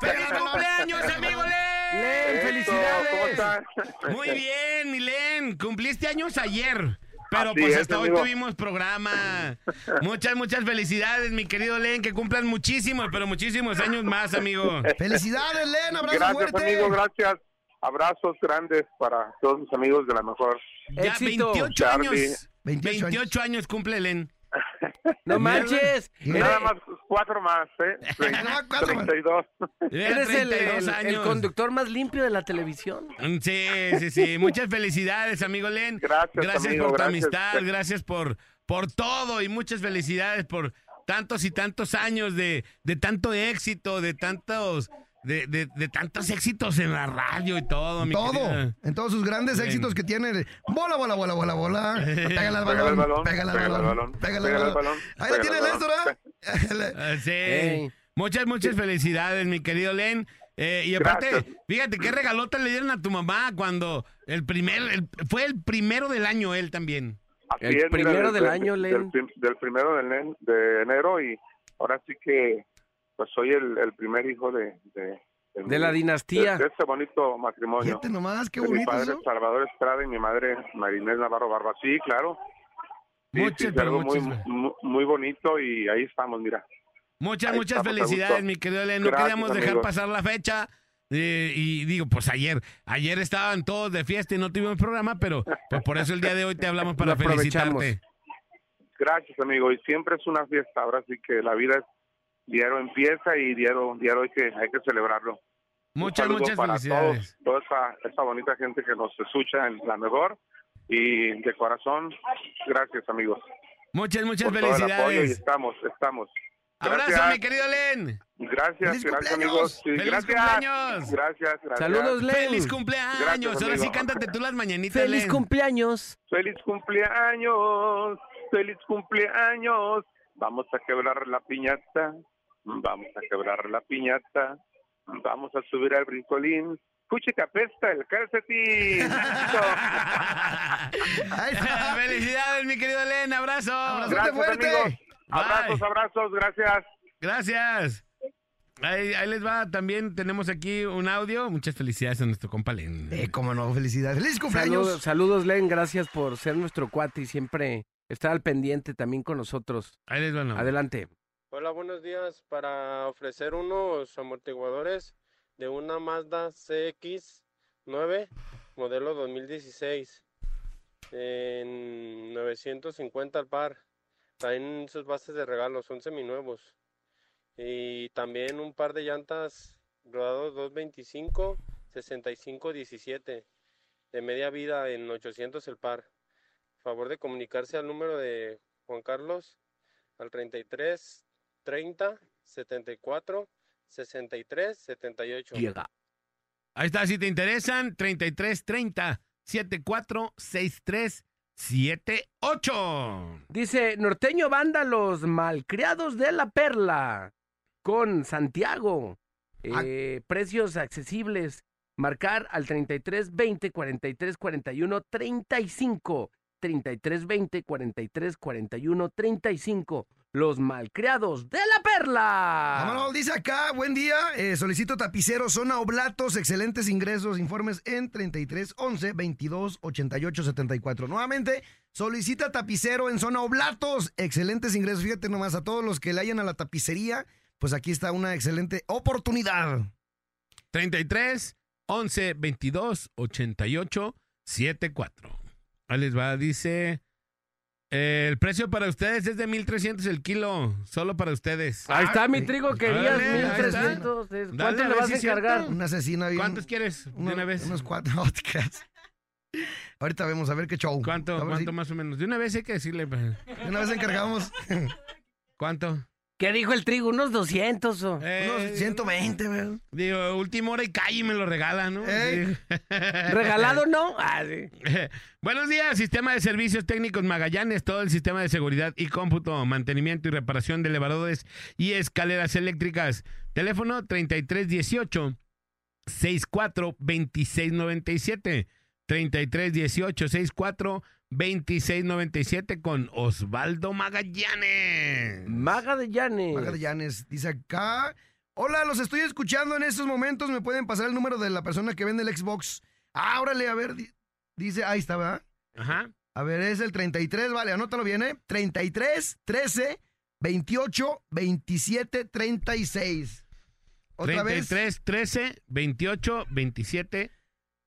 B: ¡Feliz cumpleaños, amigo Len!
C: ¡Len, felicidades!
L: ¿Cómo estás?
B: Muy bien, Milen. Cumpliste años ayer. Pero
L: Así
B: pues
L: es,
B: hasta hoy
L: amigo.
B: tuvimos programa. Muchas, muchas felicidades, mi querido Len. Que cumplan muchísimos, pero muchísimos años más, amigo.
E: ¡Felicidades, Len! ¡Abrazo
L: gracias,
E: fuerte!
L: amigo, gracias. Abrazos grandes para todos mis amigos de la mejor.
B: Ya 28 años. 28, años cumple Len.
C: ¡No manches!
L: Y Nada más cuatro más, ¿eh? Treinta y dos.
C: Eres el, el-
B: 32
C: el
B: años. Mm,
C: conductor más limpio de la televisión.
B: Sí, sí, sí. Muchas felicidades, amigo Len. Gracias,
L: amigo,
B: por tu
L: gracias.
B: amistad, gracias por, por todo y muchas felicidades por tantos y tantos años de, de tanto éxito, de tantos, de, de- de tantos éxitos en la radio y todo, mi
E: Todo,
B: querida.
E: en todos sus grandes
B: Len.
E: éxitos que tiene. Bola, bola, bola, bola, bola. Pégale al
L: Pégale al balón,
E: balón, pégale al balón, pégale al balón. Ahí la
L: pégale
E: tiene
L: al
E: Léstora.
B: Ah, sí.
C: Ey.
B: Muchas, muchas felicidades, mi querido Len. Eh, y aparte,
L: Gracias.
B: fíjate qué regalota le dieron a tu mamá cuando el primer, el- fue el primero del año él también.
L: Así
C: El
L: es, mira,
C: primero del año,
L: del
C: Len.
L: prim- Del, primero del nen- de enero y ahora sí que pues soy el, el primer hijo de... De, de
C: De la dinastía.
L: De, de este bonito matrimonio.
E: Fíjate
B: Ah,
E: nomás, qué
L: de mi
E: bonito
L: padre
E: eso.
L: Salvador Estrada y mi madre Marinés Navarro Barba. Sí, claro. Sí,
B: Muchas,
L: sí, es
B: pero
L: algo muy,
B: muchas,
L: mu- muy bonito y ahí estamos, mira.
B: Muchas,
L: Ahí
B: muchas
L: estamos,
B: felicidades,
L: Augusto.
B: mi querido Len. No
L: Gracias,
B: queríamos dejar
L: amigos.
B: pasar la fecha. eh, y digo, pues ayer, ayer estaban todos de fiesta y no tuvimos programa, pero pues por eso el día de hoy te hablamos para
C: Lo aprovechamos.
B: felicitarte.
L: Gracias, amigo. Y siempre es una fiesta. Ahora sí que la vida es diario empieza y diario, diario hay, que, hay que celebrarlo. Un
B: Muchas,
L: saludo
B: muchas
L: para
B: felicidades.
L: Todos, toda esa, esa bonita gente que nos escucha en la mejor. Y de corazón, gracias, amigos.
B: Muchas, muchas
L: por todo el apoyo y
B: felicidades.
L: estamos, estamos.
B: Abrazo,
L: Gracias,
B: mi querido Len.
L: gracias,
E: ¡Feliz
L: gracias,
E: cumpleaños!
L: amigos. Sí,
B: ¡Feliz
L: gracias.
B: cumpleaños!
L: Gracias, gracias.
C: Saludos, Len.
B: Feliz cumpleaños.
L: Gracias,
B: Ahora sí
L: amigo.
B: cántate tú las mañanitas,
C: Feliz
B: Len.
C: cumpleaños.
L: Feliz cumpleaños, feliz cumpleaños. Vamos a quebrar la piñata, vamos a quebrar la piñata, vamos a subir al brincolín. Escuche que apesta el calcetín.
E: Ahí está.
B: Felicidades, mi querido Len. Abrazo.
E: Abrazote
L: gracias,
E: fuerte.
L: amigos. Abrazos,
B: Bye.
L: abrazos, gracias.
B: Gracias. Ahí, ahí les va. También tenemos aquí un audio. Muchas felicidades a nuestro compa Len.
E: Eh, cómo no, felicidades. ¡Feliz cumpleaños!
C: Saludos, saludos, Len. Gracias por ser nuestro cuate y siempre estar al pendiente también con nosotros.
B: Ahí les va. ¿no?
C: Adelante.
O: Hola, buenos días. Para ofrecer unos amortiguadores de una Mazda CX9, modelo 2016, en 950 al par. Traen sus bases de regalo, son seminuevos. Y también un par de llantas rodados 225, 65, 17, de media vida en 800 el par. Favor de comunicarse al número de Juan Carlos al 33 30 74 63 78.
B: Ahí está, si te interesan, 33 30 74 63 78.
C: Dice Norteño Banda, los malcriados de la perla. Con Santiago. Eh, Precios accesibles. Marcar al 33 20 43 41 35. 33 20 43 41 35. Los malcriados de la perla.
E: Vámonos, dice acá, buen día. eh, solicito tapiceros, zona oblatos, excelentes ingresos, informes en 33 11 22 88 74. Nuevamente, solicita tapicero en zona oblatos, excelentes ingresos. Fíjate nomás, a todos los que le hayan a la tapicería, pues aquí está una excelente oportunidad.
B: 33 11 22 88 74. Ahí les va, dice. eh, el precio para ustedes es de 1300 el kilo, solo para ustedes.
C: Ahí está mi trigo, querías
B: Órale, ahí está.
C: 1300. ¿Cuánto
B: Dale,
C: le
B: ver
C: vas
B: si
C: a
B: es cierto.
C: encargar?
E: Una asesina bien.
B: ¿Cuántos quieres de
E: uno-
B: una vez?
E: Unos cuatro. No, te creas. Ahorita vemos a ver qué show.
B: ¿Cuánto,
E: A ver
B: cuánto
E: si-
B: más o menos? De una vez hay que decirle. De
E: una vez encargamos.
B: ¿Cuánto?
C: ¿Qué dijo el trigo? ¿Unos 200 o?
B: Unos 120,
E: weón.
B: Digo, última hora y calle y me lo regalan, ¿no?
C: Ey.
B: Sí.
C: ¿Regalado no? Ah, sí.
B: Buenos días, Sistema de Servicios Técnicos Magallanes, todo el sistema de seguridad y cómputo, mantenimiento y reparación de elevadores y escaleras eléctricas. Teléfono 3318 64 2697 3318 64 2697 con Osvaldo Magallanes.
C: Magallanes.
E: Magallanes dice acá. Hola, los estoy escuchando en estos momentos. ¿Me pueden pasar el número de la persona que vende el Xbox? Ah, órale, a ver. di- Dice, ahí está, ¿verdad?
B: Ajá.
E: A ver, es el 33, vale, anótalo bien, ¿eh? 33, 13, 28, 27, 36. Otra vez.
B: 33 13 28 27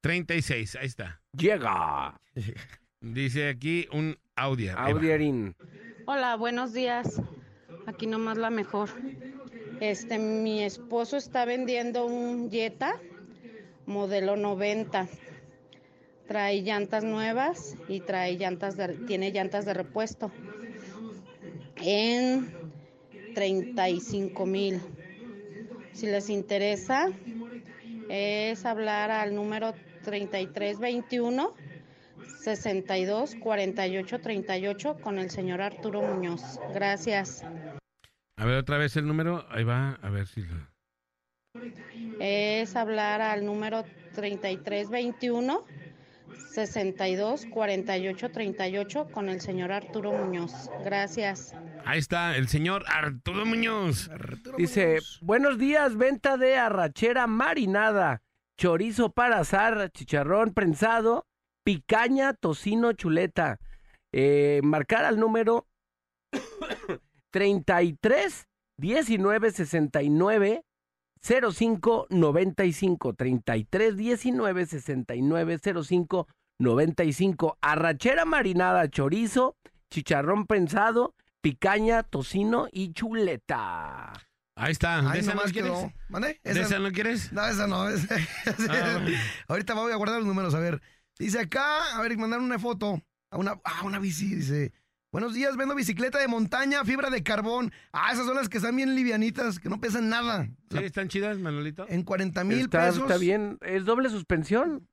B: 36. Ahí está.
C: Llega.
B: Dice aquí un Audia. Eva.
C: Audiarín.
P: Hola, buenos días. Aquí nomás la mejor. Este, mi esposo está vendiendo un Jetta modelo 90. Trae llantas nuevas y trae llantas de- tiene llantas de repuesto en 35 mil. Si les interesa, es hablar al número 3321 62 48 38 con el señor Arturo Muñoz. Gracias.
B: A ver, otra vez el número. Ahí va, a ver si lo-
P: Es hablar al número 3321 62 48 38 con el señor Arturo Muñoz. Gracias.
B: Ahí está, el señor Arturo Muñoz.
C: Dice, buenos días, venta de arrachera marinada, chorizo para asar, chicharrón prensado, picaña, tocino, chuleta. Eh, marcar al número 33 19 69 05 95 33 19 69 05 95 arrachera marinada, chorizo, chicharrón prensado, picaña, tocino y chuleta.
B: Ahí está.
E: Ahí nomás quedó.
B: quieres?
E: ¿Mande?
B: ¿De esa no quieres? Ah,
E: No, esa no. esa- Ahorita voy a guardar los números, a ver. Dice acá, a ver, mandaron una foto. A una, ah, una bici, dice. Buenos días, vendo bicicleta de montaña, fibra de carbón. Ah, esas son las que están bien livianitas, que no pesan nada.
B: Sí, están chidas, Manolito.
E: En 40 mil
C: Está-
E: pesos.
C: Está bien. ¿Es doble suspensión?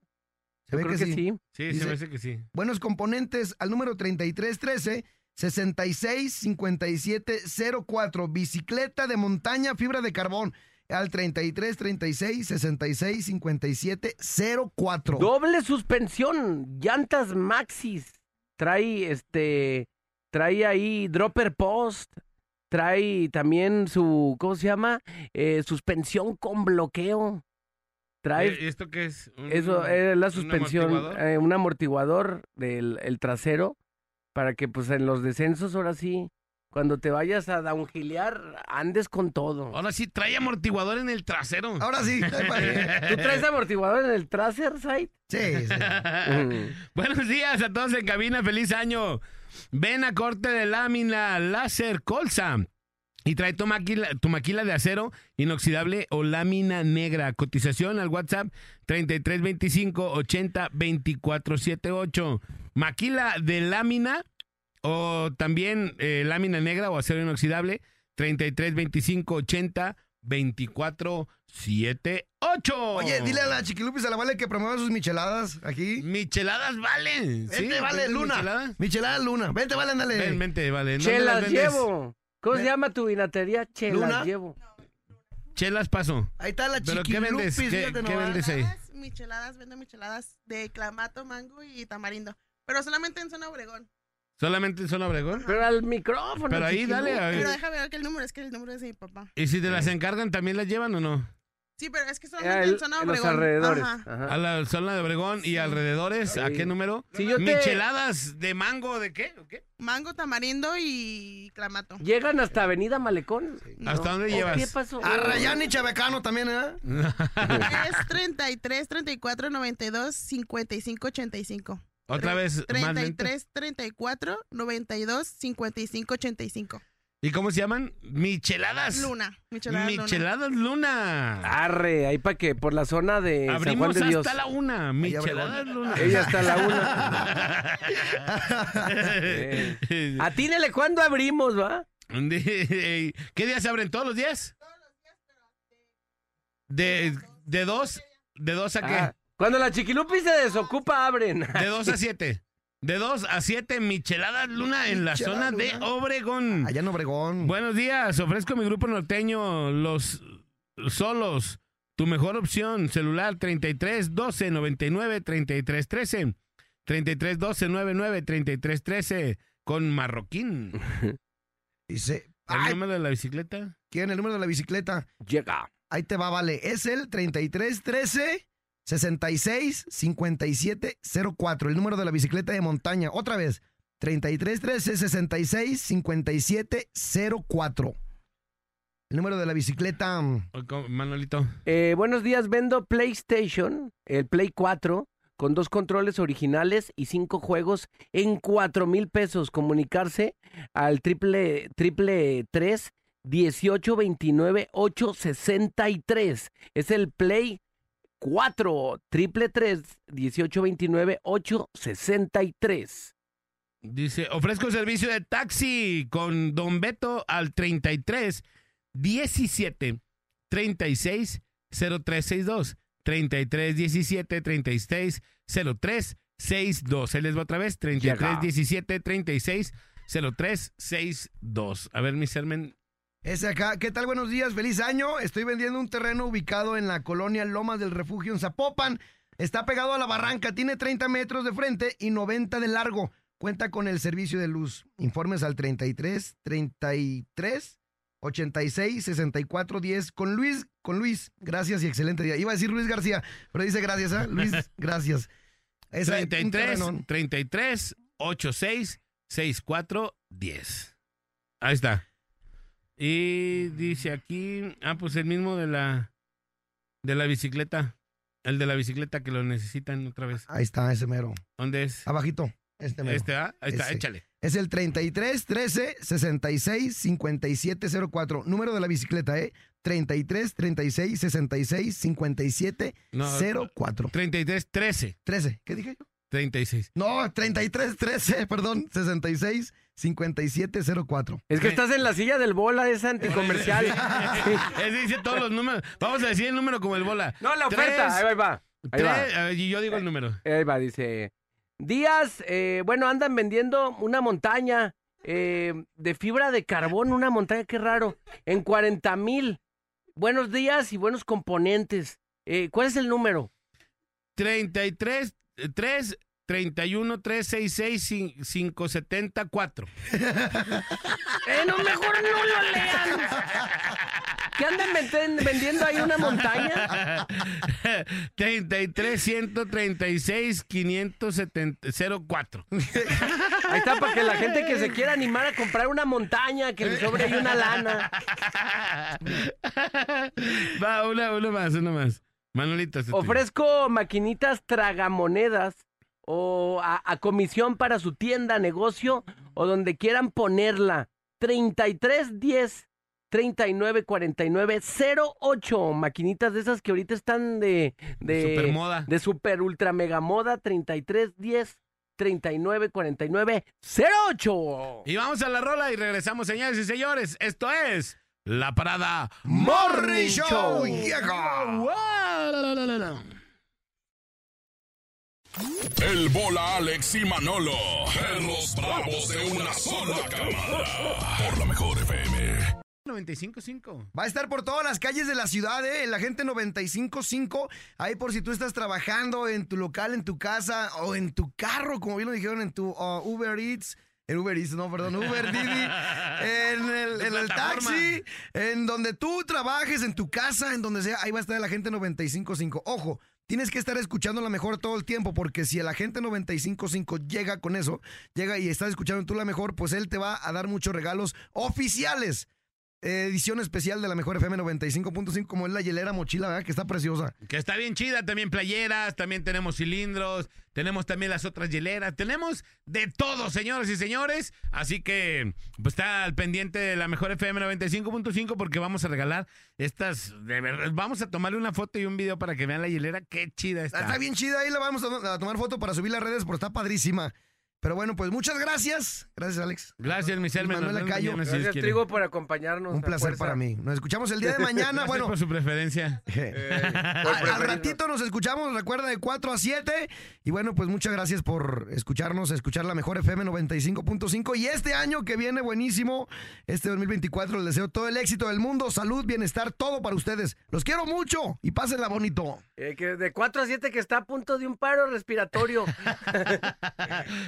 E: Se
C: Yo
E: ve
C: creo
E: que
C: que
E: sí.
C: sí.
B: Sí,
E: Dice-
B: se me hace que sí.
E: Buenos componentes al número 3313 66 57 04. Bicicleta de montaña, fibra de carbón. Al 33 36 66 57 04.
C: Doble suspensión. Llantas Maxis. Trae este. Trae ahí Dropper Post. Trae también su. ¿Cómo se llama? Eh, suspensión con bloqueo. Trae.
B: Eh, ¿Esto qué es? ¿Un-
C: Eso es la
B: un
C: suspensión, eh, un
B: amortiguador?
C: amortiguador, del el trasero para que pues en los descensos ahora sí, cuando te vayas a downhillear, andes con todo.
B: Ahora sí, trae amortiguador en el trasero.
E: Ahora sí.
C: ¿Tú traes amortiguador en el traser, site?
E: Sí,
B: Buenos días a todos en cabina, feliz año. Ven a corte de lámina láser colza y trae tu maquila, tu maquila de acero inoxidable o lámina negra. Cotización al WhatsApp 3325 80 2478. Maquila de lámina o también eh, lámina negra o acero inoxidable 33 25 80 2478.
E: Oye, dile a la Chiquilupis a la Vale que promueva sus micheladas aquí.
B: Micheladas Vale.
E: Vente, Vale, Luna.
B: Michelada.
E: Michelada Luna. Vente, Vale, ándale.
B: Ven, vente, Vale. ¿En dónde las
C: Chelas
B: vendes?
C: llevo. ¿Cómo se llama tu vinatería? Chelas
B: ¿Luna?
C: llevo.
B: Chelas paso.
E: Ahí está la
B: ¿Pero qué vendes?
E: Chiquilupis,
B: ¿Qué,
E: fíjate
B: qué
E: nomás.
B: vendes ahí?
Q: Micheladas, vendo micheladas de clamato, mango y tamarindo. Pero solamente en zona Obregón.
B: ¿Solamente en Zona Obregón?
C: Pero al micrófono.
B: Pero ahí, dale. a ver.
Q: Pero déjame ver que el número es que el número es de mi papá.
B: ¿Y si te las encargan, también las llevan o no?
Q: Sí, pero es que solamente
C: Ah,
Q: en zona
B: a
Q: Obregón. Ajá.
B: A la zona de Obregón y alrededores. ¿A qué número?
C: te-
B: Micheladas de mango, ¿de qué? ¿O qué?
Q: Mango, tamarindo y clamato.
C: Llegan hasta Avenida Malecón.
B: ¿Hasta dónde llevas?
C: ¿Qué pasó?
E: A Rayán y Chabacano también, ¿eh?
Q: Es 33, 34, 92, 55, 85.
B: Otra vez, más lento.
Q: 33, 34, 92, 55, 85.
B: ¿Y cómo se llaman? Micheladas.
Q: Luna. Micheladas Luna.
B: Micheladas Luna.
C: Arre, ahí para que por la zona de San Juan
B: Abrimos
C: de
B: hasta
C: Dios.
B: la una. Micheladas Luna.
C: Ella hasta la una. Atínele, ¿cuándo abrimos, va?
B: ¿Qué días se abren? ¿Todos los días? De, de dos, de dos a qué?
C: Ah, cuando la chiquilupi se desocupa, abren.
B: De dos a siete. De dos a siete, Micheladas Luna en la zona de Obregón.
E: Allá en Obregón.
B: Buenos días, ofrezco mi grupo norteño, Los Solos. Tu mejor opción, celular 33 12 99 33 13. 33 12 99 33 13 con Marroquín.
E: Dice,
B: ¿El número de la bicicleta?
E: ¿Quieren el número de la bicicleta?
C: Llega.
E: Ahí te va, vale. Es el 33 13 66 57 04. El número de la bicicleta de montaña. Otra vez. 33 13 66 57 04. El número de la bicicleta. mm,
B: Oye, ¿cómo, Manolito.
C: Eh, buenos días, vendo PlayStation, el Play 4, con dos controles originales y cinco juegos en cuatro mil pesos. Comunicarse al triple, triple tres dieciocho veintinueve ocho sesenta y tres. Es el Play 4, triple tres dieciocho veintinueve ocho sesenta y tres.
B: Dice, ofrezco servicio de taxi con Don Beto al 33 17 36 0362. 33 17 36 03 62. Se les va otra vez, 33 17 36 03 62. A ver, mi sermen.
E: Ese acá. ¿Qué tal? Buenos días. Feliz año. Estoy vendiendo un terreno ubicado en la colonia Lomas del Refugio en Zapopan. Está pegado a la barranca. Tiene 30 metros de frente y 90 de largo. Cuenta con el servicio de luz. Informes al 33 33 86 64 10 con Luis. Con Luis. Gracias y excelente día. Iba a decir Luis García, pero dice gracias, ¿ah? Luis, gracias. Es ahí, un
B: 33
E: terrenón.
B: 33 86 64 10. Ahí está. Y dice aquí, ah, pues el mismo de la de la bicicleta, el de la bicicleta que lo necesitan otra vez.
E: Ahí está, ese mero.
B: ¿Dónde es?
E: Abajito. Este mero.
B: Este, ¿ah? Ahí está,
E: Ese.
B: échale.
E: Es el 33 13 66 57 04. Número de la bicicleta, ¿eh? 33 36 66 57
B: No,
E: 04.
B: 33 13.
E: 13. ¿Qué dije yo?
B: 36.
E: No, 33 13, perdón, 66 57 04.
C: Es que estás en la silla del bola, es anticomercial.
B: Ese dice todos los números. Vamos a decir el número como el bola.
C: No, la oferta.
B: Tres,
C: ahí va, ahí va. Ahí va.
B: tres- a ver, yo digo el número.
C: Ahí va, dice. Díaz, eh, bueno, andan vendiendo una montaña eh, de fibra de carbón, una montaña, qué raro, en 40 mil. Buenos días y buenos componentes. Eh, ¿Cuál es el número?
B: 33 3 31 366 574.
C: ¡Eh, no, mejor no lo lean! ¿Qué andan venden- vendiendo ahí una montaña?
B: 33 136 570 04.
C: Ahí está, para que la gente que se quiera animar a comprar una montaña, que le sobre ahí una lana.
B: Va, una, uno más, uno más. Manolita, este tuyo.
C: Ofrezco maquinitas tragamonedas o a, a comisión para su tienda, negocio o donde quieran ponerla. 3310 39 49 08. Maquinitas de esas que ahorita están de. De
B: Supermoda.
C: De super ultra mega moda. 3310 39 49 08.
B: Y vamos a la rola y regresamos, señores y señores. Esto es La parada
E: Morning Show llega.
F: El bola Alex y Manolo, perros bravos de una sola camada. Por la mejor FM.
B: 95.5.
E: Va a estar por todas las calles de la ciudad, ¿eh? En la gente 95.5. Ahí por si tú estás trabajando en tu local, en tu casa o en tu carro, como bien lo dijeron, en tu uh, Uber Eats. En Uber Eats, no, perdón, Uber Didi. En el,
B: Tu
E: en el
B: plataforma.
E: taxi, en donde tú trabajes, en tu casa, en donde sea. Ahí va a estar la gente 95.5. Ojo. Tienes que estar escuchando la mejor todo el tiempo, porque si el agente 95.5 llega con eso, llega y estás escuchando tú la mejor, pues él te va a dar muchos regalos oficiales. Eh, Edición especial de la mejor FM 95.5, como es la hielera mochila, ¿verdad? Que está preciosa.
B: Que está bien chida, también playeras, también tenemos cilindros, tenemos también las otras hieleras, tenemos de todo, señoras y señores. Así que pues está al pendiente de la mejor FM 95.5 porque vamos a regalar estas, de verdad, vamos a tomarle una foto y un video para que vean la hielera, qué chida está.
E: Está bien chida, ahí la vamos a, a tomar foto para subir las redes, porque está padrísima. Pero bueno, pues muchas gracias. Gracias, Alex.
B: Gracias, Michelle. me
E: Manuel
B: nos vemos
E: Lacayo.
B: mañana, si Dios
E: Gracias,
B: quiere.
C: Trigo por acompañarnos.
E: Un placer para mí. Nos escuchamos el día de mañana.
B: Gracias
E: bueno,
B: por su preferencia. Eh.
E: al, al ratito nos escuchamos, recuerda, de 4 a 7. Y bueno, pues muchas gracias por escucharnos, escuchar la mejor FM 95.5. Y este año que viene buenísimo, este 2024, les deseo todo el éxito del mundo, salud, bienestar, todo para ustedes. Los quiero mucho y pásenla bonito.
C: Eh, que de 4 a 7 que está a punto de un paro respiratorio.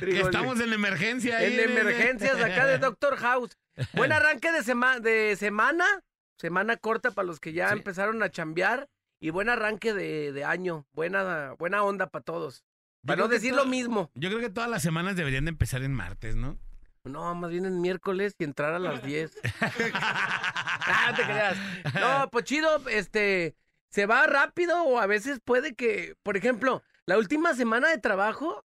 B: Que estamos en emergencia. ahí,
C: en
B: nene.
C: emergencias acá de Doctor House. Buen arranque de, sema- de semana. Semana corta para los que ya empezaron a chambear. Y buen arranque de, de año. Buena, buena onda para todos.
B: Yo
C: Para no
B: creo que
C: decir
B: to-
C: lo mismo.
B: Yo creo que todas las semanas deberían de empezar en martes, ¿no?
C: No, más bien en miércoles y entrar a las 10. ah, te creas. No, pues chido, este, se va rápido o a veces puede que, por ejemplo, la última semana de trabajo,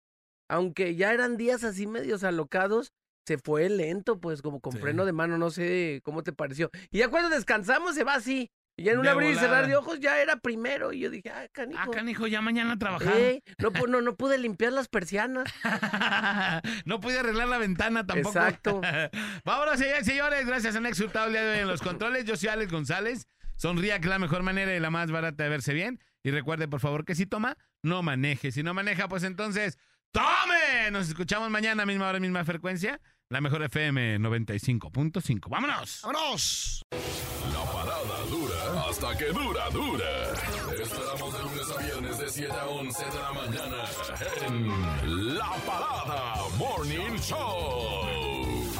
C: aunque ya eran días así medios alocados, se fue lento, pues como con freno de mano, no sé cómo te pareció. Y ya cuando descansamos se va así. Y ya en un
B: De
C: abrir y cerrar
B: volada.
C: de ojos ya era primero. Y yo dije, ah, canijo.
B: Ah, canijo, ya mañana a trabajar.
C: Ey, no, pu- no, no pude limpiar las persianas.
B: No pude arreglar la ventana tampoco.
C: Exacto.
B: Vámonos, señores, señores. Gracias a Nexus Tablet en los controles. Yo soy Alex González. Sonría que es la mejor manera y la más barata de verse bien. Y recuerde, por favor, que si toma, no maneje. Si no maneja, pues entonces, ¡tome! Nos escuchamos mañana, misma hora, misma frecuencia. La mejor FM 95.5. ¡Vámonos!
E: ¡Vámonos!
F: La parada dura hasta que dura, dura. Te Esperamos de lunes a viernes de 7 a 11 de la mañana en La Parada Morning Show.